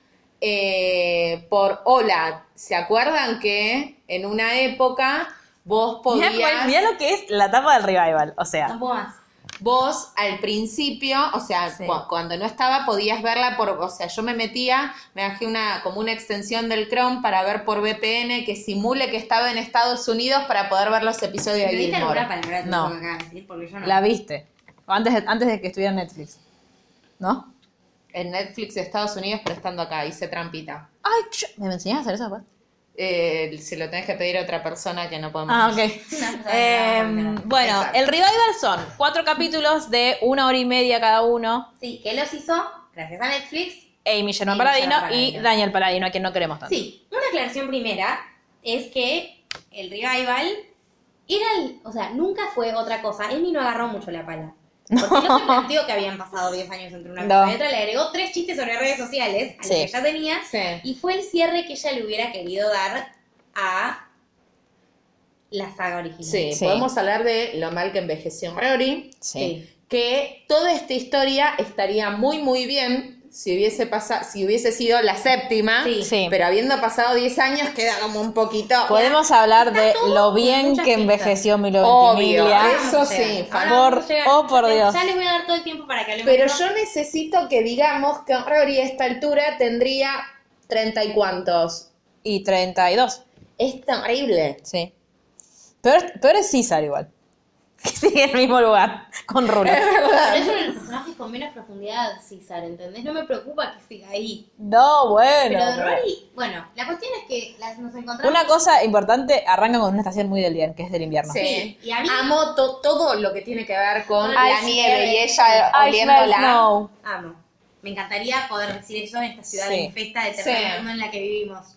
eh, por Hola. ¿Se acuerdan que en una época vos podías...
Mirá, cuál- mirá lo que es la tapa del revival. O sea,
No puedo más.
vos al principio, o sea,
Sí.
cu- cuando no estaba podías verla por, o sea, yo me metía, me bajé una como una extensión del Chrome para ver por VPN que simule que estaba en Estados Unidos para poder ver los episodios
¿Me
de
diste alguna
Gilmore.
palabra que
No.
me acabas de decir? Porque yo no.
La viste. Antes de, antes de que estuviera en Netflix. ¿No?
En Netflix de Estados Unidos, pero estando acá, hice trampita.
Ay, yo- ¿me enseñás a hacer eso? pues?
Eh, se lo tenés que pedir a otra persona que no podemos.
Ah, ok. Eh,
Em,
bueno,
Exacto.
el revival son cuatro capítulos de una hora y media cada
eh,
uno.
Sí, que los hizo gracias a Netflix.
Amy Sherman
Amy
Paladino y
Sherman Paladino.
Daniel Paladino, a quien no queremos tanto.
Sí, una aclaración primera es que el revival era, el- o sea, nunca fue otra cosa. Amy no agarró mucho la pala. Porque no se planteó que habían pasado 10 años entre una
No.
cosa y otra, le agregó tres chistes sobre redes sociales a
Sí.
los que ya tenía
Sí.
y fue el cierre que ella le hubiera querido dar a la saga original.
Sí,
Sí.
podemos hablar de lo mal que envejeció Rory,
Sí.
que toda esta historia estaría muy muy bien si hubiese pasado, si hubiese sido la séptima,
Sí.
Sí.
pero habiendo pasado 10 años queda como un poquito
Podemos hablar de
Está todo
lo
con
bien
muchas
que
pistas.
envejeció Milo
obvio,
Ventimiglia.
eso
Vamos a
sí,
llegar.
fan-
Ahora vamos a
Por-
llegar.
oh, por
Ya-
Dios.
Ya les voy a dar todo el tiempo para que hablemos.
pero
de
yo necesito que digamos que Rory a esta altura tendría treinta y cuantos.
Y 32.
Es terrible.
Sí. Peor, peor es César igual. Que sigue en el mismo lugar, con Rulo.
Pero es uno de los personajes con menos profundidad, César, ¿entendés? No me preocupa que siga ahí.
No, bueno.
Pero de
pero-
Rory, bueno, la cuestión es que las, nos encontramos.
Una cosa importante, arranca con una estación muy del bien, que es del invierno.
Sí.
y a mí-
Amo to- todo lo que tiene que ver con
Con
la
el
nieve
nieve.
y ella
I smell
oliéndola.
snow.
Amo. Me encantaría poder decir eso en esta ciudad
Sí.
infesta de
Sí.
terror mundo en la que vivimos.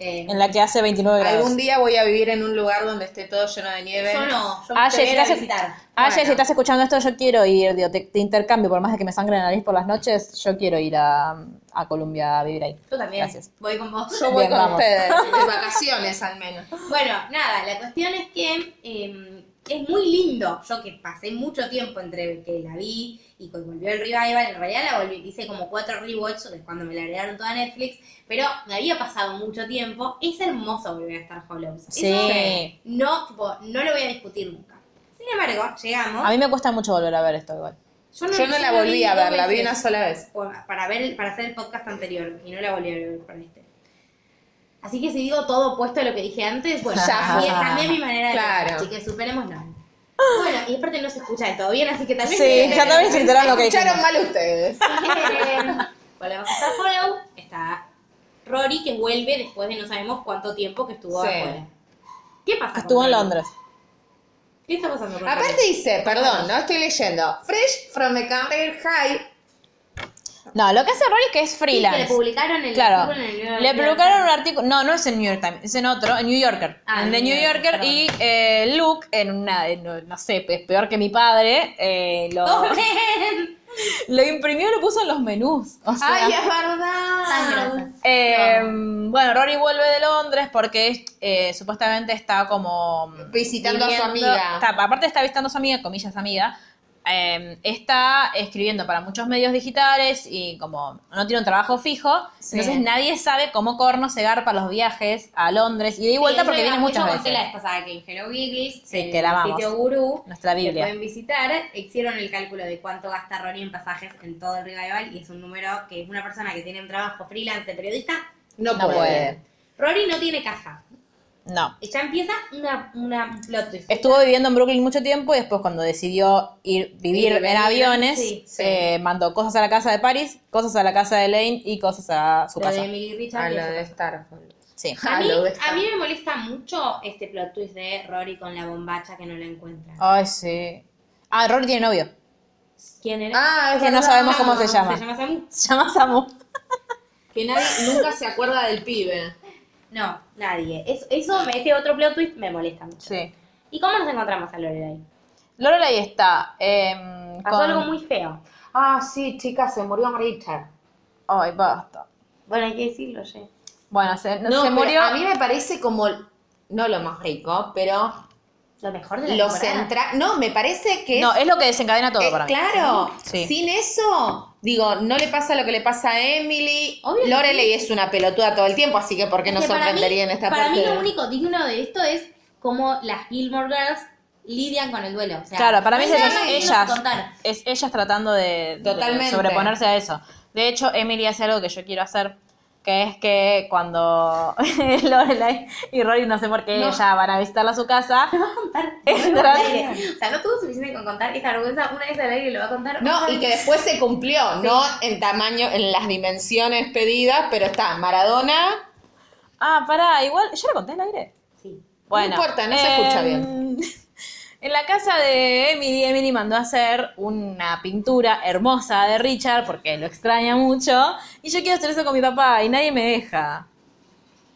Eh,
En la que hace 29 grados.
Algún día voy a vivir en un lugar donde esté todo lleno de nieve.
yo no, yo
Ah,
te
Jess,
voy a ir a
estás-
visitar.
Ah,
Bueno.
Jess, si estás escuchando esto, yo quiero ir, digo, te, te intercambio, por más de que me sangre la nariz por las noches, yo quiero ir a, a Colombia a vivir ahí.
Yo también
Gracias.
voy con vos.
Yo voy
Bien,
con
vamos.
ustedes, de vacaciones al menos.
Bueno, nada, la cuestión es que eh, es muy lindo. Yo que pasé mucho tiempo entre que la vi y que volvió el revival, en realidad la volví, hice como cuatro rewatches de cuando me la agregaron toda Netflix, pero me había pasado mucho tiempo. Es hermoso volver a estar Hollows. Eso,
Sí.
no, tipo, no lo voy a discutir nunca. Sin embargo, llegamos.
A mí me cuesta mucho volver a ver esto igual.
Yo no la
lo
volví a
dos
ver, la vi
veces.
una sola vez.
por- para ver el- para hacer el podcast anterior y no la volví a ver para este. Así que si digo todo opuesto a lo que dije antes, bueno,
Ya.
cambié, cambié mi manera de
Claro.
pensar, así que superémoslo. Bueno, y aparte no se escucha del todo bien, así que también...
Sí, ya también se enteraron lo que
Escucharon
dijimos.
mal ustedes.
Volvemos a estar Hollow, está Rory que vuelve después de no sabemos cuánto tiempo que estuvo
Sí.
afuera. ¿Qué pasa? con
Estuvo en
Rory?
Londres.
¿Qué está pasando con
Aparte
Rory?
dice, perdón, no estoy leyendo, Fresh from the Career High.
No, lo que hace Rory es que es
Sí, que le
freelance.
publicaron el
Claro.
artículo en el New York
Le
Times.
publicaron un artículo. No, no es en New York Times, es en otro, en New Yorker.
Ah,
en The New Yorker y eh, Luke, en una, en- no, no sé, es peor que mi padre, eh, lo,
¡Oh, bien!
lo imprimió y lo puso en los menús. O sea,
¡Ay, es verdad!
eh, bueno, Rory vuelve de Londres porque eh, supuestamente está como
Visitando a su
viviendo-
amiga.
está- aparte está visitando a su amiga, comillas amiga. eh, está escribiendo para muchos medios digitales y como no tiene un trabajo fijo, entonces nadie sabe cómo corno se garpa los viajes a Londres y de vuelta
Sí,
porque
yo
viene
la-
muchas
yo
veces.
conté la vez pasada que en Hello Giggles,
Sí,
en
que la
el
amamos.
sitio Gurú,
Nuestra
que
Biblia.
pueden visitar, hicieron el cálculo de cuánto gasta Rory en pasajes en todo el revival y es un número que es una persona que tiene un trabajo freelance de periodista.
No,
No
puede.
puede.
Rory no tiene casa.
No.
Ya empieza una, una un plot twist.
Estuvo viviendo en Brooklyn mucho tiempo y después cuando decidió ir vivir
Ir,
en
venir,
aviones,
sí,
sí.
eh, mandó cosas a la casa de París, cosas a la casa de Lane y cosas a su
Lo de
casa. Ah,
Emily Richards
A
y
lo
eso.
de Star.
Sí.
A mí,
lo de Star.
a mí me molesta mucho este plot twist de Rory con la bombacha que no la encuentra.
Ay, sí. Ah, Rory tiene novio.
¿Quién era?
Ah, es
Que no
verdad.
sabemos cómo se llama.
¿Se llama Samu?
Se llama Samu.
Que nadie nunca se acuerda del pibe.
No, nadie. Es- eso, este otro plot twist me molesta mucho.
Ah. Sí.
¿Y cómo nos encontramos a Lorelai?
Lorelai está. em,
Pasó
con-
algo muy feo.
Ah, sí, chicas, se murió Richard.
Ay, basta.
Bueno, hay que decirlo, Ye.
Bueno, se,
No,
se
pero
murió.
A mí me parece como, no lo más rico, pero
Lo mejor de la
lo
temporada.
central. No, me parece que
No, es lo que desencadena todo
Eh,
para mí.
Claro,
Sí.
sin eso, digo, no le pasa lo que le pasa a Emily.
Obvio que
Lorelei es una pelotuda todo el tiempo, así que ¿por qué no
Es que para
sorprendería
mí-
en esta
Para
parte?
mí lo único digno de esto es como las Gilmore Girls lidian con el duelo. O sea,
Claro, para mí es de
no
esas
saben qué
ellas.
contar.
Es ellas tratando de, de
Totalmente.
sobreponerse a eso. De hecho, Emily hace algo que yo quiero hacer, que es que cuando Lorelai y Rory, no sé por qué,
No.
ella van a visitarla a su casa,
contar.
Es
Luego al
grande.
aire. O sea, no tuvo suficiente con contar esta vergüenza una vez al aire lo va a contar.
No,
otra
y que
vez.
después se cumplió, no en tamaño, en las dimensiones pedidas, pero está Maradona.
ah, pará, igual, yo la conté al aire.
Sí.
Bueno,
importa, no se escucha
em, En la casa de Emily, Emily mandó a hacer una pintura hermosa de Richard porque lo extraña mucho. Y yo quiero hacer eso con mi papá y nadie me deja.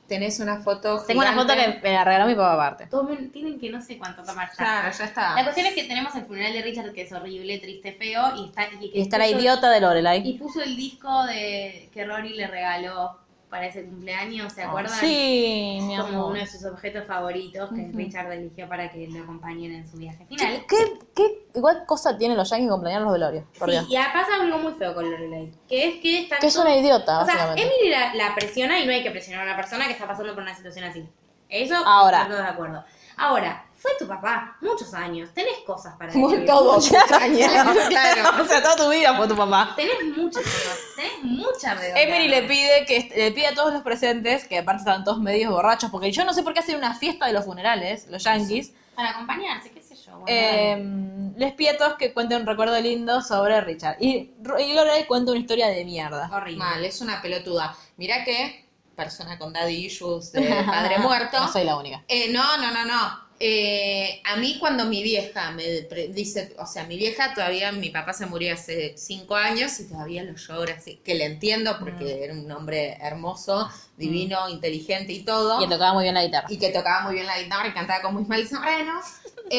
Tenés una foto.
Tengo una foto
gigante.
que me la regaló mi papá aparte.
Tomen, tienen que no sé cuánto tomar ya.
Claro, ya
La
está.
cuestión es que tenemos el funeral de Richard que es horrible, triste, feo y está y que
Y está la
puso-
idiota de Lorelai.
Y puso el disco de que Rory le regaló para ese cumpleaños,
Ah.
¿se acuerdan?
Sí, mi
Como
amor.
uno de sus objetos favoritos que Richard eligió para que lo acompañen en su viaje final.
¿Qué, qué, igual cosa tienen los yankees con planear los velorios? Por
Sí,
Dios.
y ahora pasa algo muy feo con Lorelai, que es que está
Que es una idiota,
O sea,
básicamente.
Emily la, la presiona y no hay que presionar a una persona que está pasando por una situación así. Eso
Ahora.
estamos todos de acuerdo. Ahora, fue tu papá muchos años, tenés cosas para
Muy
decir.
todos años, claro.
o sea, toda tu vida fue tu papá.
Tenés muchas cosas, tenés mucha redonda.
Emily le pide que le pide a todos los presentes, que aparte estaban todos medios borrachos, porque yo no sé por qué hacen una fiesta de los funerales, los yankees,
Para acompañarse, qué sé yo. bueno,
eh, les pide a todos que cuenten un recuerdo lindo sobre Richard. Y, Ro- y Lorelai cuenta una historia de mierda.
horrible.
Mal, es una pelotuda. Mirá que, persona con daddy issues de padre muerto.
No soy la única.
Eh, no, no, no, no. Eh, a mí cuando mi vieja me pre- dice, o sea, mi vieja todavía, mi papá se murió hace cinco años y todavía lo llora, así que le entiendo porque era un hombre hermoso, divino, inteligente y todo
Y tocaba muy bien la guitarra.
y que tocaba muy bien la guitarra y cantaba con Ismael Serrano.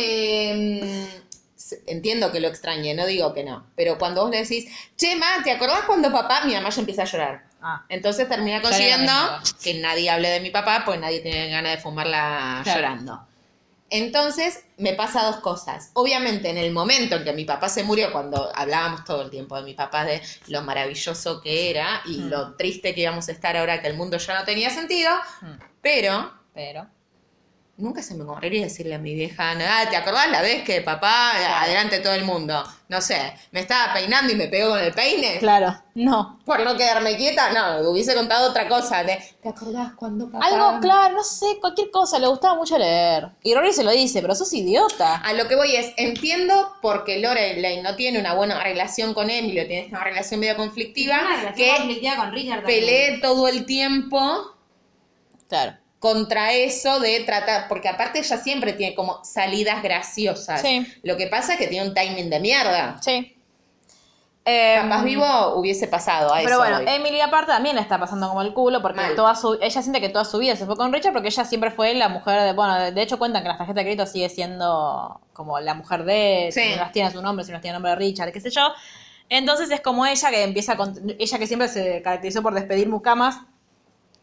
Eh, s- entiendo que lo extrañe, no digo que no. Pero cuando vos le decís, che, ma, ¿te acordás cuando papá? Mi mamá ya empieza a llorar.
Ah.
Entonces termina
Llora la
consiguiendo
misma.
que nadie hable de mi papá, pues nadie tiene ganas de fumarla
Claro.
llorando. Entonces me pasa dos cosas. Obviamente en el momento en que mi papá se murió, cuando hablábamos todo el tiempo de mi papá, de lo maravilloso que era y lo triste que íbamos a estar ahora que el mundo ya no tenía sentido,
Mm.
pero
Pero.
Nunca se me ocurriría decirle a mi vieja, ah, ¿te acordás la vez que papá, adelante todo el mundo? No sé, me estaba peinando y me pegó con el peine.
Claro, no.
Por no quedarme quieta, no, hubiese contado otra cosa. de, ¿Te acordás cuando papá?
Algo, claro, no sé, cualquier cosa, le gustaba mucho leer. Y Rory se lo dice, pero sos idiota.
A lo que voy es, entiendo porque Lorelai no tiene una buena relación con Emily, o tiene una relación medio conflictiva,
Una relación
que
conflictiva con Richard también.
pelee todo el tiempo
Claro.
contra eso de tratar, porque aparte ella siempre tiene como salidas graciosas.
Sí.
Lo que pasa es que tiene un timing de mierda.
Sí. Eh,
Más vivo hubiese pasado a eso.
Pero bueno, eh,
hoy.
Emily aparte también la está pasando como el culo porque
Mal.
toda su, ella siente que toda su vida se fue con Richard porque ella siempre fue la mujer de, bueno, de hecho cuentan que la tarjeta de crédito sigue siendo como la mujer de,
Sí.
si no las tiene a su nombre, si no las tiene a nombre de Richard, qué sé yo. Entonces es como ella que empieza con, ella que siempre se caracterizó por despedir mucamas,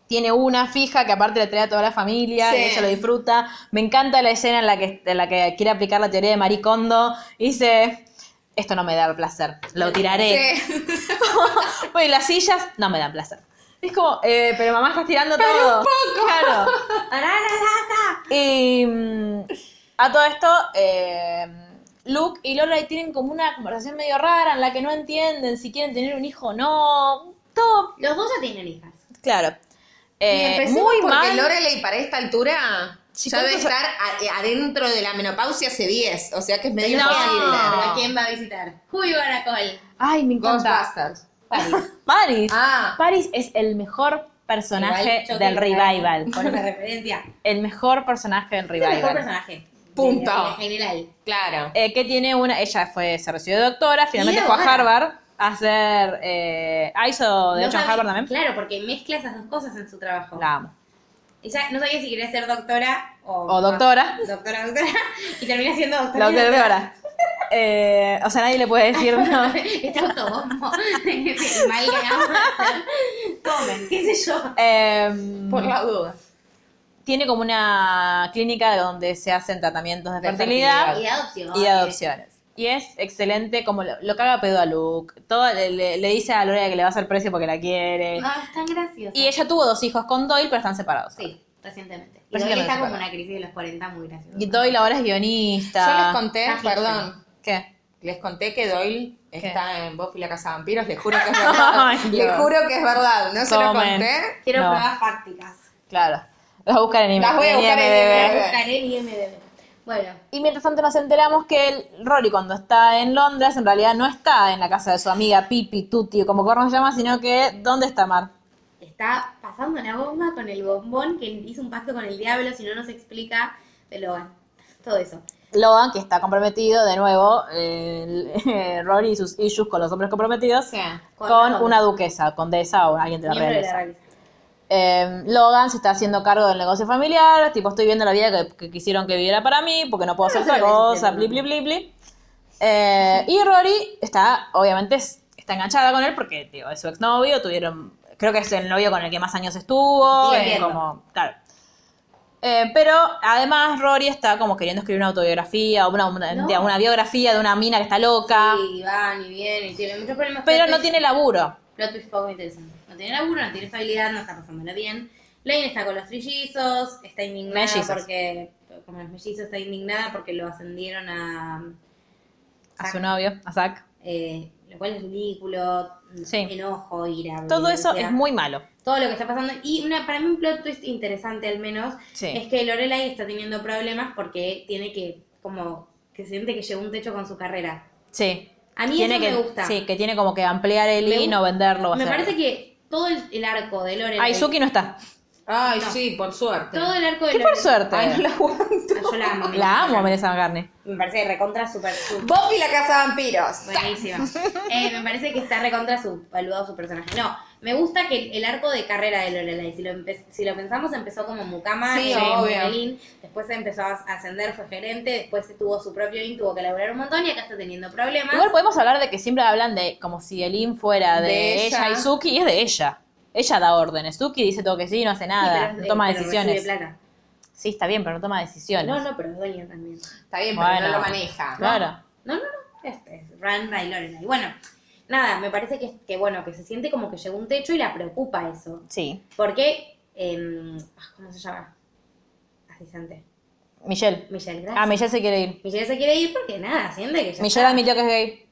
tiene una fija que aparte le trae a toda la familia
Sí.
y ella lo disfruta. Me encanta la escena en la que, en la que quiere aplicar la teoría de Marie Kondo y dice, esto no me da placer, lo tiraré.
Sí.
Bueno, y las sillas no me dan placer. Es como, eh, pero mamá estás tirando todo. Un poco. Claro. Y mm, a todo esto, eh, Luke y Lola tienen como una conversación medio rara en la que no entienden si quieren tener un hijo o no. Todo,
Los dos ya tienen hijas.
claro.
Y
Eh,
empecemos
muy
porque
mal.
Lorelei para esta altura
Sí,
ya debe
¿cuántos-
estar a- adentro de la menopausia hace 10, o sea que es medio
No.
imposible.
¿A quién va a visitar? Julio Baracol.
Ay, me encanta.
Ghostbusters.
Paris.
Ah.
Paris es el mejor personaje
Igual, yo
del
que-
revival.
Con una referencia.
El mejor personaje del
Es el mejor
revival.
personaje.
Punto.
En general.
Claro.
Eh, que tiene una, ella fue, se recibió de doctora, finalmente
Y
fue a
ahora.
Harvard a hacer, eh, ah, hizo de
No
hecho en
sabe-
Harvard también.
Claro, porque mezcla esas dos cosas en su trabajo.
La amo.
Ella no sabía si quería ser doctora o...
O doctora.
Doctora, doctora. Y termina siendo doctora.
La doctora eh, O sea, nadie le puede decir no.
Está autobombo. Mal ganado. Comen, qué sé yo.
Eh,
Por la duda.
tiene como una clínica donde se hacen tratamientos de
De
fertilidad.
Y de adopción.
Ah,
y de adopciones. Y es excelente como lo, lo caga pedo a Luke. Todo, le, le- le dice a Lorena que le va a hacer precio porque la quiere.
Ah, es tan gracioso.
Y ella tuvo dos hijos con Doyle, pero están separados.
Sí. recientemente. Y hoy
Recientemente,
está como
perdón.
una crisis de los 40 muy graciosa.
Y Doyle ahora es guionista.
Yo les conté,
Está fija.
perdón,
¿Qué?
les conté que Doyle
¿Qué?
está en Buffy la Casa de Vampiros, les juro que es verdad.
Ay,
les
Dios.
juro que es verdad, no se lo
Tomen.
conté.
Quiero
No.
pruebas prácticas.
Claro. Las buscan en
Las voy a buscar en IMDb.
IMDb.
Buscaré el IMDb. Bueno,
Y mientras tanto nos enteramos que el Rory cuando está en Londres en realidad no está en la casa de su amiga Pipi, Tuti o como corno se llama, sino que ¿dónde está Mar?
está pasando una bomba con el bombón que hizo un pacto con el diablo, si no nos explica de Logan. Todo eso.
Logan, que está comprometido de nuevo, eh, el- Rory y sus issues con los hombres comprometidos, con,
Con-
una duquesa, condesa o alguien de la
Miembro de la
realeza.
realeza.
Eh, Logan se está haciendo cargo del negocio familiar, tipo estoy viendo la vida que, que quisieron que viviera para mí, porque no puedo hacer otra cosa, bli, bli, bli, bli. Eh, y Rory está, obviamente, es- está enganchada con él porque digo, es su exnovio, tuvieron, creo que es el novio con el que más años estuvo,
Sigue
eh,
viendo.
como, claro. Eh, pero además Rory está como queriendo escribir una autobiografía o una, una-
No.
de- una biografía de una mina que está loca,
Y van y vienen y tienen muchos problemas.
pero
Plot
no
twist-
tiene laburo.
Plot twist poco interesante. No tiene laburo, no tiene estabilidad, no está pasándolo bien. Lane está con los trillizos, está indignada
Mellizos.
porque, como los mellizos, está indignada porque lo ascendieron a...
A su novio, a Zack.
eh, lo cual es ridículo,
Sí.
enojo, ira.
Todo eso
violencia.
es muy malo.
Todo lo que está pasando. Y una, para mí un plot twist interesante al menos
Sí.
es que Lorelai está teniendo problemas porque tiene que, como, que siente que llegó a un techo con su carrera.
Sí.
A mí
tiene
eso
que,
me gusta.
Sí, que tiene como que ampliar el
Me
hino,
gu-
venderlo.
Me
hacer.
parece que todo el, el arco de Lorelai.
Ay, Suki no está.
Ay,
No.
sí, por suerte.
Todo el arco de
Qué por
Lorelai.
suerte.
Ay, no la
la...
aguanto.
Ah, yo la amo.
amo, a Melissa McCartney.
Me parece recontra super su.
Buffy la Casa de Vampiros.
Buenísima. Eh, me parece que está recontra subvaluado su personaje. No, me gusta que el, el arco de carrera de Lorelai, si lo, empe- si lo pensamos, empezó como mucama
Sí,
en
obvio.
Medellín, después empezó a ascender, fue gerente, después tuvo su propio IN, tuvo que laburar un montón y acá está teniendo problemas.
Igual podemos hablar de que siempre hablan de como si el in fuera de,
De
ella.
ella.
y Suki, y es de ella. Ella da órdenes. Suki dice todo que sí, no hace
Sí,
nada,
pero-
no
eh,
toma
pero recibe
decisiones.
plata.
Sí, está bien, pero no toma decisiones.
No, no, pero es dueña también.
Está bien, pero
Bueno.
no lo maneja.
Claro.
No, no, no. Este es Run by Lorelai. Bueno, nada, me parece que, que bueno, que se siente como que llegó un techo y la preocupa eso.
Sí.
Porque, em, ah, ¿cómo se llama? Asistente.
Michelle.
Michelle, gracias.
Ah, Michelle se quiere ir.
Michelle se quiere ir porque nada, siente que ya
Michelle
está.
admitió que es gay.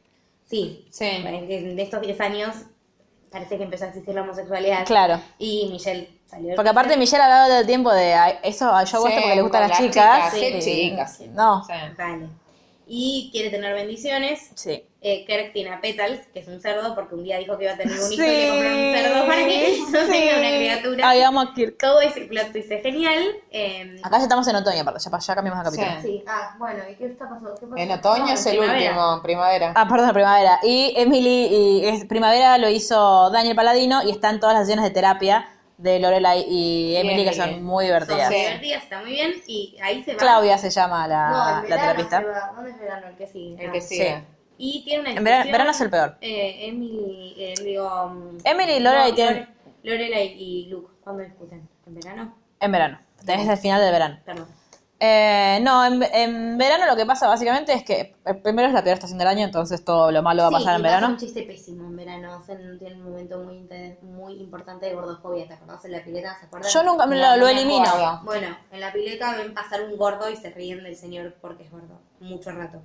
Sí,
Sí.
en en estos 10 años parece que empezó a existir la homosexualidad.
Claro.
Y Michelle salió. del
Porque aparte
closet.
Michelle ha hablado todo el tiempo de "Ay, eso, ay, yo aguanto
Sí,
porque le gustan
con
las
las
chicas.
chicas, sí, chicas, sí.
No.
Sí.
Vale. Y quiere tener bendiciones.
Sí.
Eh, Kirk tiene a Petals, que es un cerdo, porque un día dijo que iba a tener un hijo y le compraron un cerdo para que no tenga una criatura.
Ay, vamos a Kirk.
Todo ese plot twist es genial. eh,
Acá ya estamos en otoño, aparte, ya, ya cambiamos de capítulo.
Sí.
sí, ah, bueno, ¿y qué está pasando? ¿Qué pasó?
En otoño
No,
es el
primavera.
último, primavera.
Ah, perdón, primavera. Y Emily, y es, primavera lo hizo Daniel Paladino y están todas las sesiones de terapia de Lorelai y Emily, que
Emily.
son muy
Son
divertidas.
divertidas, está muy bien. Y ahí se va.
Claudia se llama la,
No, en
Ah, la
verano
terapista.
se va. ¿Dónde es verano? El que sigue.
el
Ah.
que sigue.
Y tiene una
En vera-
discusión,
verano es el peor.
eh, Emily, eh, digo... um,
Emily y Lorelai
no,
tienen-
Lore- Lorelai y Luke, ¿cuándo discuten? ¿En verano?
En verano. Es el final del verano.
Perdón.
Eh, no, en, en verano lo que pasa básicamente es que eh, primero es la peor estación del año, entonces todo lo malo va a pasar
sí,
en
y pasa
verano.
un chiste pésimo en verano. O sea, tiene un momento muy, inter- muy importante de gordofobia. ¿Te acordás en la pileta? ¿Se acuerdan?
Yo nunca me
No,
lo, lo
no me
elimino.
acuerdo.
Bueno, en la pileta ven pasar un gordo y se ríen del señor porque es gordo. Mucho rato.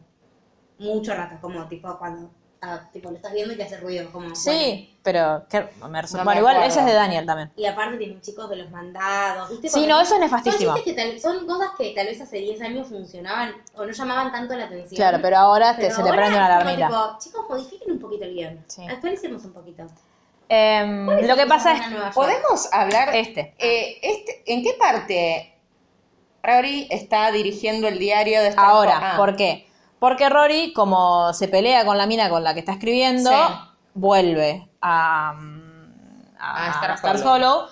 Mucho rato. Como tipo cuando... ah, tipo, lo estás viendo y te hace ruido. Como, bueno,
Sí, pero que, me
No
resulta-
me
bueno, igual
acuerdo.
ese es de Daniel también.
Y aparte tienen chicos de los mandados. ¿viste?
Sí,
Cuando-
no, eso es nefastísimo.
Son, chistes que tal- son cosas que tal vez hace 10 años funcionaban o no llamaban tanto la atención.
Claro, pero ahora te-
Pero
se te
ahora
prende una
es como
alarmita.
tipo, Chicos, modifiquen un poquito el guión.
Sí.
Actualicemos un poquito.
Em,
¿Cuál es
lo
el
que pasa
de Nueva
es...
York?
¿Podemos hablar?
Este.
Eh, este- ¿En qué parte Rory está dirigiendo el diario de esta
Ahora,
Ah.
¿por qué? Porque Rory, como se pelea con la mina con la que está escribiendo,
Sí.
vuelve a, mm, a,
A Stars
Stars
Hollow.
Hollow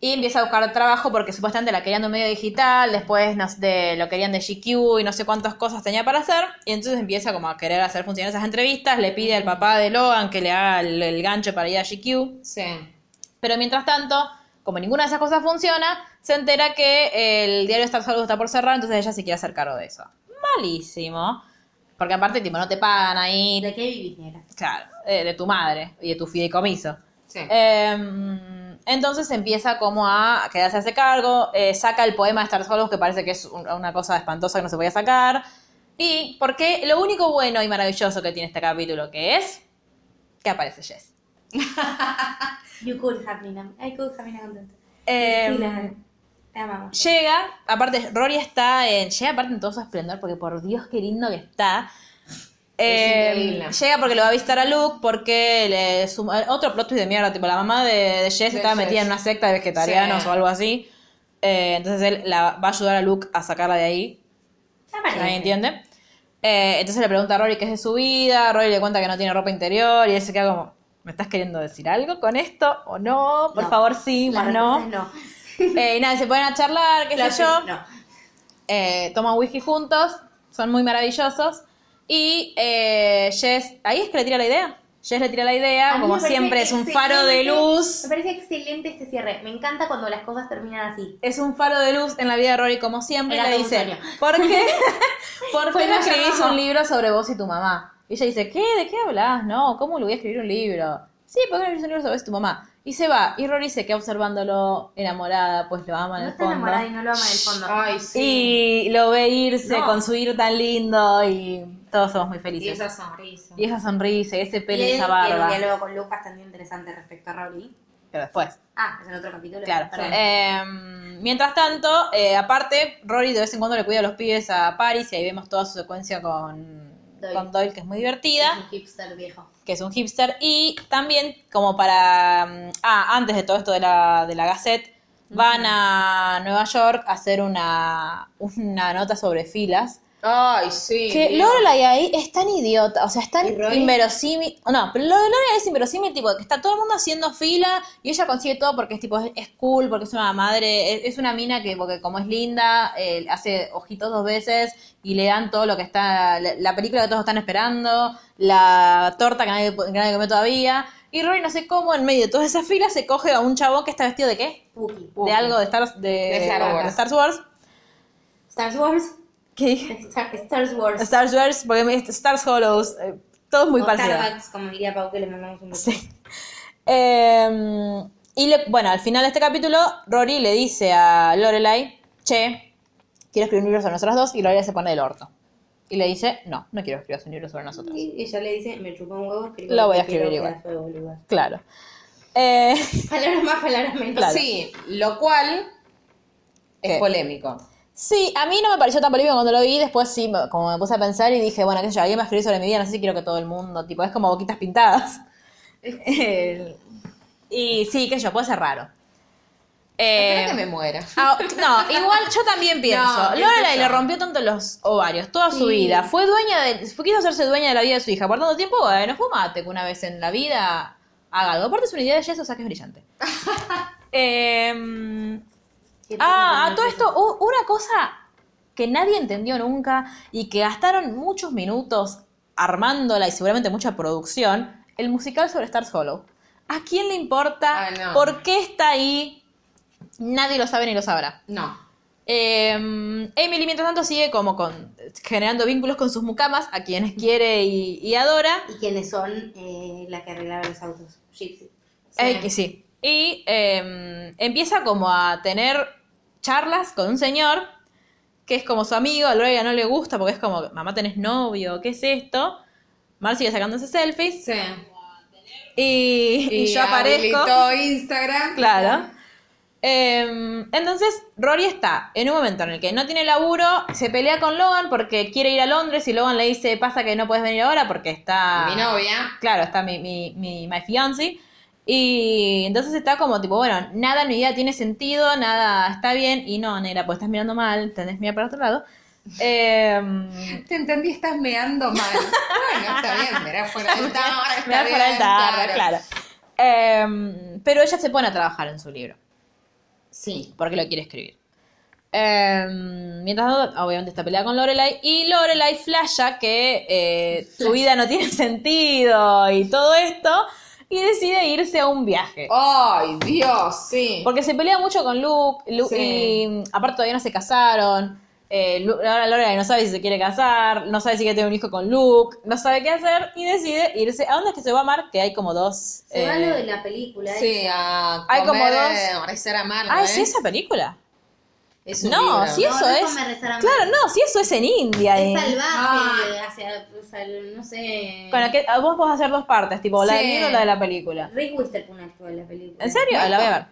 y empieza a buscar trabajo porque supuestamente la querían de un medio digital, después nos- de, lo querían de GQ y no sé cuántas cosas tenía para hacer, y entonces empieza como a querer hacer funcionar esas entrevistas, le pide al papá de Logan que le haga el, el gancho para ir a GQ.
Sí.
Pero mientras tanto, como ninguna de esas cosas funciona, se entera que el diario Star Salud está por cerrar, entonces ella se quiere hacer cargo de eso. Malísimo. Porque aparte, tipo, no te pagan ahí.
¿De qué vivís, negra?
Claro, eh, de tu madre y de tu fideicomiso.
Sí.
Eh, Entonces empieza como a quedarse a ese cargo, eh, saca el poema de Estar Solos, que parece que es un- una cosa espantosa que no se podía sacar. Y porque lo único bueno y maravilloso que tiene este capítulo, que es que aparece Jess.
You could have me now. I could have me now.
Eh,
Em,
Sí, la, la amamos.
Llega, aparte, Rory está en. Llega aparte en todo su esplendor, porque por Dios qué lindo que está. Eh,
increíble.
llega porque lo va a visitar a Luke, porque le suma- otro plot twist de mierda, tipo la mamá de, de Jess estaba metida en una secta de vegetarianos
Sí.
o algo así. Eh, entonces él la, va a ayudar a Luke a sacarla de ahí. Nadie entiende. Eh, entonces le pregunta a Rory qué es de su vida, Rory le cuenta que no tiene ropa interior y él se queda como, ¿me estás queriendo decir algo con esto o no? Por
No.
favor sí,
La
más
respuesta
no.
es no.
Eh, y nada, se ponen a charlar, qué
La
sé yo.
no.
Eh, toman whisky juntos, son muy maravillosos. Y eh, Jess, ahí es que le tira la idea. Jess le tira la
A
idea,
mí
como
me parece
siempre, es un faro de
excelente-
luz.
Me parece excelente este cierre. Me encanta cuando las cosas terminan así.
Es un faro de luz en la vida de Rory, como siempre. Y
Era
le
todo un
dice,
sueño.
¿por qué, ¿por
Fue
qué no
nuestra
escribís
mamá.
un libro sobre vos y tu mamá? Y ella dice, ¿qué? ¿De qué hablas? No, ¿cómo le voy a escribir un libro? Sí, ¿por qué no escribís un libro sobre vos y tu mamá? Y se va. Y Rory se queda observándolo enamorada, pues lo ama en
No
el
está
fondo.
enamorada y no lo ama en el fondo.
Ay, sí.
Y lo ve irse
No.
con su ir tan lindo y todos somos muy
Y,
felices.
esa sonrisa.
Y esa sonrisa, y ese pelo
Y
y
él
esa
tiene un
barba.
diálogo con Luke bastante interesante respecto a Rory.
Pero después,
Ah, es en otro capítulo.
claro.
Perdón.
Eh, mientras tanto, eh, aparte, Rory de vez en cuando le cuida a los pibes a Paris y ahí vemos toda su secuencia con
Doyle.
con Doyle que es muy divertida.
Es un hipster viejo.
que es un hipster, y también como para, mm, ah, antes de todo esto de la, de la Gazette, van a Nueva York a hacer una, una nota sobre filas.
Ay, sí.
Que
Dios.
Lorelai ahí es tan idiota, o sea, es tan
¿Y Rory?
inverosímil. No, pero lo de Lorelai es inverosímil, tipo, que está todo el mundo haciendo fila y ella consigue todo porque es tipo, es, es cool, porque es una madre, es, es una mina que, porque como es linda, eh, hace ojitos dos veces y le dan todo lo que está, la, la película que todos están esperando, la torta que nadie, que nadie comió todavía. Y Rory, no sé cómo, en medio de todas esas filas, se coge a un chabón que está vestido de qué?
Puki.
De algo de Star, de,
Star Wars.
de Star Wars.
Star Wars.
¿Qué?
Star, Star Wars.
Star Wars, porque es Stars Hollows, eh, todo muy
o
parecido.
Starbucks, como diría Pau, que le mandamos un beso.
Sí. Eh, y le- bueno, al final de este capítulo, Rory le dice a Lorelai, che, quiero escribir un libro sobre nosotras dos, y Lorelai se pone del orto. Y le dice, no, no quiero escribir un libro sobre nosotras.
Y ella le dice, me chupó un huevo, escribo
Lo voy a
que quiero,
escribir igual.
pedazo de boluda.
Claro. Eh,
Palabras más, palabras menos.
Claro. Eh,
Sí, lo cual es
¿Qué?
polémico.
sí, a mí no me pareció tan polémico cuando lo vi, después sí, me- como me puse a pensar y dije, bueno, qué sé yo, alguien va a escribir sobre mi vida, no sé si quiero que todo el mundo, tipo, es como boquitas pintadas. Eh, y sí, qué sé yo, puede ser raro. Eh,
Espero que me muera.
Ah, no, igual yo también pienso.
No, qué
Lorelai
sé yo.
le rompió tanto los ovarios toda su vida. Fue dueña de. fue- quiso hacerse dueña de la vida de su hija. Por tanto tiempo, bueno, fumate que una vez en la vida haga algo. Aparte es una idea de Jess, o sea que es brillante. Em, ah, a todo esto, u- una cosa que nadie entendió nunca y que gastaron muchos minutos armándola y seguramente mucha producción, el musical sobre Stars Hollow. ¿A quién le importa?
Ah, no.
¿Por qué está ahí? Nadie lo sabe ni lo sabrá.
No.
Eh, Emily, mientras tanto, sigue como con generando vínculos con sus mucamas, a quienes quiere y, y adora.
Y quienes son eh, las que arreglaban los autos. Gypsy.
Ay, que sí. Y eh, empieza como a tener charlas con un señor que es como su amigo, a Lorelai no le gusta porque es como, mamá tenés novio, ¿qué es esto? Mar sigue sacándose selfies
Sí.
y, y yo aparezco.
habilitó Instagram.
Claro. Eh, entonces, Rory está en un momento en el que no tiene laburo, se pelea con Logan porque quiere ir a Londres y Logan le dice, pasa que no puedes venir ahora porque está...
Mi novia.
Claro, está mi, mi, mi my fiancé. Y entonces está como tipo, bueno, nada en mi vida tiene sentido, nada está bien. Y no, negra, pues estás mirando mal, tenés mira para otro lado. Eh,
Te entendí, estás meando mal. Bueno, está bien, mirá fuera del tarro. está
mirá fuera
bien,
del tarro, claro. Eh, pero ella se pone a trabajar en su libro.
Sí.
porque lo quiere escribir. Eh, mientras tanto, obviamente está peleada con Lorelai y Lorelai flasha que eh, su vida no tiene sentido y todo esto y decide irse a un viaje.
Ay, Dios, sí.
Porque se pelea mucho con Luke, Lu-
Sí.
y mm, aparte todavía no se casaron. Eh, Lu- ahora Lorelai no sabe si se quiere casar, no sabe si quiere tener un hijo con Luke, no sabe qué hacer y decide irse. ¿A dónde es que se va a Mar? Que hay como dos.
Se va
eh,
lo de la película. ¿eh?
Sí, a
Hay como
comer,
dos-
eh, rezar a Marta,
Ah,
¿eh?
sí, esa película.
Es un
No,
libro.
si
No,
eso
no es
es.
como rezar a
Claro,
Mar.
no, si eso es en India. eh.
Es
Ah.
salvaje, hacia, o sea, no sé.
Con aquel- a vos podés hacer dos partes, tipo la de
Sí.
miedo o la de la película.
Rick Wisterpoon actúa en la película.
¿En serio? La voy a ver.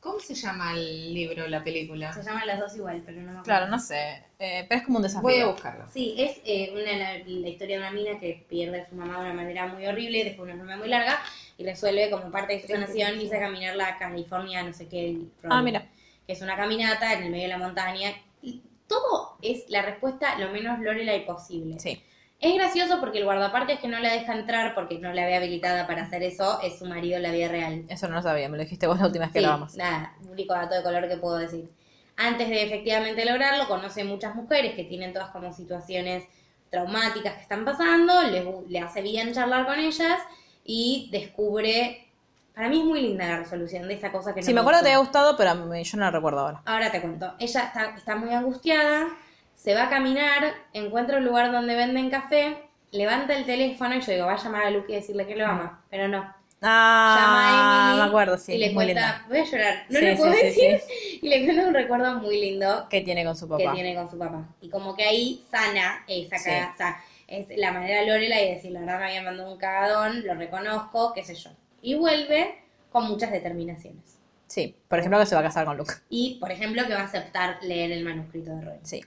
¿Cómo se llama el libro, la película?
Se llaman las dos igual, pero no me acuerdo.
Claro, no sé. eh, pero es como un desafío.
Voy a buscarlo.
Sí, es eh, una, la, la historia de una mina que pierde a su mamá de una manera muy horrible, después una enfermedad muy larga, y resuelve como parte de su sanación irse a caminar la California, no sé qué. el-
Ah, mira.
Que es una caminata en el medio de la montaña. Y todo es la respuesta lo menos Lorelai posible.
Sí.
Es gracioso porque el guardapartes que no la deja entrar porque no la había habilitada para hacer eso es su marido en la vida real.
Eso no lo sabía, me lo dijiste vos la última vez que
Sí,
grabamos.
nada, único dato de color que puedo decir. Antes de efectivamente lograrlo, conoce muchas mujeres que tienen todas como situaciones traumáticas que están pasando, le, bu- le hace bien charlar con ellas y descubre... Para mí es muy linda la resolución de esa cosa que no
Sí, me acuerdo que te
gustó.
había gustado, pero a mí- yo no la recuerdo ahora.
Ahora te cuento. Ella está, está muy angustiada, se va a caminar, encuentra un lugar donde venden café, levanta el teléfono y yo digo, va a llamar a Luke y decirle que lo ama, pero no. Llama a
Ah,
Emily
me acuerdo, sí.
y le
es muy
cuenta,
linda.
voy a llorar, no
Sí,
le
sí,
puedo
sí,
decir, y le cuenta un recuerdo muy lindo
¿Qué tiene con su
que
papá?
tiene con su papá. Y como que ahí sana esa
Sí.
caga- o sea, es la manera de Lorela y decir, la verdad me había mandado un cagadón, lo reconozco, qué sé yo. Y vuelve con muchas determinaciones.
Sí, por ejemplo, que se va a casar con Luke.
Y, por ejemplo, que va a aceptar leer el manuscrito de Roy.
Sí.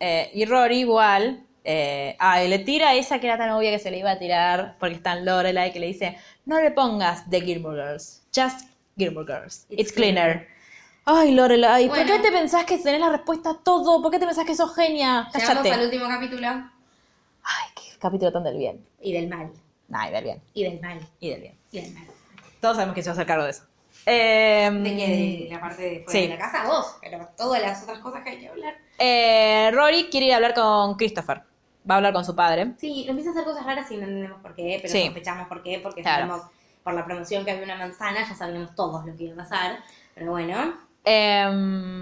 Eh, y Rory igual. eh, ah, y le tira esa que era tan obvia que se le iba a tirar porque está en Lorelai que le dice, no le pongas The Gilmore Girls, just Gilmore Girls. It's,
It's
cleaner. Ay, Lorelai, ¿por
Bueno.
qué te pensás que tenés la respuesta a todo? ¿Por qué te pensás que sos genia? Cállate.
Llegamos al último capítulo.
Ay, qué capítulo tan del bien.
Y del mal.
Ay, del bien.
Y del mal.
Y del bien.
Y del mal.
Todos sabemos que se va a hacer cargo de eso. Eh,
De que de la parte de fuera
Sí.
de la casa, vos, pero todas las otras cosas que hay que hablar.
eh, Rory quiere ir a hablar con Christopher. Va a hablar con su padre.
Sí, empieza a hacer cosas raras y no entendemos por qué, pero
Sí.
sospechamos por qué, porque
Claro.
sabemos por la promoción que había una manzana, ya sabíamos todos lo que iba a pasar. Pero bueno,
Eh,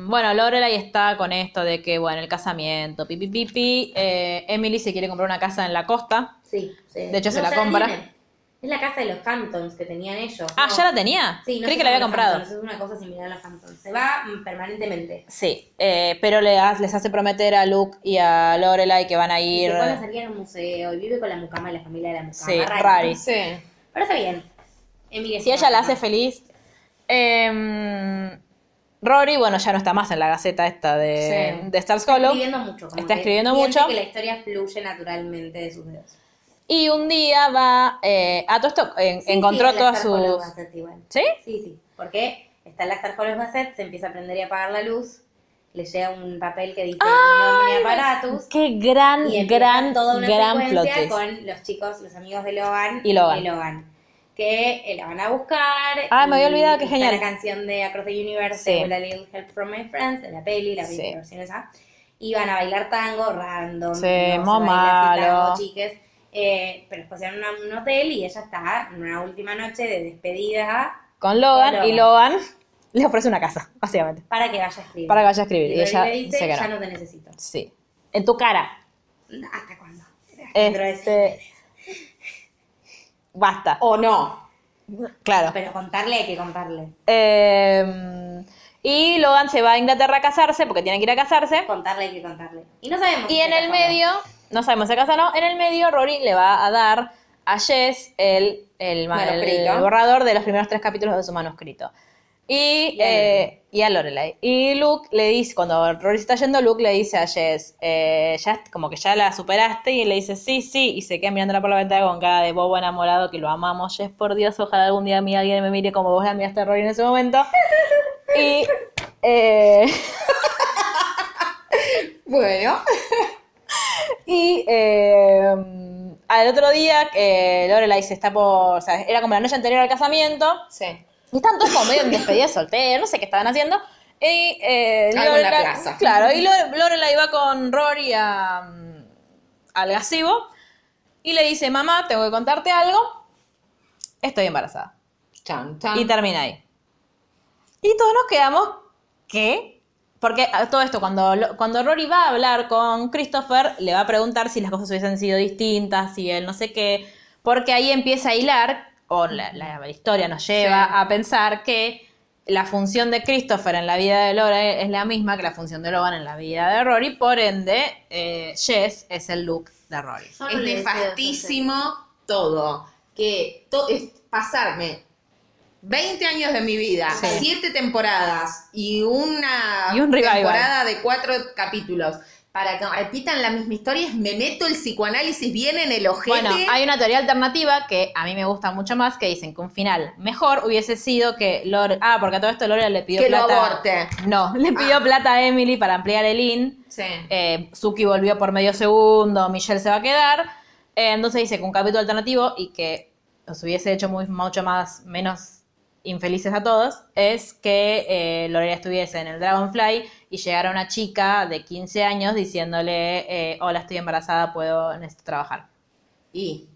bueno, Lorelai está con esto de que, bueno, el casamiento, pipi, pipi. Eh, Emily se quiere comprar una casa en la costa.
sí. se-
De hecho, se la
ya
compra.
tienen. Es la casa de los Hamptons que tenían ellos.
Ah,
¿no?
¿ya la tenía?
Sí, no
Creí
se
que la había
llaman
comprado.
Hamptons, es una cosa similar a los Hamptons. Se va mm, permanentemente.
Sí, eh, pero le ha- les hace prometer a Luke y a Lorelai que van a
Y
ir.
se pone a salir al museo y vive con la mucama, la familia de la mucama.
Sí,
Ah, raro.
Rari.
Sí.
Pero está bien. Emily
Si ella la hace feliz. Eh, Rory, bueno, ya no está más en la gaceta esta de,
Sí.
de Stars
Está
Hollow.
escribiendo mucho. como
Está
que
escribiendo
siente
mucho.
que la historia fluye naturalmente de sus dedos.
Y un día va eh, a todo esto, en-
Sí,
encontró
sí,
todas
el Star Hollow
sus.
Gazette igual.
¿Sí?
Sí, sí. Porque está el Star Hollow Gazette, se empieza a prender y apagar la luz, le llega un papel que dice nombre aparatus.
Qué gran,
Y empieza
gran,
toda una
gran plot
secuencia
twist.
con los chicos, los amigos de Logan
Y Logan.
que eh, la van a buscar.
Ah, me había olvidado, qué
que
genial.
La canción de Across the Universe,
Sí.
de la Little Help from My Friends, de la peli, la
Sí.
peli, la versión esa. Y van a bailar tango random.
Sí,
se
mo
baila así
malo.
tango, chiques. Eh, pero después se van a un- un hotel y ella está en una última noche de despedida
Con Logan,
Con
y Logan le ofrece una casa, básicamente.
para que vaya a escribir.
Para que vaya a escribir. Y,
Lorelai
ella
le dice,
dice que
ya
no.
no te necesito.
Sí. En tu cara.
¿Hasta cuándo? Dentro de-
Este. Basta.
O no.
Claro.
Pero contarle hay que contarle.
Eh, y Logan se va a Inglaterra a casarse, porque tiene que ir a casarse.
Contarle hay que contarle. Y no sabemos.
Y
si
en
se
el
casó o no.
medio, no sabemos si se casa o no, en el medio Rory le va a dar a Jess el, el, ma- el
Manuscrito.
borrador de los primeros tres capítulos de su manuscrito. Y, eh, y a Lorelai. Y Luke le dice, cuando Rory se está yendo, Luke le dice a Jess, eh, ya, como que ya la superaste, y le dice, sí, sí, y se queda mirándola por la ventana con cara de bobo enamorado, que lo amamos, Jess, por Dios, ojalá algún día a mí alguien me mire como vos la miraste a Rory en ese momento. Y... eh,
Bueno.
Y eh, al otro día, eh, Lorelai se está por. O sea, era como la noche anterior al casamiento.
Sí.
Y están todos como medio en despedida de soltero, no sé qué estaban haciendo. Y, eh,
Algo en la
Lorelai-
plaza.
Claro, y Lore- Lorelai va con Rory a, mm, al gazebo y le dice: Mamá, tengo que contarte algo. Estoy embarazada.
Chan, chan.
Y termina ahí. Y todos nos quedamos, ¿qué? Porque a todo esto, cuando, lo- cuando Rory va a hablar con Christopher, le va a preguntar si las cosas hubiesen sido distintas, si él no sé qué, porque ahí empieza a hilar, o la, la historia nos lleva a pensar que la función de Christopher en la vida de Laura e, es la misma que la función de Logan en la vida de Rory, por ende, eh, Jess es el look de Rory.
Yo no
es
le deseo
nefastísimo todo. Que to- es pasarme 20 años de mi vida,
Sí.
7 temporadas y una
Y un revival.
temporada de 4 capítulos para que repitan la misma historia, es me meto el psicoanálisis bien en el ojete.
Bueno, hay una teoría alternativa que a mí me gusta mucho más, que dicen que un final mejor hubiese sido que Lore... Ah, porque a todo esto Lore le pidió
Que lo
plata...
aborte.
No, le pidió
Ah.
plata a Emily para ampliar el IN.
Sí.
Eh, Suki volvió por medio segundo, Michelle se va a quedar. Eh, entonces dice que un capítulo alternativo y que nos hubiese hecho muy, mucho más, menos infelices a todos, es que eh, Lorena estuviese en el Dragonfly y llegara una chica de 15 años diciéndole, eh, hola, estoy embarazada, puedo, necesito trabajar.
Y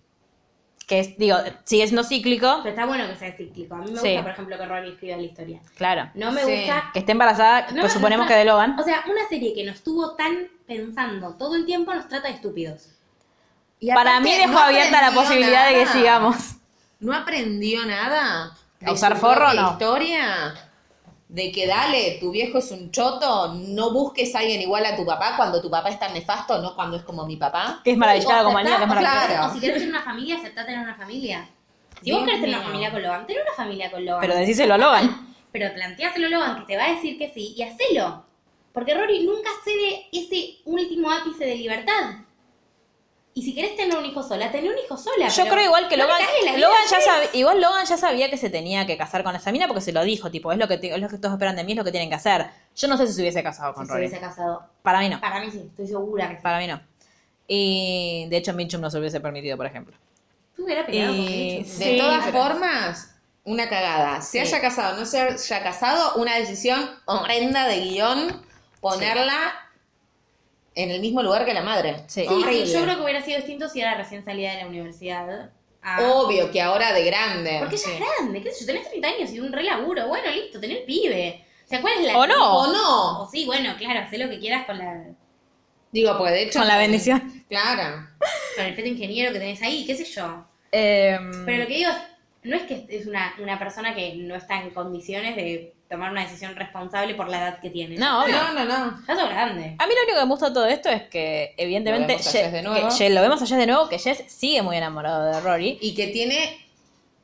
Que es, digo, sigue siendo cíclico,
Pero está bueno que sea cíclico. A mí me
Sí.
gusta, por ejemplo, que Rory escriba la historia.
claro.
No me
Sí.
gusta.
Que esté embarazada,
no me-
pues suponemos
no-
que de Logan.
O sea, una serie que nos tuvo tan pensando todo el tiempo nos trata de estúpidos.
Y
Para
aparte,
mí dejó
no
abierta la
aprendió
posibilidad de que
nada.
sigamos.
¿No aprendió nada?
¿A usar
su
forro o
propia
no?
historia? De que dale, tu viejo es un choto, no busques a alguien igual a tu papá cuando tu papá es tan nefasto, no cuando es como mi papá.
Que es maravillosa
O
como Alina, que es
aceptá-
maravillosa.
Claro.
O si querés tener una familia, aceptá tener una familia. Si vos
Dios
querés tener una
mío.
familia con Logan, tener una familia con Logan.
Pero decíselo a Logan.
Pero planteáselo a Logan que te va a decir que sí y hacelo. Porque Rory nunca cede ese último ápice de libertad. Y si querés tener un hijo sola, tener un hijo sola.
Yo
pero
creo igual que
no le
Logan,
cagues la vida
Logan
a
ya
Jess.
sabía, igual Logan ya sabía que se tenía que casar con esa mina porque se lo dijo, tipo, es lo que te- es lo que todos esperan de mí, es lo que tienen que hacer. Yo no sé si se hubiese casado
Si
con
se
Rory.
hubiese casado.
Para mí no,
Para mí sí, estoy segura que sí.
para mí no. Y de hecho Mitchum no se hubiese permitido, por ejemplo.
Tú hubieras peleado con
Y-
Mitchum.
De
eh, Sí,
todas
pero-
formas, una cagada. Se haya casado, no se haya casado, una decisión horrenda de guión, ponerla en el mismo lugar que la madre.
Sí.
Sí,
Horrible.
sí, yo creo que hubiera sido distinto si era recién salida de la universidad. Ah,
Obvio que ahora de grande.
porque ella
Sí.
es grande, qué sé yo, tenés 30 años y un re laburo. Bueno, listo, tenés pibe. O sea, ¿cuál es la...
O no.
O no.
O sí, bueno, claro, haz lo que quieras con la...
Digo, porque de hecho.
Con la bendición.
Claro.
con el feto ingeniero que tenés ahí, qué sé yo. Eh,
Em,
Pero lo que digo es, no es que es una, una persona que no está en condiciones de tomar una decisión responsable por la edad que tiene.
no, obvio.
No, no, no.
Ya sos grande.
A mí lo único que me gusta de todo esto es que, evidentemente,
Lo vemos a Jess de nuevo.
que Jess- lo vemos a Jess de nuevo, que Jess sigue muy enamorado de Rory.
Y que tiene.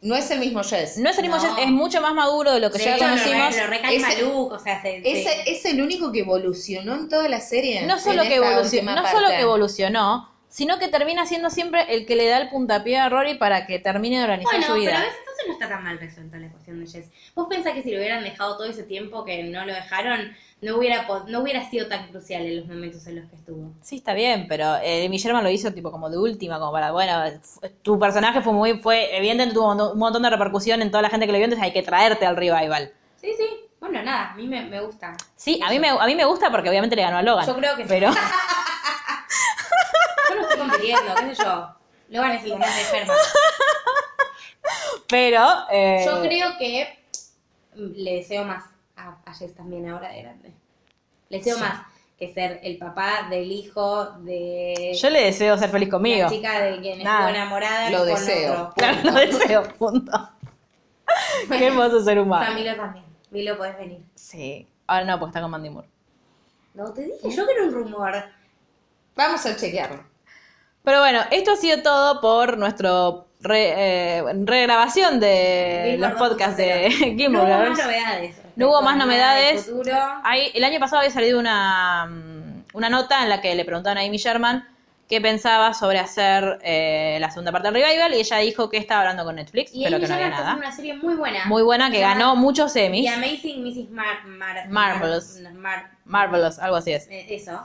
No es el mismo Jess.
No es el mismo
No.
Jess, es mucho más maduro de lo que
De
ya
hecho, lo re-
conocimos.
Pero recae
ese-
Maluk, o sea, se,
Es,
se-
es el único que evolucionó en toda la serie.
no solo,
en
que
esta
evolucionó,
última
no solo
parte.
que evolucionó, sino que termina siendo siempre el que le da el puntapié a Rory para que termine de organizar
Bueno,
su
pero a
vida.
veces entonces no está tan mal resuelta la cuestión de Jess. ¿Vos pensás que si lo hubieran dejado todo ese tiempo que no lo dejaron, no hubiera, pod- no hubiera sido tan crucial en los momentos en los que estuvo?
Sí, está bien, pero eh, Guillermo lo hizo tipo como de última, como para, bueno, f- tu personaje fue muy, fue, evidentemente tuvo un mon- un montón de repercusión en toda la gente que lo vio, entonces hay que traerte al revival.
Sí, sí. Bueno, nada, a mí me, me gusta.
Sí, a mí, me, a mí me gusta porque obviamente le ganó a Logan.
Yo creo que sí.
pero
Yo no estoy compitiendo, qué sé yo. Logan es el más enfermo.
Pero eh,
Yo creo que mm, le deseo más a, a Jess también ahora de grande. Le deseo más que ser el papá del hijo de
yo le deseo ser feliz conmigo.
la chica de quien
Nada.
estuvo enamorada
Lo
con
deseo.
otro.
Claro, lo deseo, punto. Qué hermoso ser humano.
Yo a Milo también. Milo, podés venir.
Sí. Ahora no, porque está con Mandy Moore.
No, te dije yo que era un rumor.
Vamos a chequearlo.
Pero bueno, esto ha sido todo por nuestro re- eh, regrabación de los
Gilmore
podcasts de
2.0.
Gilmore
No hubo
Girls.
más novedades.
No hubo más
Nada de
novedades.
futuro.
Ahí- el año pasado había salido una, mm, una nota en la que le preguntaban a Amy Sherman qué pensaba sobre hacer eh, la segunda parte del revival y ella dijo que estaba hablando con Netflix,
Y
pero
Amy
que no había
Sherman está haciendo
nada.
una serie muy buena.
Muy buena, que
Se llama
ganó muchos
The
Emmys.
Amazing Mrs. Mar- Mar-
Marvelous.
Mar- Mar-
Marvelous, algo así es.
Eh, Eso.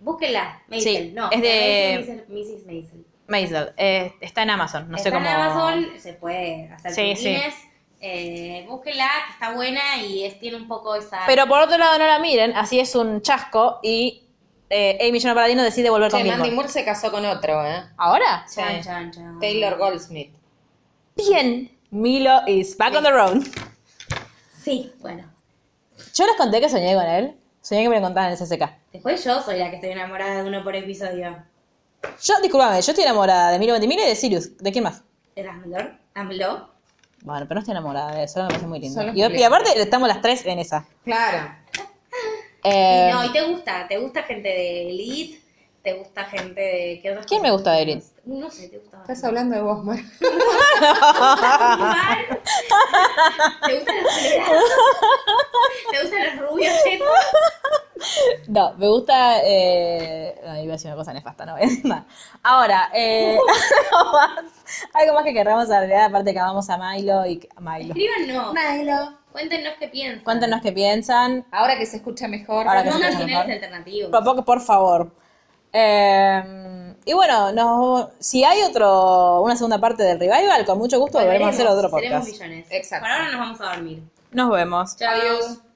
Búsquenla, Maisel.
Sí,
no,
es de-
Maisel, Mrs. Maisel.
Maisel, eh, está en Amazon, no
está
sé cómo.
en Amazon, se puede hacer
Sí,
sí,
sí.
Eh, búsquenla, que está buena y es, tiene un poco esa...
Pero por otro lado, no la miren, así es un chasco y eh, Amy Sherman Paladino decide volver
Che,
con
Mandy
Gilmore.
Moore se casó con otro, ¿eh?
¿Ahora?
Chan, chan, chan.
Taylor Goldsmith.
Bien, Milo is back on the road.
Sí, bueno.
Yo les conté que soñé con él. Se tenía que preguntar en el CCK.
Después yo soy la que estoy enamorada de uno por episodio.
Yo, disculpame, yo estoy enamorada de Milo Ventimiglia y de Sirius. ¿De quién más?
¿De Dumbledore? ¿Dumbledore?
Bueno, pero no estoy enamorada de eso, me parece muy lindo.
Solo
Y, y
Julieta.
aparte estamos las tres en esa.
Claro.
Eh,
Y no, y te gusta, te gusta gente de Elite, te gusta gente de... ¿Qué otras
¿Quién me gusta de Elite?
No sé, te gusta.
Estás hablando de vos, Mar.
¿Te gustan los colorados? ¿Te gustan los rubios? chetos?
No, me gusta. Eh... No, iba a decir una cosa nefasta, no. es nada. Ahora, eh... algo, más, algo más que querramos agregar, aparte que amamos a Milo y. a Milo.
Escríbanos. Cuéntenos qué piensan.
Cuéntenos qué piensan.
Ahora que se escucha mejor.
Ahora que se
Pongan
escucha
finales
mejor.
alternativos.
Por, por- por favor. Eh, y bueno, nos- si hay otro, una segunda parte del revival, con mucho gusto volveremos a hacer otro
Seremos
podcast.
millones.
Exacto.
Por ahora nos vamos a dormir.
Nos vemos.
Chao.